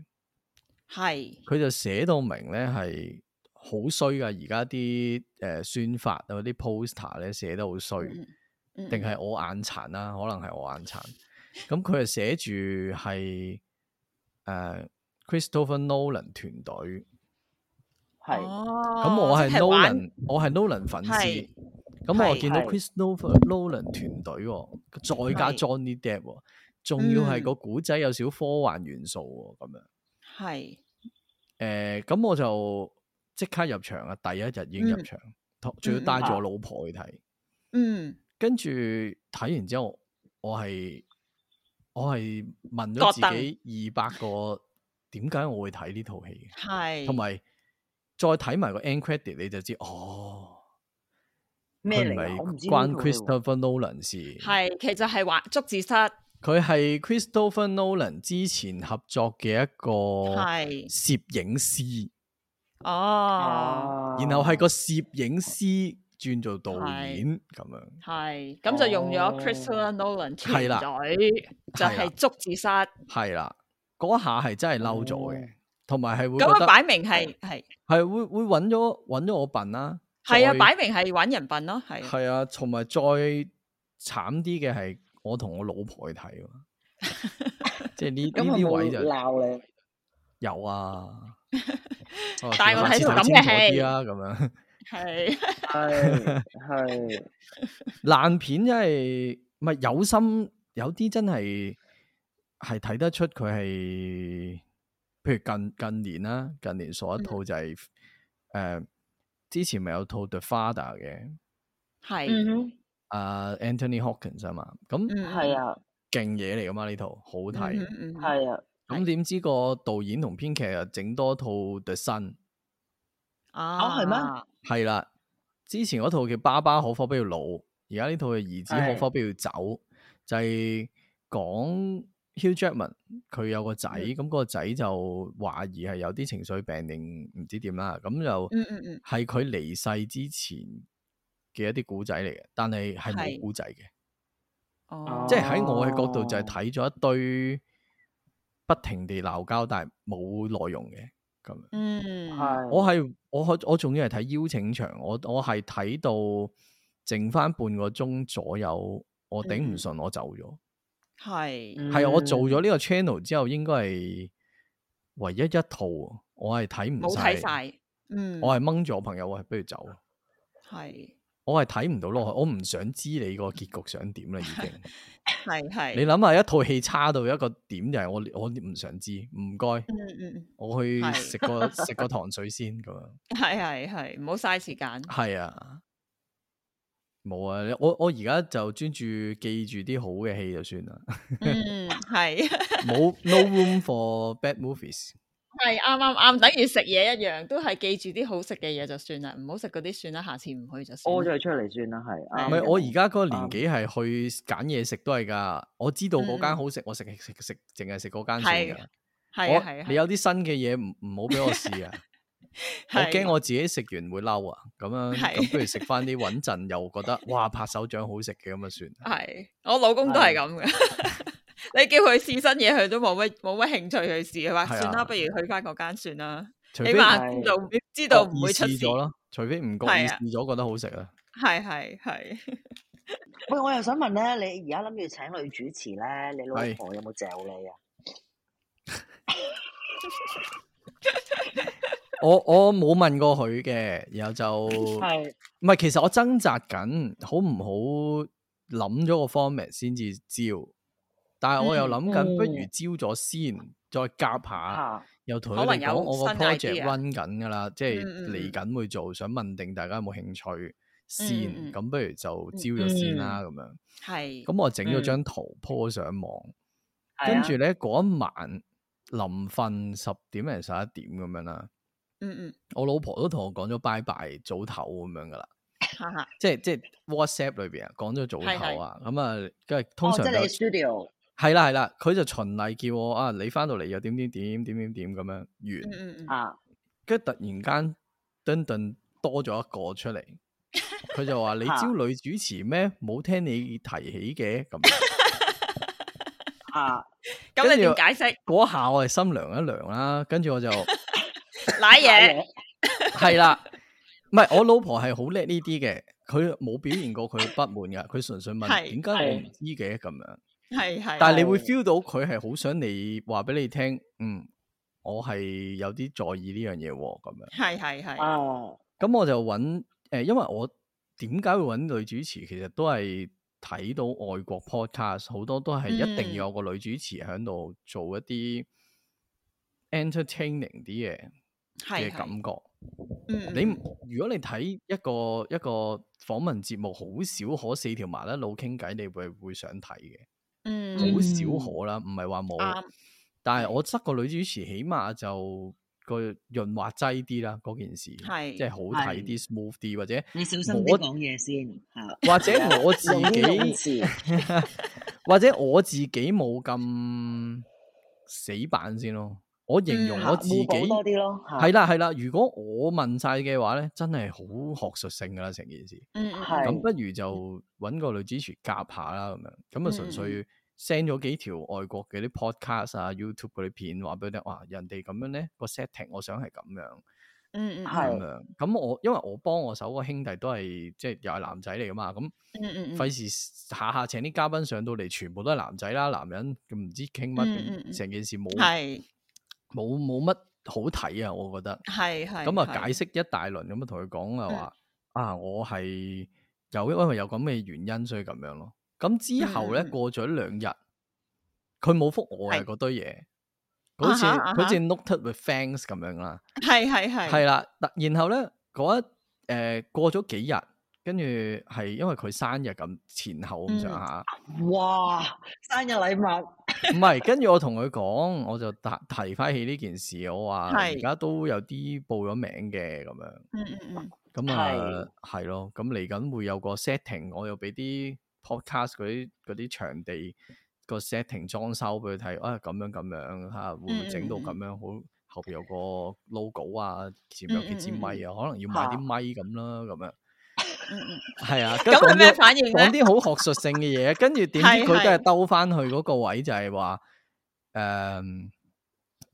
係
佢、就寫到明咧係好衰噶，而家啲誒宣發啊嗰啲 poster 咧寫得好衰，
嗯
定係我眼殘啦、可能係我眼殘。咁佢係寫住係誒 Christopher Nolan 團隊。
係
咁我係
哦即係玩
Nolan，我係 Nolan 粉絲
係。
咁我
係
見到
係
Christopher Nolan 團隊喎，再加
係
Johnny Depp，喎仲要係
嗯
個古仔有少科幻元素喎，咁樣。
係
誒，咁我就即刻入場啊！第一日已經入
嗯
場，同仲要
嗯嗯
帶住我
啊
老婆去睇。
嗯
跟住睇完之後，我係我係問咗
覺得
自己二百個點解我會睇呢套戲嘅。
係
同埋再睇埋個 end credit 你就知哦，
咩
佢
嚟㗎？
唔
我唔
係
知
關
呢套戲喎
Christopher Nolan 事，
係其實係玩捉字室
佢係 Christopher Nolan 之前合作嘅一個
係
攝影師，
哦。
然後係個攝影師轉做導演咁樣，
係，咁就用
哦
咗 Christopher Nolan 團
係啦
隊，就
係啦
係捉字室。咁
係啦，嗰一下係真係嬲咗嘅，同埋係會覺
啊，
得
擺明係係
係會會揾咗揾咗我笨啦，
係啊，
再
擺明係揾人笨咯，係啊
係啊，同埋再慘啲嘅係我同我老婆去睇喎，即係呢
咁
呢
佢
啲位
冇
就
鬧你，
有啊。 哦
但係我
下次
睇到
睇
咁嘅
清楚啲啊
戲
啦，咁樣
係
係係
爛片因為唔係有心，有啲真係係睇得出佢係，譬如近近年啦，近年所
嗯
一套就係、誒、之前咪有套 The Father 嘅，
係
啊、Anthony Hawkins 啊嘛，咁
嗯
係啊
勁嘢嚟噶嘛呢套，好睇。
嗯嗯嗯
係啊，
咁點知個導演同編劇又啊整多套 The Sun，
啊
係咩
係啦。之前嗰套叫《爸爸可否不要老》，而家呢套嘅兒子可
係
否不要走，就係講 Hugh Jackman 佢有個仔，咁、個仔就懷疑係有啲情緒病定唔知點啦，咁就
嗯嗯嗯
係佢離世之前嘅一啲古仔嚟嘅，但係係冇
係
古仔嘅。
哦，
即係喺我嘅角度就係
哦
睇咗一堆不停地鬧交，但係冇內容嘅咁樣。
嗯
係
我係我可我仲要係睇邀請場，我我係睇到剩翻半個鐘左右，我頂
嗯
唔順，我走咗。
係
係、啊我做
嗯
咗呢個 channel 之後，應該係唯一一套我係睇唔
冇
晒
睇，晒，嗯，
我係掹咗我朋友，我係不如走。啊
係
我係睇唔到落去，我唔想知你個結局想點啦，已經。
係係
你諗下，一套戲差到一個點，就係我我唔想知，唔該，
嗯嗯嗯
我去
係
食個食個糖水先咁樣。
係係係，唔好嘥時間，
係啊，冇啊，你我我而家就專注記住啲好嘅戲就算啦，
嗯係
冇 no room for bad movies。
係啱啱啱，等於食嘢一樣，都係記住啲好食嘅嘢就算啦，唔好食嗰啲算啦，下次唔去就算
屙
啦。
咗佢出嚟算啦，係
嗯
唔
啱
係
嘅
我而家嗰個年紀係去揀嘢食都係㗎，我知道嗰間好食，我食食食淨係食嗰間先
嗯係
㗎。
係啊係
我
啊，
你有啲新嘅嘢唔唔好俾我 試啊！我
係啊
驚我自己食完會嬲啊，咁樣
係
咁不 如食翻啲穩陣又覺得哇拍手掌好食嘅咁啊算。
系，我老公都系咁嘅。 你叫佢試新嘢，佢都冇乜冇乜興趣去試，佢話
係啊
算啦，不如去翻嗰間算啦，
除
起
非
碼
係
知道
非
知道
故
唔
意
會出
試
事。
咗咯，除非唔覺意
係啊
試咗覺得好食啊。
係係係，
喂，我又想問咧，你而家諗住請女主持咧，你老
係
婆有冇嚼你啊？
我我冇問過佢嘅，然後就唔
係
係，其實我掙扎緊，好唔好諗咗個 format 先至招，但係我又諗緊，
嗯
不如招咗先，再夾下。
嚇
又同
可
佢
能
哋
有
講，我個
新
project
idea
run 緊噶啦，即係
嗯嗯
嚟緊會做，想問定大家有冇興趣
嗯
先，
嗯
咁不如就招咗先啦咁樣。
係
咁我整咗
嗯
張圖 po 上網，
係
跟
啊
住咧嗰一晚臨瞓十點定十一點咁樣啦，
嗯嗯，
我老婆都同我講咗拜拜早唞咁樣噶啦，
哈哈，
即係即係 WhatsApp 裏邊啊講咗早唞啊，咁啊跟住通
哦，
常
即係
就
你 studio
係啦係啦，佢就循例叫我啊你翻到嚟又點點點點點點咁樣完。
嗯嗯嗯，
啊，
跟住突然間，登登多咗一個出嚟，佢 就話：你
嚇
招女主持咩？冇聽你提起嘅咁。
啊，
咁你
跟
點
住
解釋？
嗰下我係心涼一涼啦，跟住我就
濑
啊
嘢，
係啦，唔係我老婆係好叻呢啲嘅，佢冇表現過佢不滿噶，佢純粹問
係
點解我唔知嘅咁樣。
係嗯係。
但係你會 feel 到佢係好想你話俾你聽，嗯，我係有啲在意呢樣嘢喎咁樣。
係係係，
啊，
咁我就揾誒、呃因為我點解會揾女主持，其實都係睇到外國 podcast 好多都係一定要有個女主持喺度做一啲 entertaining 啲嘢
係
嘅感覺。
嗯
你唔如果你睇一個一個訪問節目，好少可四條麻甩佬傾偈，你會會想睇嘅。
嗯
好
嗯
少可啦，唔係話冇
啱，
但係我執個女主持，起碼就個潤滑劑啲啦，嗰件事
係
即係好睇啲、smooth 啲，或者
你小心
我
啲講嘢先嚇。
或者我自
用呢種
己，
字
或者我自己冇咁死板先咯。我形容
嗯
我自己
互補多啲咯嚇
係啦係啦。如果我問晒嘅話咧，真係好學術性噶啦成件事。
嗯嗯
係
咁不如就揾個女主持夾下啦，咁樣咁啊
嗯
純粹 send 咗幾條外國嘅啲 podcast 啊、YouTube 嗰啲片，話俾佢聽，哇人哋咁樣咧個 setting，我想係咁樣
嗯嗯
係
咁樣。咁我因為我幫我手個兄弟都係即係又係男仔嚟噶嘛，咁
嗯嗯嗯
費事下下請啲嘉賓上到嚟，全部都係男仔啦，男人咁唔知傾乜，
嗯嗯嗯
咁成件事冇
係
冇冇乜好睇啊，我覺得。
係係。
咁啊
係
解釋一大輪，咁啊同佢講啊
嗯
話啊，我係有因為有咁嘅原因，所以咁樣咯。咁之後咧
嗯嗯嗯
過咗兩日，佢冇覆我嘅
係
嗰堆嘢，好似
啊哈啊哈
好似 noted with thanks 咁樣啦，
係係係
係啊啦。突然後咧嗰一誒過咗幾日，跟住係因為佢生日咁前後
嗯
咁上下，
哇，生日禮物
唔係，跟住我同佢講，我就提提翻起呢件事，我話
係
而家都有啲報咗名嘅咁樣。
嗯嗯嗯
咁啊，係咯，咁嚟緊會有個 setting，我又俾啲 podcast 嗰啲嗰啲場地個 setting 裝修俾佢睇，啊咁樣咁樣嚇，會唔會整到咁樣好？後邊有個 logo 啊，前面有幾支咪啊，可能要買啲咪咁啦，咁樣
嗯嗯。
係啊。跟住
咁
講
佢咩
啲
反應咧？
講啲好學術性嘅嘢， 跟住點知
係
佢都係
係
兜翻去嗰個位，就係話誒，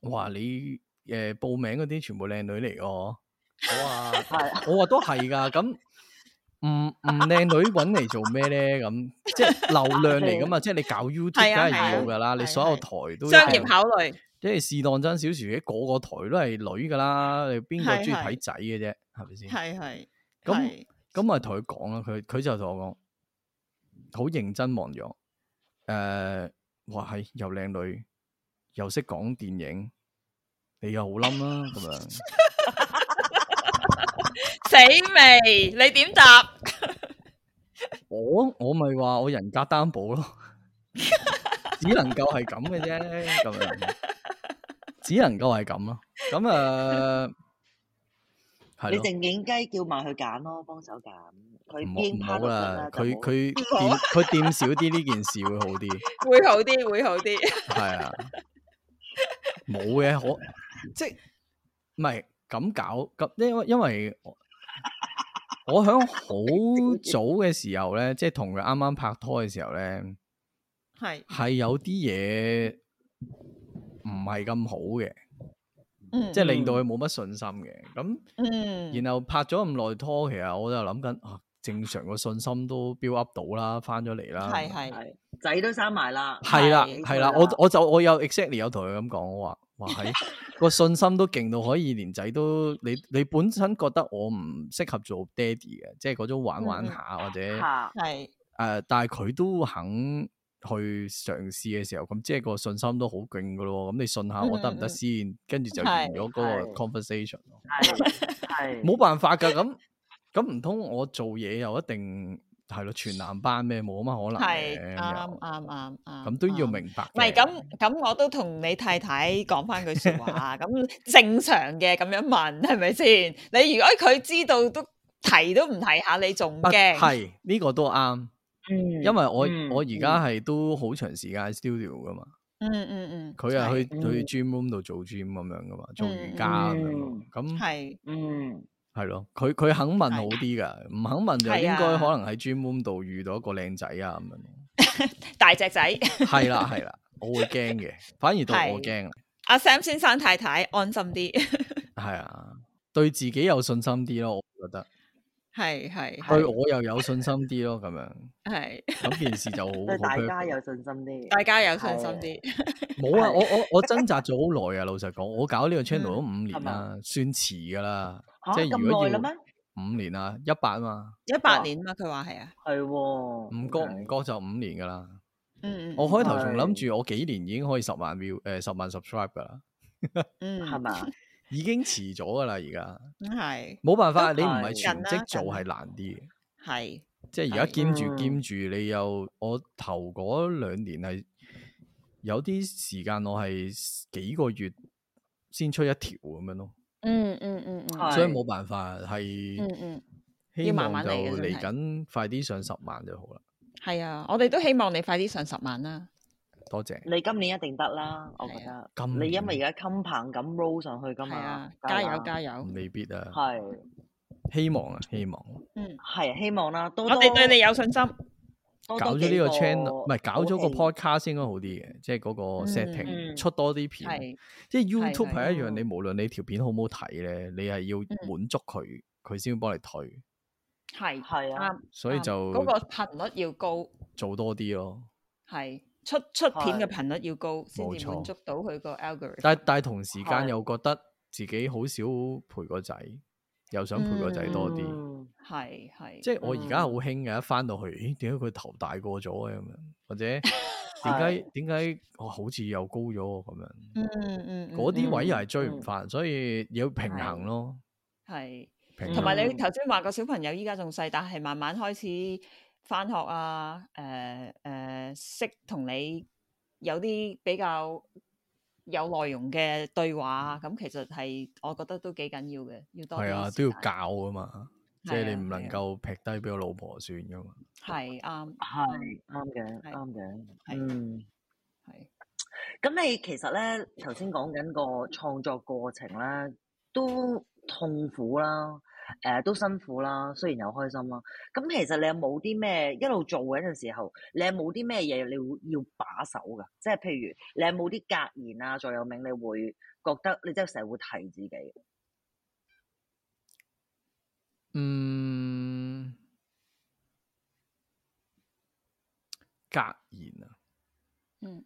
哇你誒報名嗰啲全部靚女嚟㗎，我話。
係
我話都係噶，咁唔唔靚女揾嚟做咩咧？咁即係流量嚟 噶嘛，即係你搞 YouTube 梗
係啊
係要噶啦，
係啊
你所有台都
商
一
業
定
考慮
即係試當真小薯嘅，個個台都係女噶啦，你邊個
係
中意
係
睇仔嘅啫？係咪先？
係係
咁
係
咁咪同佢講啦，佢佢就同我講，好認真望咗，誒、哇係又靚女，又識講電影，你又好冧啦咁 樣。
死未？你點 答？
我我咪話我人格擔保咯， 只能夠係咁嘅啫，咁樣，只能夠係咁咯。咁啊，係
你
咯，
靜影雞叫埋佢揀咯，幫手揀。佢已經
唔好
拋
唔
到佢
好啦
啦，，
佢
就冇啊
佢掂佢掂少啲呢件事會好啲，
會好啲，會好啲。
係 啊，冇嘅，可即係唔係咁搞咁，因為因為我。我響好早嘅時候咧， 即係同佢啱啱拍拖嘅時候咧，
係
係有啲嘢唔係咁好嘅，
Ừ,
嗯
即係令到佢冇乜信心嘅。咁、
嗯
然後拍咗咁耐拖，其實我就諗緊啊，正常個信心都 build up 到啦，翻咗嚟啦。
係係
係仔都生埋啦，
係啦，
係
係啦，我我就我有 exactly 有同佢咁講，我話哇係個信心都勁到可以連仔都你你本身覺得我唔適合做爹哋嘅，即係嗰種玩玩
嗯嗯
下或者誒、
嚇
係
呃但係佢都肯去嘗試嘅時候，咁即係個信心都好勁噶咯。咁你信下我得唔
嗯嗯
得
嗯
先？跟住就完咗嗰
係
個 conversation 咯。
係
冇辦法噶，咁咁唔通我做嘢又一定係咯全男班咩？冇乜可能
係
嘅
啱
咁樣
啱啱啱，
咁都要
Ờ.
啱
明白嘅。
唔係咁咁，我都同你太太講翻句説話，咁正常嘅咁樣問係咪先？你如果佢知道都提都唔提下，你仲
不
驚？
係呢個都啱，
嗯
因為我
嗯
我而家係都好長時間喺 studio 噶嘛，
Ừ,
嗯嗯嗯，
佢係去
嗯
去 gym room 度做 gym 咁樣噶嘛，做瑜伽咁樣
嗯
㗎嘛，咁
係
嗯
系咯，佢佢肯問好啲噶，唔肯問就
係
應該
啊
可能喺 dream room 度遇到一個靚仔啊咁樣。
大隻仔，
係啦 係啦，我會驚嘅，反而到
係
我驚，
阿 À, Sam 先生太太安心啲，
係啊，對自己有信心啲咯，我覺得
係係
對我又有信心啲咯，咁樣
係，
咁件事就 好
對
好
大家
perfect
有信心啲。
大家有信心啲，
冇啊！我我我掙扎咗好耐啊！老實講，我搞呢個 channel 都五年
嗯係嘛
啦，算遲噶啦，
嚇
即係如果
咁耐
要
啦咩？
五年啊，一百啊嘛，
一八年嘛，佢話係啊，
係喎，
唔覺唔覺就五年噶啦。
嗯，嗯
我開頭仲
係
諗住我幾年已經可以十萬 view 誒十萬 subscribe 噶啦，
嗯
係嘛？
已經遲咗噶啦，而家
係
冇辦法，你
都
唔係
係
全
近
職
啦
做
近啦
係難啲嘅，
係
即係而家
係
兼住
嗯
兼住，你又我頭嗰兩年係有啲時間我係幾個月先出一條咁樣咯，
嗯嗯嗯嗯
係
所以冇辦法係。
嗯嗯。
希
要
望
慢慢
就
嚟嘅真
嚟
係
緊，快啲上十萬就好啦。
系啊，我哋都希望你快啲上十萬啦。
多謝，
你今年一定得啦，我覺
係
得。
今
你因
年
為而家襟棚咁 roll 上去噶
係啊
嘛，，
加油加
油！
油！
未必啊，
係
希望啊，希望
係希望啦，多
我
多
哋對你有信心。
多
搞
多
咗呢
幾
個
個
channel，唔係搞咗個
好戲
podcast 應該好啲嘅，即係嗰個 setting
嗯
出多啲片，啊
係
即係 YouTube 係一樣，
係
你無論你條片好唔好睇咧，你係
嗯
要滿足佢，佢先會幫你推，
係
係啊
啱，
所以
啱
就
嗰個頻率要高，
做多啲咯。
係出出片嘅
係
頻率要高，先
冇
至
錯
滿足到佢個 algorithm。
但但係同時間
係
又覺得自己好少陪個仔，又想陪個仔多啲，
嗯
係係
即係我
嗯
而家好興嘅，一翻到去，咦？點解佢頭大個咗嘅咁樣，或 者點解點解我好似又高咗喎咁樣？
嗯嗯嗯
嗰啲位又係追唔
嗯
翻，所以要平衡咯。
係。
平
同
衡
埋你
嗯
頭先話個小朋友依家仲細，但係慢慢開始翻學啊，誒、誒、識同你有啲比較有內容嘅對話啊，咁其實係我覺得都幾緊要嘅，要多啲
係啊，
時
都要
間
教噶嘛，即
係
係
啊
你唔
係
能
啊
夠劈低俾個老婆算噶嘛。
係啱
係啱嘅，
係
啱嘅，
係
嗯。
係
咁你其實咧，頭先講緊個創作過程咧，都痛苦啦，誒、都辛苦啦，雖然又開心啦。咁其實你有冇啲咩一路做緊嘅時候，你有冇啲咩嘢你會要把守噶？即係譬如你有冇啲格言啊、座右銘，你會覺得你真係成日會提自己。
嗯，格言啊，
嗯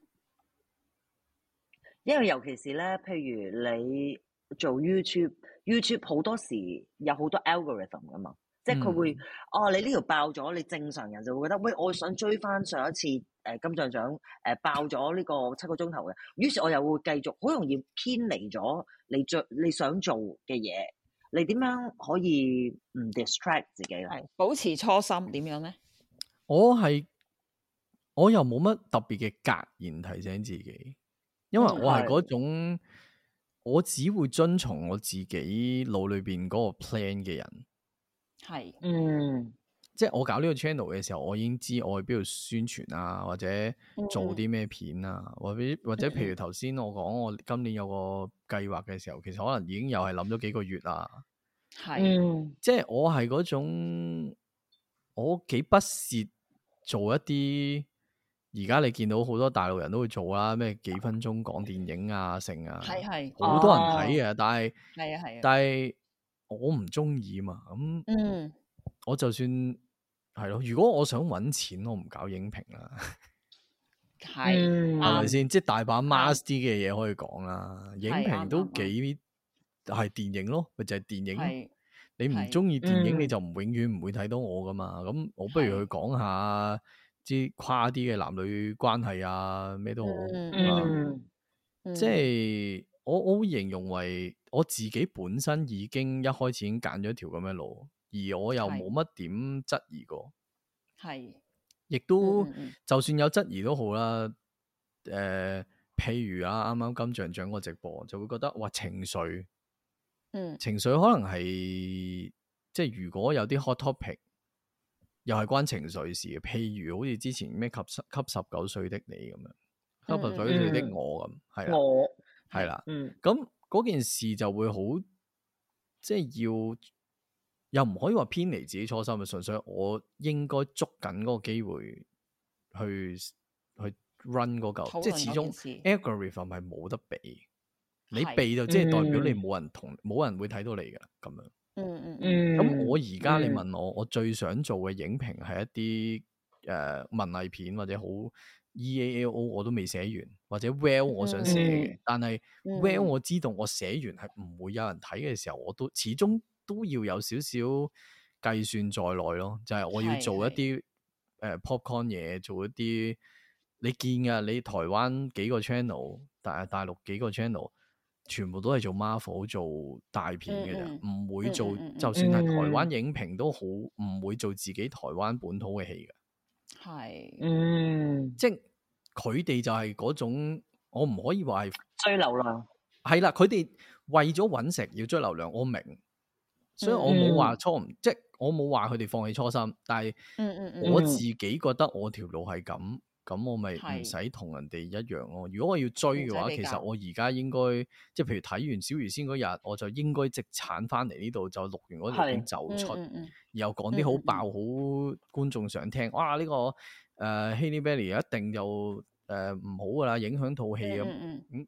因為尤其是咧，譬如你做 YouTube，YouTube 好多時有好多 algorithm 噶嘛，即係佢會、哦，你呢條爆咗，你正常人就會覺得，喂，我想追翻上一次誒、呃金像獎誒、呃爆咗呢個七個鐘頭嘅，於是我又會繼續好容易偏離咗你最你想做嘅嘢，你點樣可以唔 distract 自己咧？
係保持初心點樣咧？
我係我又冇乜特別嘅格言提醒自己，因為
嗯
我係
係
嗰種我只會遵從我自己腦裏邊嗰個 plan 嘅人。
係
嗯，
即係我搞呢個 channel 嘅時候，我已經知我去邊度宣傳啊，或者做啲咩片啊，或者或者譬如頭先我講我今年有個計劃嘅時候，其實可能已經又係諗咗幾個月啦。
係
嗯，
即係我係嗰種，我幾不屑做一啲而家你見到好多大陸人都會做啦，咩幾分鐘講電影啊，成啊，
係哦係
好多人睇啊，但係
係啊係啊，
但係我唔中意啊嘛，咁
嗯
我就算係咯，如果我想揾錢，我唔搞影評啦，
係
嗯啊
係咪
啱
先？即係大把 mass 啲嘅嘢可以講啦，影
啊係啊
評
啱
都
啱
幾係電影咯，咪就係電影咯。
係
你唔
係
中意電影，你
嗯
就唔永遠唔會睇到我噶嘛。咁我不如
係
去講下啲跨啲嘅男女關係啊，咩都好。
嗯
啊
嗯，
嗯
即係我我會形容為我自己本身已經一開始已經揀咗條咁嘅路，而我又
係
冇乜點質疑過，
係
亦都
嗯嗯嗯
就算有質疑都好啦。誒、譬如啊，啱啱金像獎個直播就會覺得哇情緒。
嗯
情緒可能係即係如果有啲 hot topic，又係關情緒事嘅。譬如好似之前咩給十給十九歲的你咁樣，給十九歲的
嗯
我咁，係啦，
我
係啦。
嗯
咁嗰件事就會好，即係要又唔可以話偏離自己初心，啊純粹我應該捉緊嗰個機會去去 run 嗰嚿，
討
即
論
係始
嗰
終
件事
algorithm 係冇得避，你
係
避就即係代表你
嗯
冇人同冇人會睇到你噶啦咁樣。
嗯嗯嗯，
嗯，
咁我而家你
嗯
問我，我最想做嘅影評係一啲誒、呃文藝片或者好 E A L O 我都未寫完，或者 Well 我想寫
嗯
嘅，但係 Well
嗯
我知道我寫完係唔會有人睇嘅時候，我都始終都要有少少計算在內咯，就係、我要
係
做一
係
啲誒、呃 popcorn 嘢，做一啲你見㗎，你台灣幾個 channel，大大陸幾個 channel。全部都係做 Marvel 做大片嘅咋，唔
嗯、
會
嗯
做，
嗯嗯
就算係台灣
嗯
影評都好，唔會做自己台灣本土嘅戲嘅。
係
嗯
即係佢哋就係嗰種，我唔可以話係
追流量，
係啦，佢哋為咗揾食要追流量，我明，
嗯
所以我冇話初唔，即係我冇話佢哋放棄初心，但係
嗯嗯嗯，
我自己覺得我條路係咁，咁我咪唔
係
使同人哋一樣咯。如果我要追嘅
唔使
話，
比
其
較
實我而家應該即係譬如睇完小魚仙嗰日，我就應該直鏟翻嚟呢度就錄完嗰條片
係
就
嗯
出，
嗯嗯
然後講啲
嗯
好
嗯嗯
爆好觀眾想聽。哇！呢、個誒、呃、Haley Bailey 一定就誒呃唔、好噶啦，影響套戲
嗯
咁，
嗯
咁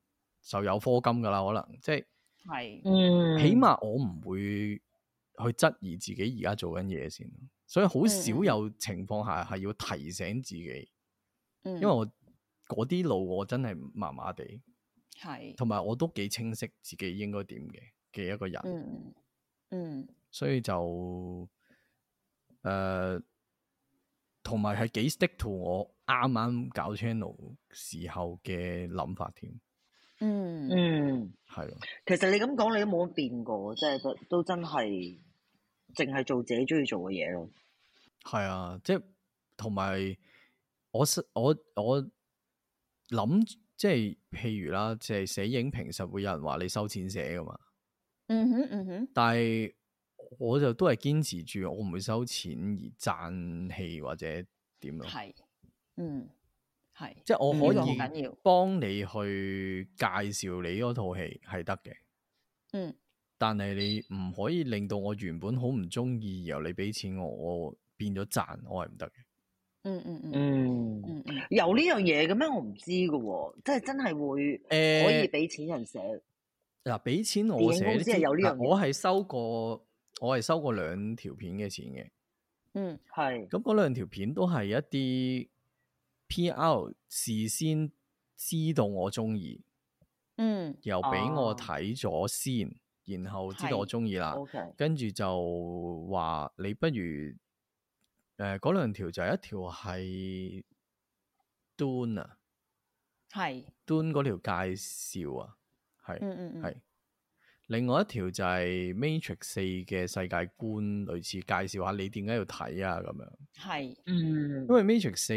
就有科金噶啦，可能即係。
嗯係
嗯，
起碼我唔會去質疑自己而家做緊嘢先，所以好少
嗯嗯
有情況下係要提醒自己，
嗯，
因為我嗰啲路我真係麻麻地，
係
同埋我都幾清晰自己應該點嘅嘅一個人，
嗯嗯
所以就誒同埋係幾 stick to 我啱啱搞 channel 時候嘅諗法添，
嗯嗯
嗯。
係咯，
其實你咁講，你都冇乜變過，即係都都真係淨係做自己中意做嘅嘢咯。
係啊，即係同埋我是我我諗，即係譬如啦，即係寫影評，實會有人話你收錢寫噶嘛。
嗯哼嗯哼。
但係我就都係堅持住，我唔會收錢而賺戲或者點樣。
係，嗯，係，
即係我
呢個
可
好緊
以
要，
幫你去介紹你嗰套戲係得嘅，
嗯
但係你唔可以令到我原本好唔中意，然後你俾錢我，我變咗賺，我係唔得嘅。
嗯嗯嗯
嗯，
嗯嗯，
有呢樣嘢嘅咩？我唔知噶喎，即係真係會
誒
可以俾錢人寫。
嗱，俾錢我
電影
寫
公
呢
司係
啲
有呢
嗱
樣嘢
我係收過，我係收過兩條片嘅錢嘅。
嗯
係
咁嗰兩條片都係一啲 P.R. 事先知道我中意，
嗯
又俾我
哦
睇咗先，然後知道我
係
中意啦，
，OK，
跟住就話你不如誒嗰、兩條就係一條係 Dune 啊
係，
，Dune 嗰條介紹啊，係。
嗯嗯嗯，
係另外一條就係 Matrix 四嘅世界觀，類似介紹下你點解要睇啊咁樣。
係，
嗯
因為 Matrix 四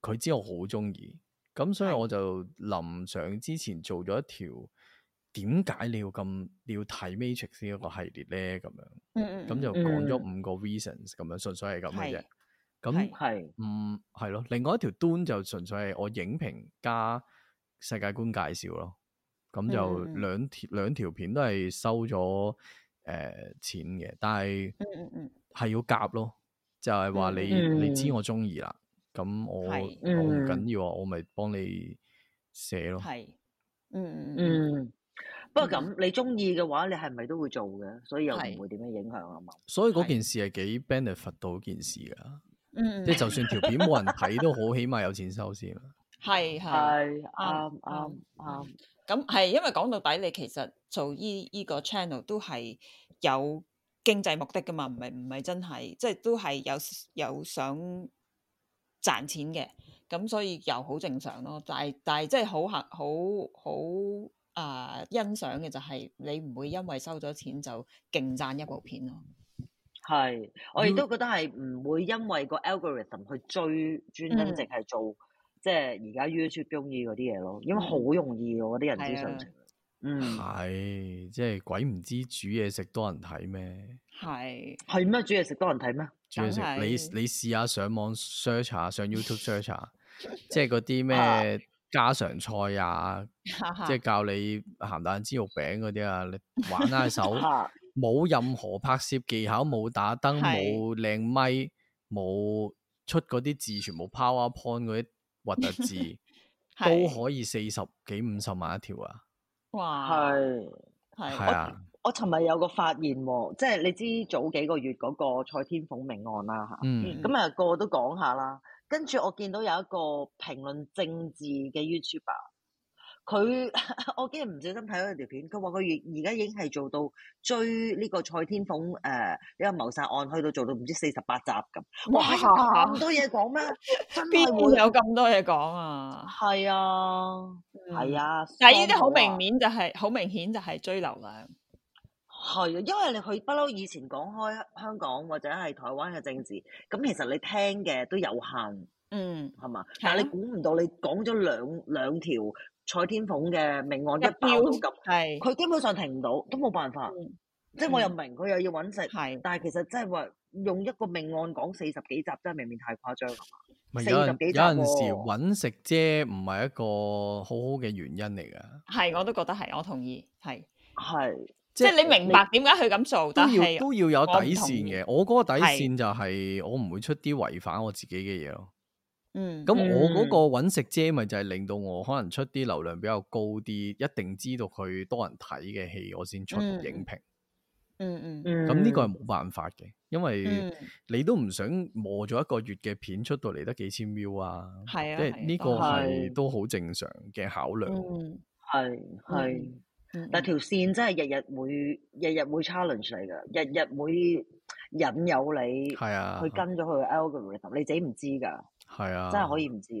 佢知我好中意，咁所以
係
我就臨上之前做咗一條點解你要咁你要睇 Matrix 呢一個系列咧咁樣，
嗯嗯，
咁
嗯
就講咗五個 reasons 咁樣，純粹係咁嘅啫。咁
係
係
嗯係咯，另外一條 Dune 就純粹係我影評加世界觀介紹咯，咁就
嗯嗯嗯
兩條兩條片都係收咗誒、呃、錢嘅，但係
嗯嗯嗯，
係要夾咯，就係、話
嗯
你、
嗯
你知我中意啦，咁我
係
我唔
嗯
緊要啊，我咪幫你寫咯，
係，嗯嗯嗯，
嗯。不過咁，你中意嘅話，你係咪都會做嘅？所以又唔會點樣影響啊嘛。
所以嗰
係
件事係幾 benefit 到件事噶，
嗯，
即係就算條片冇人睇都好，起碼有錢收先啦。
係係。
係嗯啱啱啱。
咁係，因為講到底，你其實做依依個 channel 都係有經濟目的噶嘛，唔係唔係真係，即係都係有有想賺錢嘅，咁所以又好正常咯。但係但係即係好客好好啊欣賞嘅就係你唔會因為收咗錢就勁讚一部片咯。
係，我
嗯
亦
要
都覺得係唔會因為個 algorithm 去追專登，
嗯
淨係做即係而家 YouTube 中意嗰啲嘢咯，因為好容易嘅嗰啲人
嗯係
之常
啊
情。嗯，
係，即係鬼唔知煮嘢食多人睇咩？
係
係咩？煮嘢食多人睇咩？
煮嘢
梗係
食你你試下上網 search 下，上 YouTube search 下，即係嗰啲
啊
咩家常菜啊，
哈哈嗯
即係教你鹹蛋煎肉餅嗰啲啊，你玩下手，
嚇
冇任何拍攝技巧，冇打燈，
係
冇靚咪，冇出嗰啲字，全部 PowerPoint 嗰啲核突字，都
係
可以四十幾五十萬一條啊！
啊
哇，
係。
係
係啊，
我尋日有個發現喎，即係你知早幾個月嗰個蔡天鳳命案啦嚇，
嗯，
咁啊個個都講下啦。跟住我見到有一個評論政治嘅 YouTuber，佢 我今日唔小心睇到佢條片，佢話佢而而家已經係做到追呢個蔡天鳳誒呢個謀殺案，去到做到唔知四十八集咁。哇！
哇
咁多嘢 講咩？真
邊
係會
有咁多嘢講啊？
係啊，係啊。
但係呢啲好
喪母
明
啊
面就係好明顯就係追流量，
係啊，因為你佢不嬲以前講開香港或者係台灣嘅政治，咁其實你聽嘅都有限，
嗯，
係嘛？
係啊
但係你估唔到你講咗兩兩條蔡天鳳嘅命案一爆到咁，
係
佢基本上停唔到，都冇辦法。
嗯
即係我又明佢又要揾食，
係
但係其實真係話用一個命案講四十幾集，真係未免太誇張。
咪
四
有
十
人
幾
有
集
陣
喎
時揾食啫，唔係一個好好嘅原因嚟噶。
係，我都覺得係，我同意係，
係
即係你明白點解佢咁做，
都
但
要
係
都要有
我唔
底
同
線
意
嘅。我嗰個底
係
線就係我唔會出啲違反我自己嘅嘢咯。
嗯
咁我嗰
嗯
個揾食啫，咪就係令到我可能出啲流量比較高啲，一定知道佢多人睇嘅戲，我先出
嗯
影評。
嗯嗯
咁
咁呢個係冇辦法嘅，因為
嗯，
你都唔想磨咗一個月嘅片出到嚟得幾千 view 啊，
係
即
啊，
係呢個
係啊
係
係
都好正常嘅考量。
嗯
係係。
嗯
但條線真係日日會日日會 challenge 你㗎，日日會引誘你
係啊
嗯
去跟咗佢嘅 algorithm，你自己唔知㗎，
係啊，
真係可以。唔知。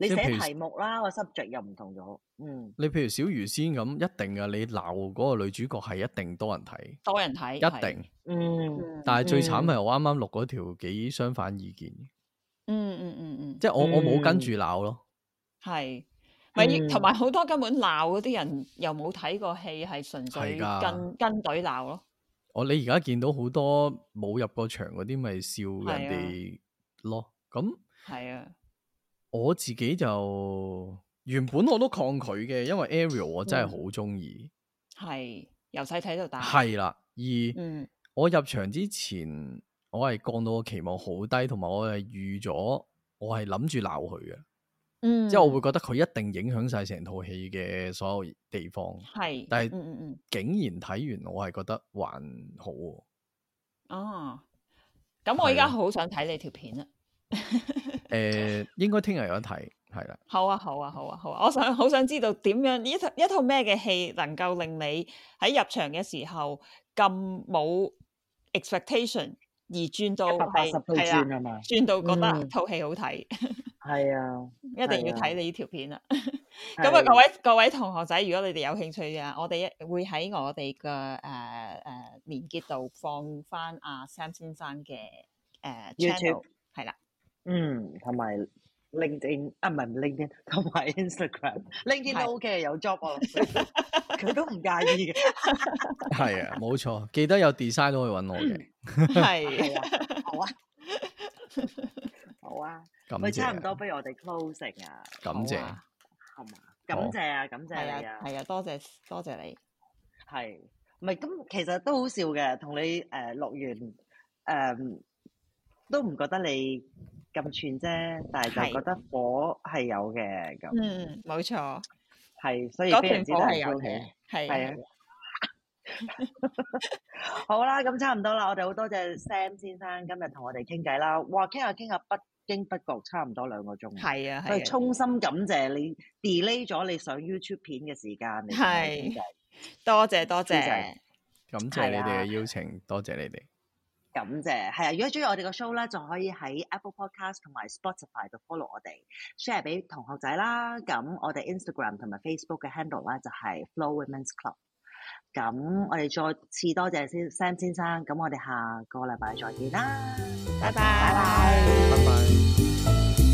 你
即係
寫
譬如
題目啦，個 subject 又唔同咗，嗯，
你譬如小魚仙咁，一定啊，你鬧嗰個女主角係一定多人睇，
多人睇，係
一定。
嗯，
但係最
嗯
慘係我啱啱錄嗰條幾相反意見，
嗯嗯嗯嗯，
即係我我冇跟
嗯
住鬧咯，
係。咪
嗯
同埋好多根本鬧嗰啲人又冇睇過戲，係純粹
係㗎
跟跟隊鬧咯。
我你而家見到好多冇入過場嗰啲咪笑
係
人
啊
哋咯，咁
係啊，
我自己就原本我都抗拒嘅，因為 Ariel 我
嗯
真係好中意，
係由細睇到大。
係啦、而
啊嗯
我入場之前我係降到個期望好低，同埋我係預咗我係諗住鬧佢嘅。
嗯，
即係我會覺得佢一定影響晒成套戲嘅所有地方，
係，
但係
嗯嗯嗯，
竟然睇完我係覺得還好喎，
哦，咁我依
係
家
咯
好想睇你條片啊！
诶、應該聽日有得睇，係啦，
好啊，好啊，好啊，好啊！我想 好想知道點樣呢一套一套咩嘅戲能夠令你喺入場嘅時候咁冇 expectation 而轉到
一百八十
係
度
係
轉
啦，
係嘛？
轉到覺得
嗯
套戲好睇，
係啊，
一定要
係啊
睇你呢條片啦。咁啊，
係
各位各位同學仔，如果你哋有興趣嘅，我哋一會喺我哋嘅誒誒連結度放翻阿 Sam 先生嘅誒
YouTube
channel 係 啦，
嗯，同埋 LinkedIn 啊，唔係 LinkedIn，同 埋 Instagram，LinkedIn
係
都 OK 嘅，有 job 我，佢都唔介意嘅，
係啊，冇錯，記得有 design 都可以揾我嘅，
嗯
係
係啊，好啊，好啊。
感
喂，
謝
差唔多，
啊，
不如我哋 closing 啊，
感
好
謝，
啊
好嘛？感
好
謝啊，感
係
謝你
啊
啊，
係啊，多謝多謝你。
係，唔係咁其實都好笑嘅，同你誒落完誒都唔覺得你咁串啫，但係
係
就覺得火係有嘅咁，
嗯，冇錯，
係，所以
嗰
非
團
常之
火
大
係有
歡
嘅
喜，，
係
係
啊
啊。 好啦，咁差唔多啦，我哋好多謝 Sam 先生今日同我哋傾偈啦，哇，傾下傾下不經不覺差唔多兩個鐘，
係啊，
我哋
係啊，
衷心感謝你 delay 咗你上 YouTube 片嘅時間嚟同我哋傾偈。
多謝多
多
謝
謝，
感謝你
係
哋
啊
嘅邀請，多謝你哋，
咁啫，係啊！如果中意我哋個 show 咧，就可以喺 Apple Podcast 同埋 Spotify 度 follow 我哋，share 俾同學仔啦。咁我哋 Instagram 同埋 Facebook 嘅 handle 咧就係 Flow Women's Club。咁我哋再次多謝先 Sam 先生，咁我哋下個禮拜再見啦，
拜
拜
拜。
拜。
拜拜。